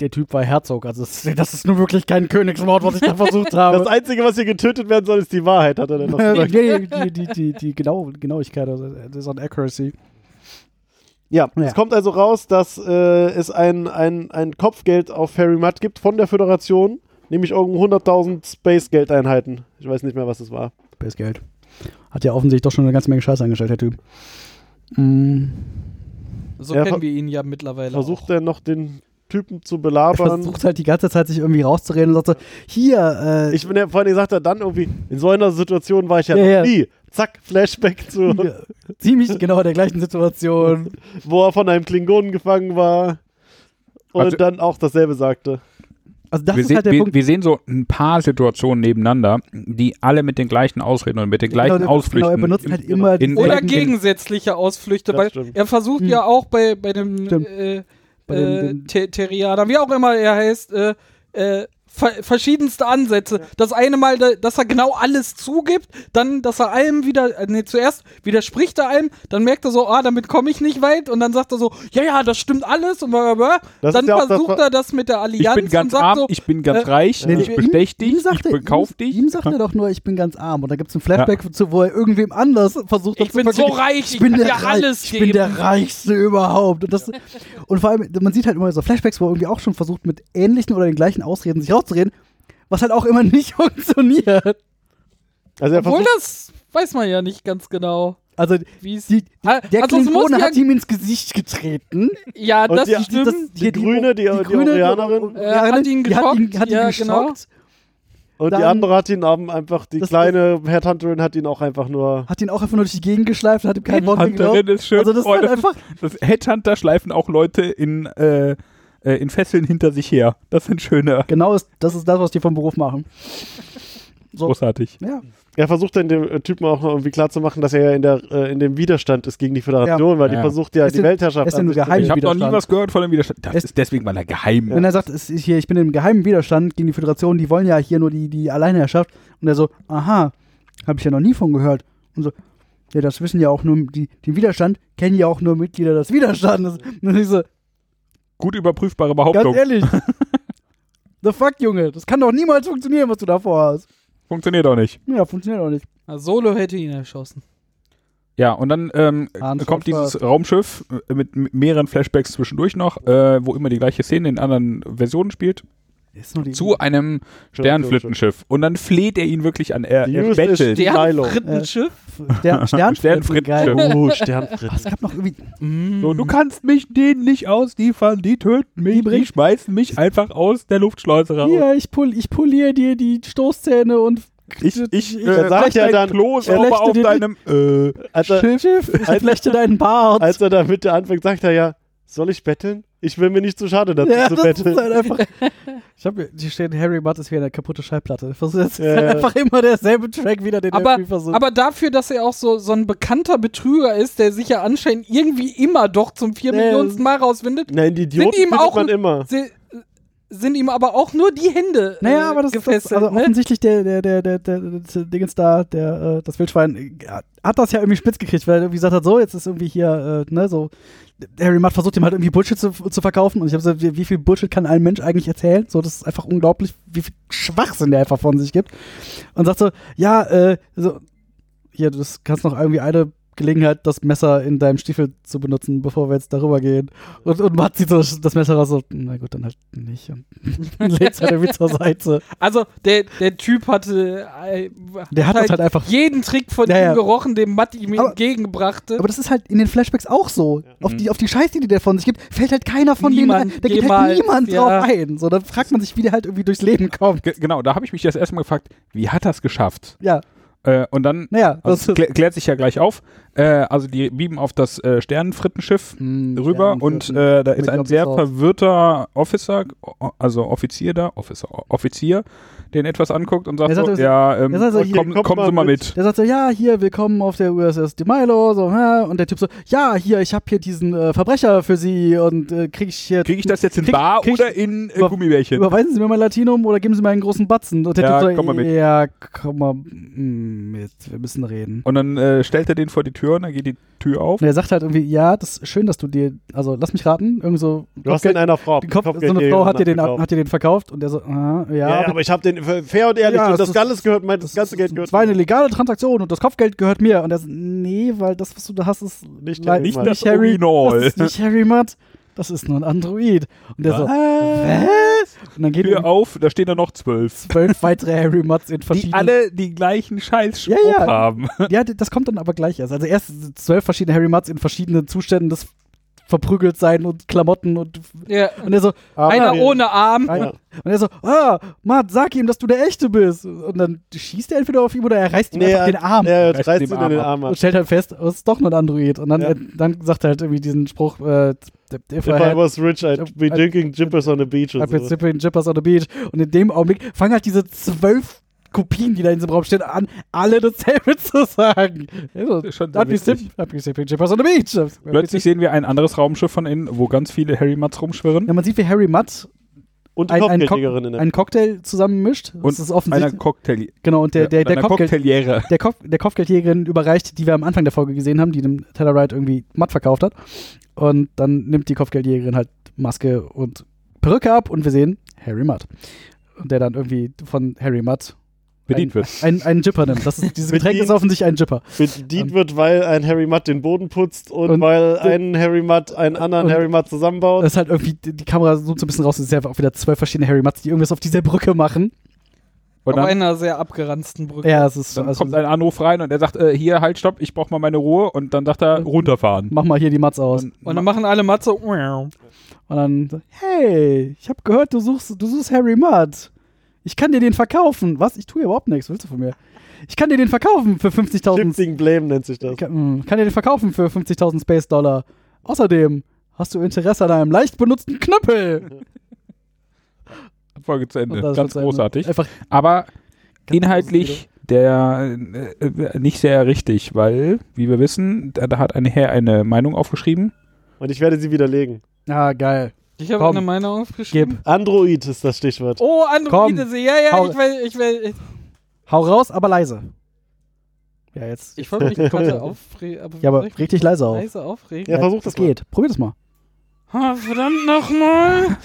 S3: der Typ war Herzog. Also das, das ist nun wirklich kein Königsmord, was ich da versucht habe.
S5: Das Einzige, was hier getötet werden soll, ist die Wahrheit, hat
S3: [LAUGHS]
S5: er dann noch
S3: Äh,
S5: gesagt.
S3: nee, die, die, die, die genau, Genauigkeit, also das ist an Accuracy.
S5: Ja,
S3: Ja.
S5: es kommt also raus, dass äh, es ein, ein, ein Kopfgeld auf Harry Mudd gibt von der Föderation, nämlich irgendein 100.000 Space-Geldeinheiten. Ich weiß nicht mehr, was es war.
S3: Best Geld. Hat ja offensichtlich doch schon eine ganze Menge Scheiße angestellt, der Typ. Mm,
S4: So
S5: Ja, ver-
S4: kennen wir ihn ja mittlerweile.
S5: Versucht
S4: auch.
S5: er noch den Typen zu
S3: er
S5: belabern.
S3: versucht halt die ganze Zeit, sich irgendwie rauszureden und sagt so, hier, äh,
S5: Ich bin ja vorhin gesagt, er dann irgendwie, in so einer Situation war ich ja,
S3: Ja,
S5: noch
S3: ja.
S5: nie. Zack, Flashback zu,
S3: hier, ziemlich genau in der gleichen Situation.
S5: wo er von einem Klingonen gefangen war. Und
S6: Also-
S5: dann auch dasselbe sagte.
S3: Also das
S6: wir,
S3: ist
S6: se
S3: halt der
S6: wir,
S3: Punkt.
S6: wir sehen so ein paar Situationen nebeneinander, die alle mit den gleichen Ausreden und mit den gleichen
S3: genau,
S6: Ausflüchten.
S3: Genau, er benutzt halt
S6: in-
S3: immer
S6: in-
S3: dieselben-
S4: Oder
S6: in-
S4: gegensätzliche Ausflüchte.
S5: Das
S4: Weil
S5: stimmt.
S4: er versucht
S3: Hm.
S4: ja auch bei, bei dem,
S3: Stimmt.
S4: äh,
S3: Bei dem-
S4: äh,
S3: dem-
S4: Te- Terrianer, wie auch immer er heißt, äh, äh, ver verschiedenste Ansätze. Das eine Mal, da- dass er genau alles zugibt, dann, dass er allem wieder, äh, nee, zuerst widerspricht er allem, dann merkt er so, ah, damit komme ich nicht weit und dann sagt er so, ja, ja, das stimmt alles und bla, bla, bla.
S5: Das
S4: Dann
S5: ist ja auch das,
S4: versucht
S5: wa-
S4: er das mit der
S6: ich
S4: Allianz
S6: bin ganz
S4: und sagt
S6: arm,
S4: so,
S6: ich bin ganz
S4: äh,
S6: reich,
S3: Nee,
S6: ich
S3: ihm-
S6: bestech dich,
S3: ihm sagt äh,
S6: ich
S3: er-
S6: bekauf
S3: ihm,
S6: dich.
S3: Ihm sagt er doch nur, ich bin ganz arm. Und da gibt es einen Flashback, zu, wo er irgendwem anders versucht
S4: ich
S3: das zu
S4: bin so
S3: verklicken.
S4: reich,
S3: Ich bin, der
S4: dir
S3: Rei-
S4: alles
S3: ich bin
S4: geben.
S3: der Reichste überhaupt. Und, das, und vor allem, man sieht halt immer so Flashbacks, wo er irgendwie auch schon versucht, mit ähnlichen oder den gleichen Ausreden sich rauszureden, was halt auch immer [LAUGHS] nicht funktioniert.
S5: Also er
S4: Obwohl,
S5: versucht,
S4: das weiß man ja nicht ganz genau.
S3: Also
S4: Wie es
S3: die,
S4: Ah,
S3: der
S4: also es muss
S3: Klingone
S4: ja-
S3: hat ihm ins Gesicht getreten.
S4: Ja,
S5: Und
S4: das
S5: die- die-
S4: stimmt.
S3: Das-
S5: die Grüne, die- die Orianerin.
S3: und- und-
S4: Äh, hat ihn
S3: die hat ihn,
S4: geschockt.
S3: hat ihn
S4: Ja, genau.
S3: geschockt.
S5: und
S3: dann-
S5: die andere hat ihn haben einfach, die
S3: Das-
S5: kleine Headhunterin hat ihn auch einfach nur.
S3: Hat ihn auch einfach nur durch die Gegend geschleift und hat ihm kein Wort mehr
S6: Headhunterin
S3: geglaubt.
S6: ist schön,
S3: Also das ist halt
S6: Freunde.
S3: einfach,
S6: Das Headhunter schleifen auch Leute in, äh, äh, in Fesseln hinter sich her. Das sind schöne.
S3: Genau, ist, das ist das, was die vom Beruf machen. So.
S6: Großartig.
S3: Ja.
S5: Er versucht dann dem äh, Typen auch noch irgendwie klarzumachen, dass er ja in, der, äh, in dem Widerstand ist gegen die Föderation, weil die
S6: Ja.
S5: versucht ja
S3: Ist
S5: die
S3: denn-
S5: Weltherrschaft
S3: ist denn
S5: an
S3: nur
S5: sich zu
S3: geheim?
S5: nehmen.
S6: Ich habe noch nie
S3: Widerstand.
S6: was gehört von dem Widerstand. Das
S3: Es-
S6: ist deswegen mal der geheim.
S3: Wenn er sagt, es ist hier, ich bin im geheimen Widerstand gegen die Föderation, die wollen ja hier nur die, die Alleinherrschaft. Und er so, aha, habe ich ja noch nie von gehört. Und so, ja, das wissen ja auch nur, die, den Widerstand kennen ja auch nur Mitglieder des Widerstandes. Und ich so,
S6: Gut überprüfbare
S3: ganz
S6: Behauptung.
S3: ehrlich. The fuck, Junge, das kann doch niemals funktionieren, was du davor hast.
S6: Funktioniert auch nicht.
S3: Ja, funktioniert auch nicht.
S4: Na, Solo hätte ihn erschossen.
S6: Ja, und dann ähm,
S3: Arndt
S6: kommt
S3: Schwarz.
S6: dieses Raumschiff äh, mit m- mehreren Flashbacks zwischendurch noch, äh, wo immer die gleiche Szene in anderen Versionen spielt,
S3: Ist nur die
S6: zu einem Sternflittenschiff. Und dann fleht er ihn wirklich an. Er, er
S5: Useless
S6: bettelt.
S5: Stern- Milo.
S4: Sternfrittenschiff?
S3: Stern, Sternfrittenschiff.
S6: Sternfrittenschiff.
S3: Geil.
S5: [LAUGHS] Oh, Sternfritt.
S3: Es gab noch irgendwie Mhm.
S6: So, du kannst mich denen nicht ausliefern, die töten mich, die, schmeißen mich einfach aus der Luftschleuse raus.
S1: Hier, ich, pol ich poliere dir die Stoßzähne und
S6: Ich, ich,
S5: er sagt ja
S6: dein
S5: dann,
S6: Klo
S5: er
S6: sauber auf
S1: lächelt
S6: deinem, äh,
S5: Als er,
S3: Schiff, ich flechte deinen Bart.
S5: als er damit anfängt, sagt er ja, soll ich betteln? Ich will mir nicht zu schade dazu
S3: ja,
S5: zu
S3: das
S5: betteln.
S3: ist halt
S5: [LAUGHS]
S3: einfach. Ich hab, hier- hier steht, Harry Mudd ist wieder eine kaputte Schallplatte. Das ist
S5: Ja,
S3: halt
S5: ja.
S3: einfach immer derselbe Track wieder, den
S4: Aber,
S3: er versucht.
S4: aber dafür, dass er auch so, so ein bekannter Betrüger ist, der sich ja anscheinend irgendwie immer doch zum 4
S3: Nee.
S4: Millionensten Mal rauswindet,
S5: Nein, die Idioten
S4: Sind ihm
S5: findet
S4: auch
S5: man
S4: ein-
S5: immer.
S4: si- sind ihm aber auch nur die Hände äh,
S3: naja, aber das ist das,
S4: gefesselt.
S3: also
S4: ne?
S3: offensichtlich der, der, der, der, der, der Dingens da, der, äh, das Wildschwein, äh, hat das ja irgendwie spitz gekriegt, weil er irgendwie gesagt hat, so, jetzt ist irgendwie hier, äh, ne, so, Harry Mudd versucht ihm halt irgendwie Bullshit zu, zu verkaufen und ich habe so, wie, wie viel Bullshit kann ein Mensch eigentlich erzählen? So, das ist einfach unglaublich, wie viel Schwachsinn der einfach von sich gibt. Und sagt so, ja, äh, so, hier, du kannst noch irgendwie eine Gelegenheit, das Messer in deinem Stiefel zu benutzen, bevor wir jetzt darüber gehen. Und, und Matt zieht so das Messer raus, so, na gut, dann halt nicht. Und [LAUGHS] legt es halt irgendwie zur Seite.
S4: Also der, der Typ hatte, äh,
S3: Der hat das halt einfach.
S4: jeden Trick von
S3: Ja, ja.
S4: ihm gerochen, den Matti ihm
S3: Aber-
S4: entgegenbrachte.
S3: Aber das ist halt in den Flashbacks auch so. Auf,
S6: Mhm.
S3: die, auf die Scheiße, die der von sich gibt, fällt halt keiner von
S4: Niemand,
S3: denen ein. Da geht halt
S4: jemals,
S3: niemand
S4: ja.
S3: drauf ein. So, dann fragt man sich, wie der halt irgendwie durchs Leben kommt.
S6: ge- genau, da habe ich mich das erste Mal gefragt, wie hat das geschafft?
S3: Ja,
S6: Äh, und dann
S3: naja.
S6: also,
S3: das,
S6: klä klärt sich ja gleich auf. Äh, also die bieben auf das äh, Sternenfrittenschiff
S3: Hm,
S6: rüber
S3: Sternenfritten.
S6: und äh, da ist
S3: Mit
S6: ein sehr
S3: Lobsau.
S6: verwirrter Officer, o- also Offizier da, Officer, Offizier, den etwas anguckt und sagt,
S3: Er sagt
S6: so,
S3: so,
S6: ja, ähm,
S3: er sagt so,
S6: komm,
S3: hier,
S6: kommen
S5: kommt
S6: Sie
S5: mal
S6: mal mit.
S3: Der sagt so, ja, hier, willkommen auf der USS De Milo, so, hä? Und der Typ so, ja, hier, ich hab hier diesen äh, Verbrecher für Sie und äh, krieg ich hier.
S6: Kriege ich das jetzt in
S3: krieg-
S6: Bar
S3: krieg ich-
S6: oder in äh,
S3: über-
S6: Gummibärchen?
S3: Überweisen Sie mir mein Latinum oder geben Sie mir einen großen Batzen. Und der
S6: Ja,
S3: Typ so,
S6: komm mal mit.
S3: ja, komm mal mit, wir müssen reden.
S6: Und dann äh, stellt er den vor die Tür und dann geht die Tür auf.
S3: Und er sagt halt irgendwie, ja, das ist schön, dass du dir, also lass mich raten, irgend so.
S5: Du hast den
S3: Kopfgeld-
S5: einer Frau.
S3: den Kopf,
S5: Kopfgeld
S3: so eine
S5: hier
S3: Frau hat dir, den,
S5: nachgekauft.
S3: hat dir den verkauft und der so, ah, ja,
S5: Ja, aber,
S3: aber
S5: ich habe den äh, fair und ehrlich.
S3: Ja,
S5: und
S3: das
S5: das,
S3: ist-
S5: alles gehört, mein, das, ganze Geld
S3: das
S5: gehört.
S3: war eine legale Transaktion und das Kopfgeld gehört mir. Und er so, nee, weil das, was du da hast, ist
S5: Nicht
S3: leid-
S5: Harry
S3: nicht
S5: Mudd.
S6: Das
S3: Harry,
S6: Urinal.
S3: das ist nicht Harry Mudd, das ist nur ein Android. Und der so, was? Und dann geht
S6: Tür
S3: irgendwie
S6: auf, da stehen dann noch zwölf.
S3: zwölf weitere Harry Mudds in
S6: Die
S3: verschiedenen...
S6: alle die gleichen scheiß
S3: Ja,
S6: Spruch
S3: ja. [LAUGHS]
S6: haben.
S3: ja, d- das kommt dann aber gleich erst. Also erst zwölf verschiedene Harry Mudds in verschiedenen Zuständen des verprügelt sein und Klamotten und...
S4: ja.
S3: Und er so,
S5: Aber
S4: Einer
S5: wir-
S4: ohne Arm.
S3: Nein. Und er so, ah, Mart, sag ihm, dass du der Echte bist. Und dann schießt er entweder auf ihm oder er reißt ihm
S5: Nee,
S3: einfach den Arm.
S5: Ja,
S6: Reißt
S5: jetzt reißt
S6: den
S5: ihn in
S6: Arm
S5: den
S6: ab.
S5: Arm ab.
S3: Und stellt halt fest, es ist doch nur ein Android. Und dann,
S5: Ja.
S3: äh, dann sagt er halt irgendwie diesen Spruch, äh, if I
S5: If I
S3: had
S5: was rich, I'd be
S3: I'd-
S5: drinking Jippers on the beach
S3: I
S5: und
S3: been
S5: so.
S3: sipping Jippers on the beach. Und in dem Augenblick fangen halt diese zwölf Kopien, die da in diesem Raum stehen, an, alle dasselbe [LAUGHS] zu sagen. Also,
S6: ist schon sehr
S3: I'd be
S6: witzig.
S3: sipping- I'd be sipping Jippers on the beach. I'd be
S6: Plötzlich sehen wir ein anderes Raumschiff von innen, wo ganz viele Harry Mutts rumschwirren.
S3: Ja, man sieht, wie Harry Mudd
S5: Und die
S3: ein- ein Cock-
S5: Kopfgeldjägerin in der
S3: einen Cocktail zusammenmischt. Das
S6: Und
S3: ist
S6: Einer
S3: offensichtlich.
S6: Cocktail
S3: Genau, und der,
S6: ja,
S3: der, der
S6: einer
S3: Cocktail,
S6: Cocktailiere.
S3: der, Kopf, der Kopfgeldjägerin überreicht, die wir am Anfang der Folge gesehen haben, die dem Tellerite irgendwie matt verkauft hat. Und dann nimmt die Kopfgeldjägerin halt Maske und Perücke ab und wir sehen Harry Mudd. Und der dann irgendwie von Harry Mudd
S6: Bedient wird.
S3: einen, einen Jipper nimmt. Das ist, dieses Getränk ist
S5: Bedient.
S3: offensichtlich ein Jipper.
S5: bedient wird, weil ein Harry Mudd den Boden putzt und,
S3: Und-
S5: weil ein Harry Mudd einen anderen
S3: und-
S5: Harry Mudd zusammenbaut.
S3: Und das ist halt irgendwie, die die Kamera zoomt so ein bisschen raus, es sind einfach auch wieder zwölf verschiedene Harry Mudds, die irgendwas auf dieser Brücke machen.
S6: Und
S4: auf
S6: dann,
S4: einer sehr abgeranzten Brücke.
S3: Ja, es ist
S6: dann
S3: also,
S6: kommt ein Anruf rein und er sagt, äh, hier, halt, stopp, ich brauche mal meine Ruhe. Und dann sagt er, runterfahren.
S3: mach mal hier die Mudds aus.
S4: Und dann machen alle Matze.
S3: Und dann, so, hey, ich habe gehört, du suchst, du suchst Harry Mudd. Ich kann dir den verkaufen. Was? Ich tue hier überhaupt nichts. Willst du von mir? Ich kann dir den verkaufen für 50.000.
S5: Shifting Blame nennt sich das.
S3: Ich Kann, mh, kann dir den verkaufen für 50.000 Space Dollar. Außerdem hast du Interesse an einem leicht benutzten Knüppel.
S6: Folge zu
S3: Und
S6: Ende.
S3: das
S6: Ganz
S3: wird's einfach-
S6: großartig.
S3: Einfach
S6: Aber inhaltlich der äh, nicht sehr richtig, weil, wie wir wissen, da da hat ein Herr eine Meinung aufgeschrieben.
S5: Und ich werde sie widerlegen.
S3: Ah, geil.
S4: Ich habe
S1: Komm.
S4: eine Meinung aufgeschrieben.
S5: Android ist das Stichwort.
S4: Oh, Android.
S1: Komm.
S4: ist- Ja, ja,
S1: Hau-
S4: ich will, ich will.
S1: Hau raus, aber leise. Ja, jetzt.
S4: Ich wollte mich gerade aufregen. Aber
S3: Ja, aber
S4: soll ich mich
S3: richtig leise auf.
S4: leise aufregen.
S5: Ja, versuch das
S3: Das geht. Probier das mal.
S4: Ah, verdammt nochmal.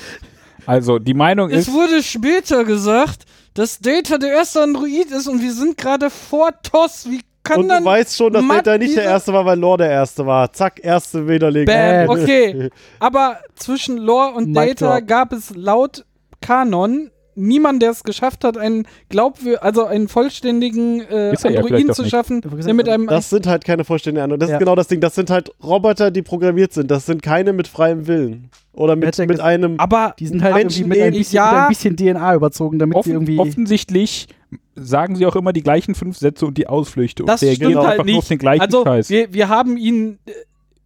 S6: Also die Meinung
S4: Es
S6: ist,
S4: wurde später gesagt, dass Data der erste Android ist und wir sind gerade vor TOS. Wie
S5: mal.
S4: kann
S5: Und
S4: dann.
S5: du weißt schon, dass
S4: Matt
S5: Data nicht der
S4: diese-
S5: Erste war, weil Lore der Erste war. Zack, Erste widerlegen.
S6: Äh,
S4: Bam, okay. Aber zwischen Lore und
S3: Mic
S4: Data
S3: drop.
S4: gab es laut Kanon niemanden, der es geschafft hat, einen glaubwür also einen vollständigen äh,
S6: Ist er ja vielleicht
S4: Androiden
S6: doch
S4: zu
S6: nicht.
S4: schaffen,
S3: Ich hab gesagt,
S4: der mit einem
S5: Das sind halt keine vollständigen Ahnung. Das
S3: Ja.
S5: ist genau das Ding. Das sind halt Roboter, die programmiert sind. Das sind keine mit freiem Willen. Oder mit,
S3: Hätte er
S5: mit
S3: ges-
S5: einem.
S4: aber
S3: Die sind halt
S5: Menschen
S3: irgendwie mit ein,
S5: eben,
S3: bisschen,
S4: ja.
S3: mit ein bisschen DNA überzogen, damit die
S6: offen,
S3: irgendwie.
S6: offensichtlich sagen sie auch immer die gleichen fünf Sätze und die Ausflüchte und
S4: das stimmt
S5: genau.
S6: einfach
S4: halt
S6: nur auf
S4: nicht.
S6: den gleichen
S4: also
S6: Scheiß.
S4: wir, wir haben ihn äh,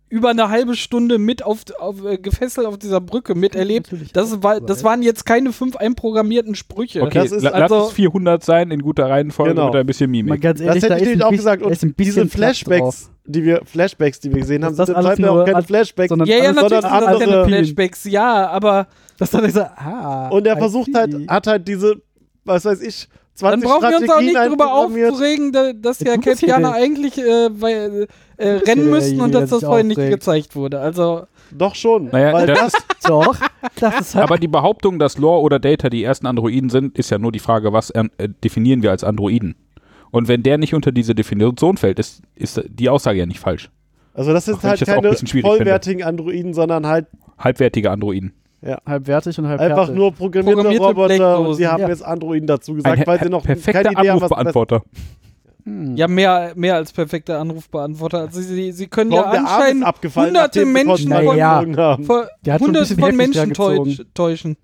S4: über eine halbe Stunde mit auf, auf äh, gefesselt auf dieser Brücke miterlebt.
S3: Natürlich.
S4: Das, war, das waren jetzt keine fünf einprogrammierten Sprüche.
S6: Okay,
S5: das ist
S6: la- lass
S4: also-
S6: es 400 sein in guter Reihenfolge
S5: Genau.
S6: mit ein bisschen
S3: Mal
S6: Mimik.
S3: ganz
S5: das
S3: ehrlich,
S5: hätte
S3: da
S5: ich
S3: ist
S5: denen
S3: ein
S5: auch
S3: bisschen-
S5: gesagt.
S3: da ist ein
S5: Und diese
S3: bisschen Platz
S5: Flashbacks, die wir, Flashbacks, die wir gesehen haben,
S3: das
S5: sind im
S3: alles
S5: Zweifel auch
S3: nur
S5: keine
S3: an-
S5: Flashbacks.
S3: sondern
S4: ja, ja,
S5: alles,
S4: natürlich
S5: sondern
S4: sind das
S5: andere-
S4: keine Flashbacks, ja, aber
S3: Dass dann so, ah,
S5: Und er
S3: I
S5: versucht
S3: see.
S5: halt, hat halt diese, was weiß ich, 20
S4: dann brauchen wir uns auch
S5: Strategien
S4: nicht drüber
S5: einprogrammiert.
S4: aufzuregen, da, dass ja
S3: du bist hier
S4: Kelpianer
S3: der-
S4: eigentlich äh, weil, äh,
S3: bist hier
S4: rennen müssten und dass
S3: derjenige, der
S4: das
S3: sich
S4: vorher nicht
S3: aufregt.
S4: gezeigt wurde. Also
S5: Doch schon.
S6: Naja,
S5: weil
S6: das-
S5: das,
S3: Doch, das ist halt.
S6: Aber die Behauptung, dass Lore oder Data die ersten Androiden sind, ist ja nur die Frage, was ähm, äh, definieren wir als Androiden? Und wenn der nicht unter diese Definition fällt, ist, ist die Aussage ja nicht falsch.
S5: also das sind
S6: Auch wenn ich
S5: halt
S6: das auch ein
S5: keine
S6: bisschen schwierig finde.
S5: vollwertigen Androiden, sondern halt
S6: Halbwertige Androiden.
S3: halbwertig und halbwertig.
S5: einfach nur programmierte,
S4: Programmierte
S5: Roboter und
S4: Blackdosen,
S5: sie haben
S3: ja.
S5: jetzt Androiden dazu
S6: Ein
S5: gesagt, weil sie
S6: he-
S5: noch
S6: perfekter
S5: keine Idee haben, was
S6: Anrufbeantworter.
S3: Hm,
S4: ja, mehr, mehr als perfekter Anrufbeantworter. Also sie, sie können
S5: Warum
S4: ja
S5: der Arm ist
S4: anscheinend
S5: abgefallen,
S4: hunderte
S5: nachdem sie
S4: Menschen
S5: Kosten
S4: von,
S3: Naja.
S5: eingezogen haben.
S4: von,
S3: Der hat schon ein
S4: hunderte
S3: bisschen
S4: von
S3: heftig
S4: Menschen täusch,
S3: hergezogen.
S4: täuschen.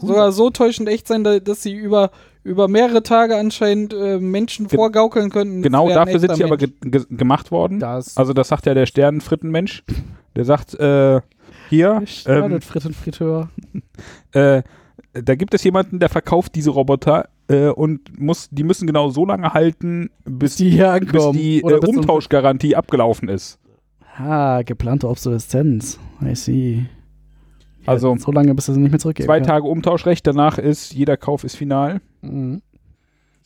S4: Sogar so täuschend echt sein, da- dass sie über, über mehrere Tage anscheinend äh, Menschen
S6: Ge-
S4: vorgaukeln könnten. es
S6: Genau
S4: wäre ein
S6: dafür sind
S4: echter
S6: sie aber
S4: Mensch.
S6: ge ge gemacht worden.
S3: das.
S6: Also das sagt ja der Sternenfrittenmensch. Der sagt, äh, hier, ähm,
S3: Fritt und Friteur.
S6: äh, da gibt es jemanden, der verkauft diese Roboter äh, und muss, die müssen genau so lange halten, bis,
S3: Die hier
S6: bis
S3: ankommen.
S6: die äh,
S3: Oder bis zum-
S6: Umtauschgarantie abgelaufen ist.
S3: Ah, geplante Obsoleszenz. I see.
S6: Also
S3: so lange, bis er sie nicht mehr zurückgeht.
S6: zwei Tage Umtauschrecht, danach ist jeder Kauf ist final.
S3: Mhm.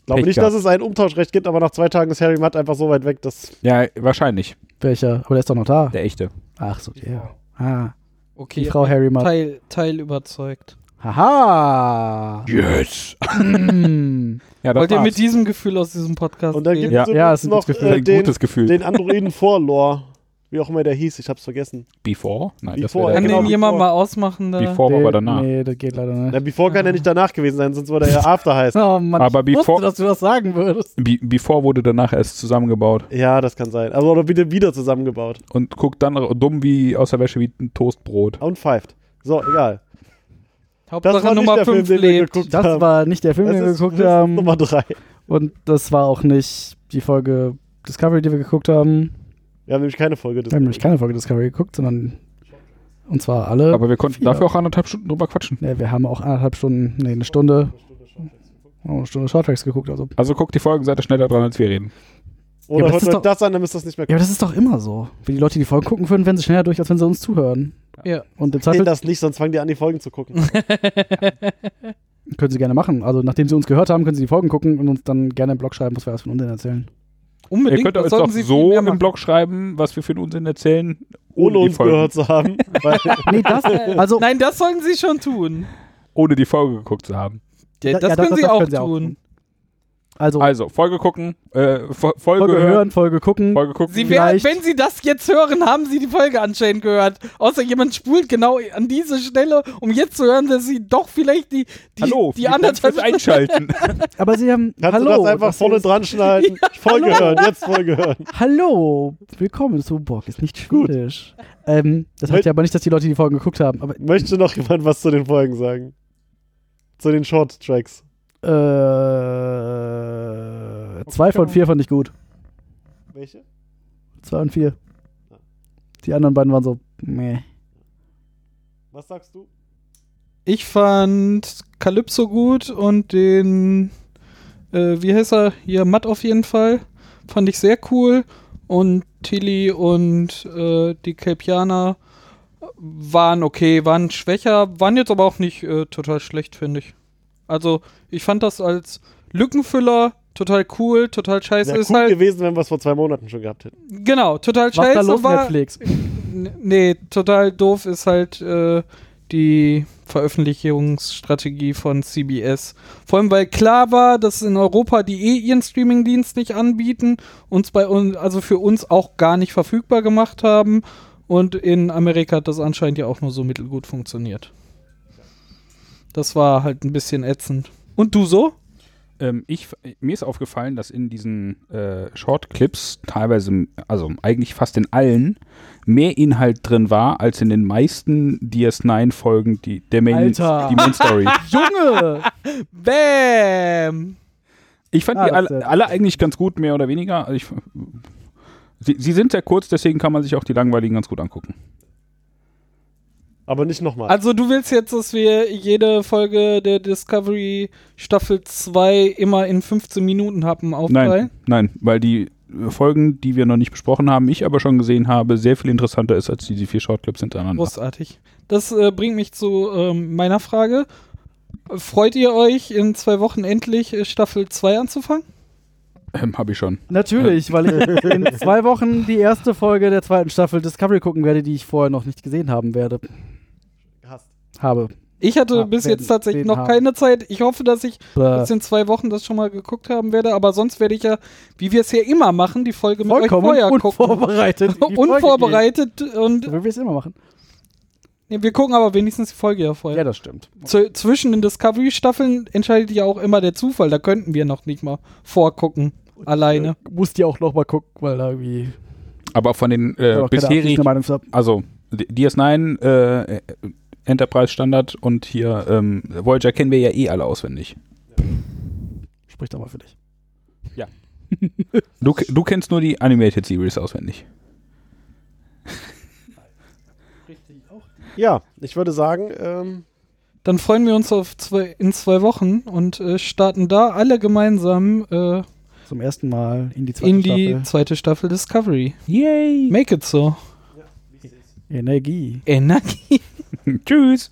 S5: Ich glaube
S6: Pech
S5: nicht,
S6: gehabt.
S5: dass es ein Umtauschrecht gibt, aber nach zwei Tagen ist Harry Mudd einfach so weit weg, dass
S6: Ja, wahrscheinlich.
S3: Welcher? Aber der ist doch noch da.
S6: Der echte.
S3: Ach so, der. Ah,
S4: okay,
S3: die Frau Harry Mudd.
S4: Teil, Teil überzeugt.
S3: Haha!
S6: Yes! [LAUGHS]
S3: Hm.
S6: Ja, das
S4: Wollt ihr
S6: war's.
S4: mit diesem Gefühl aus diesem Podcast
S5: und dann gibt
S4: gehen?
S6: Ja.
S5: es
S3: Ja, ist ein
S5: noch
S3: gutes Gefühl.
S5: äh,
S6: ein
S5: den,
S6: gutes Gefühl.
S5: den Androiden vor Lore. Wie auch immer der hieß, ich hab's vergessen.
S6: Before? Nein, das
S5: Before,
S6: wäre
S4: Kann
S5: genau.
S4: den jemand mal ausmachen? Da?
S6: Before
S3: Nee,
S6: aber danach.
S3: Nee, das geht leider nicht.
S5: Na, Before kann er nicht danach gewesen sein, sonst
S3: [LAUGHS]
S5: würde er After heißen.
S3: Oh Mann,
S6: Aber
S3: ich
S6: bevor-
S3: wusste, dass du das sagen würdest.
S6: Be Before wurde danach erst zusammengebaut
S5: Ja, das kann sein. Also oder wieder, wieder zusammengebaut.
S6: und guckt dann r- dumm wie aus der Wäsche wie ein Toastbrot.
S5: Und pfeift. So, egal. Das
S4: Hauptsache
S5: war nicht
S4: Nummer
S5: der Film,
S4: 5
S5: den wir
S4: lebt.
S5: geguckt
S3: Das
S5: haben.
S3: war nicht der Film,
S5: das
S3: den wir
S5: ist,
S3: geguckt ähm,
S5: das ist
S3: haben.
S5: Nummer drei.
S3: Und das war auch nicht die Folge Discovery, die wir geguckt haben.
S5: Wir haben nämlich keine Folge des.
S3: Wir haben nämlich keine Folge Discovery geguckt, sondern. Und zwar alle.
S6: Aber wir konnten
S3: vier.
S6: dafür auch anderthalb Stunden drüber quatschen.
S3: Ne, wir haben auch anderthalb Stunden, nee, eine Stunde. Oh, eine Stunde Shorttracks geguckt, also.
S6: Also guckt die Folgen, seid ihr schneller dran, als wir reden.
S3: aber
S5: Oder
S3: das
S5: hört
S3: ist
S5: euch
S3: doch-
S5: das an, dann müsst ihr das nicht mehr
S3: Ja, aber das ist doch immer so. Wenn die Leute die Folgen gucken würden, wären sie schneller durch, als wenn sie uns zuhören.
S4: Ja.
S3: Und im
S5: gucken.
S3: Zweifel
S5: das nicht, sonst fangen die an, die Folgen zu gucken.
S3: [LAUGHS] können sie gerne machen. Also, nachdem sie uns gehört haben, können sie die Folgen gucken und uns dann gerne im Blog schreiben, was wir alles von uns denn erzählen.
S4: Um- Unbedingt.
S6: ihr könnt
S4: das
S6: uns
S4: sollten
S6: doch
S4: sie viel
S6: so
S4: mehr
S6: im
S4: machen.
S6: Blog schreiben, was wir für den Unsinn erzählen,
S5: Ohne
S6: die
S5: uns
S6: Folgen.
S5: gehört
S3: [LAUGHS]
S5: zu haben. Weil
S3: Nee, das, [LAUGHS] also,
S4: Nein, das sollten sie schon tun.
S6: ohne die Folge geguckt zu haben.
S4: Ja,
S3: Ja,
S4: das
S3: ja, das-
S4: können sie
S3: das
S4: auch
S3: können sie auch
S4: tun.
S3: also,
S6: Also, Folge gucken, äh, Fo- Folge,
S3: Folge
S6: hören,
S3: hören, Folge gucken.
S6: Folge gucken.
S4: Sie werden,
S3: Vielleicht.
S4: wenn sie das jetzt hören, haben sie die Folge anscheinend gehört. Außer jemand spult genau an diese Stelle, um jetzt zu hören, dass sie doch vielleicht die, die,
S6: Hallo,
S4: die
S6: wir können
S4: anderthalb
S6: fürs einschalten.
S3: Aber sie haben.
S5: kannst
S3: hallo,
S5: du das einfach vorne
S3: ist,
S5: dran schneiden?
S3: [LAUGHS]
S5: Folge hören, jetzt Folge hören.
S3: Hallo, willkommen zu Borg ist nicht schwedisch. Ähm, das heißt
S5: Möcht-
S3: ja aber nicht, dass die Leute die Folgen geguckt haben. Aber,
S5: Möchte noch jemand was zu den Folgen sagen? Zu den Short Tracks.
S3: äh, zwei von vier fand ich gut.
S5: Welche?
S3: Zwei und vier. Die anderen beiden waren so, meh.
S5: Was sagst du?
S4: Ich fand Calypso gut und den äh, wie heißt er? Hier, Matt auf jeden Fall. Fand ich sehr cool. Und Tilly und äh, die Kelpianer waren okay, waren schwächer, waren jetzt aber auch nicht äh, total schlecht, finde ich. Also, ich fand das als Lückenfüller total cool, total scheiße.
S5: Wäre
S4: ist
S5: cool
S4: halt,
S5: gewesen, wenn wir es vor zwei Monaten schon gehabt hätten.
S4: Genau, total
S3: Was
S4: scheiße
S3: da los,
S4: war.
S3: Netflix?
S4: N- Nee, total doof ist halt äh, die Veröffentlichungsstrategie von CBS. Vor allem, weil klar war, dass in Europa die eh ihren Streamingdienst nicht anbieten, uns bei uns, also für uns auch gar nicht verfügbar gemacht haben. Und in Amerika hat das anscheinend ja auch nur so mittelgut funktioniert. Das war halt ein bisschen ätzend. Und du so?
S6: Ähm, ich, mir ist aufgefallen, dass in diesen äh, Short-Clips teilweise, also eigentlich fast in allen, mehr Inhalt drin war, als in den meisten DS9-Folgen die, der Main,
S3: Alter.
S6: die Main Story.
S4: [LAUGHS]
S3: Junge!
S4: Bäm!
S6: Ich fand
S3: Ah,
S6: die
S3: das ist
S6: alle,
S3: ja-
S6: alle eigentlich ganz gut, mehr oder weniger. Also ich, sie, sie sind sehr kurz, deswegen kann man sich auch die langweiligen ganz gut angucken.
S5: Aber nicht nochmal.
S4: Also du willst jetzt, dass wir jede Folge der Discovery Staffel 2 immer in 15 Minuten haben
S6: Nein,
S4: aufteilen?
S6: nein, weil die äh, Folgen, die wir noch nicht besprochen haben, ich aber schon gesehen habe, sehr viel interessanter ist als diese vier Shortclips hintereinander.
S4: Großartig. Das äh, bringt mich zu ähm, meiner Frage. Freut ihr euch, in zwei Wochen endlich äh, Staffel 2 anzufangen?
S6: Ähm, habe ich schon.
S3: Natürlich, weil ich [LAUGHS] in zwei Wochen die erste Folge der zweiten Staffel Discovery gucken werde, die ich vorher noch nicht gesehen haben werde.
S5: Hast.
S3: Habe.
S4: Ich hatte
S3: Ah,
S4: bis
S3: werden-
S4: jetzt tatsächlich
S3: werden
S4: noch
S3: haben. Äh.
S4: keine Zeit. Ich hoffe, dass ich
S3: Bäh.
S4: bis in zwei Wochen das schon mal geguckt haben werde. Aber sonst werde ich ja, wie wir es ja immer machen, die Folge mit euch
S3: Vollkommen
S4: vorher gucken. [LAUGHS]
S3: unvorbereitet. in die Folge
S4: Unvorbereitet
S3: gehen.
S4: und
S3: So wie wir es immer machen.
S4: nee, wir gucken aber wenigstens die Folge ja vorher.
S3: Ja, das stimmt.
S4: Zw- zwischen den Discovery-Staffeln entscheidet ja auch immer der Zufall. Da könnten wir noch nicht mal vorgucken. Alleine.
S3: Muss Äh, die auch nochmal gucken, weil da irgendwie.
S6: Aber von den
S3: ich
S6: äh,
S3: auch keine abschließende
S6: bisherigen,
S3: Meinung zu hab.
S6: also D- DS9, äh, äh, Enterprise Standard und hier ähm, Voyager kennen wir ja eh alle auswendig.
S3: Spricht doch mal für dich.
S6: Du, du kennst nur die Animated Series auswendig. [LAUGHS]
S5: Ja, ich würde sagen, ähm,
S4: Dann freuen wir uns auf zwei, in zwei Wochen und äh, starten da alle gemeinsam äh,
S3: Zum ersten Mal in die zweite
S4: in die
S3: Staffel.
S4: zweite Staffel Discovery.
S6: Yay!
S4: Make it so.
S3: Energie.
S4: Energie.
S6: Tschüss!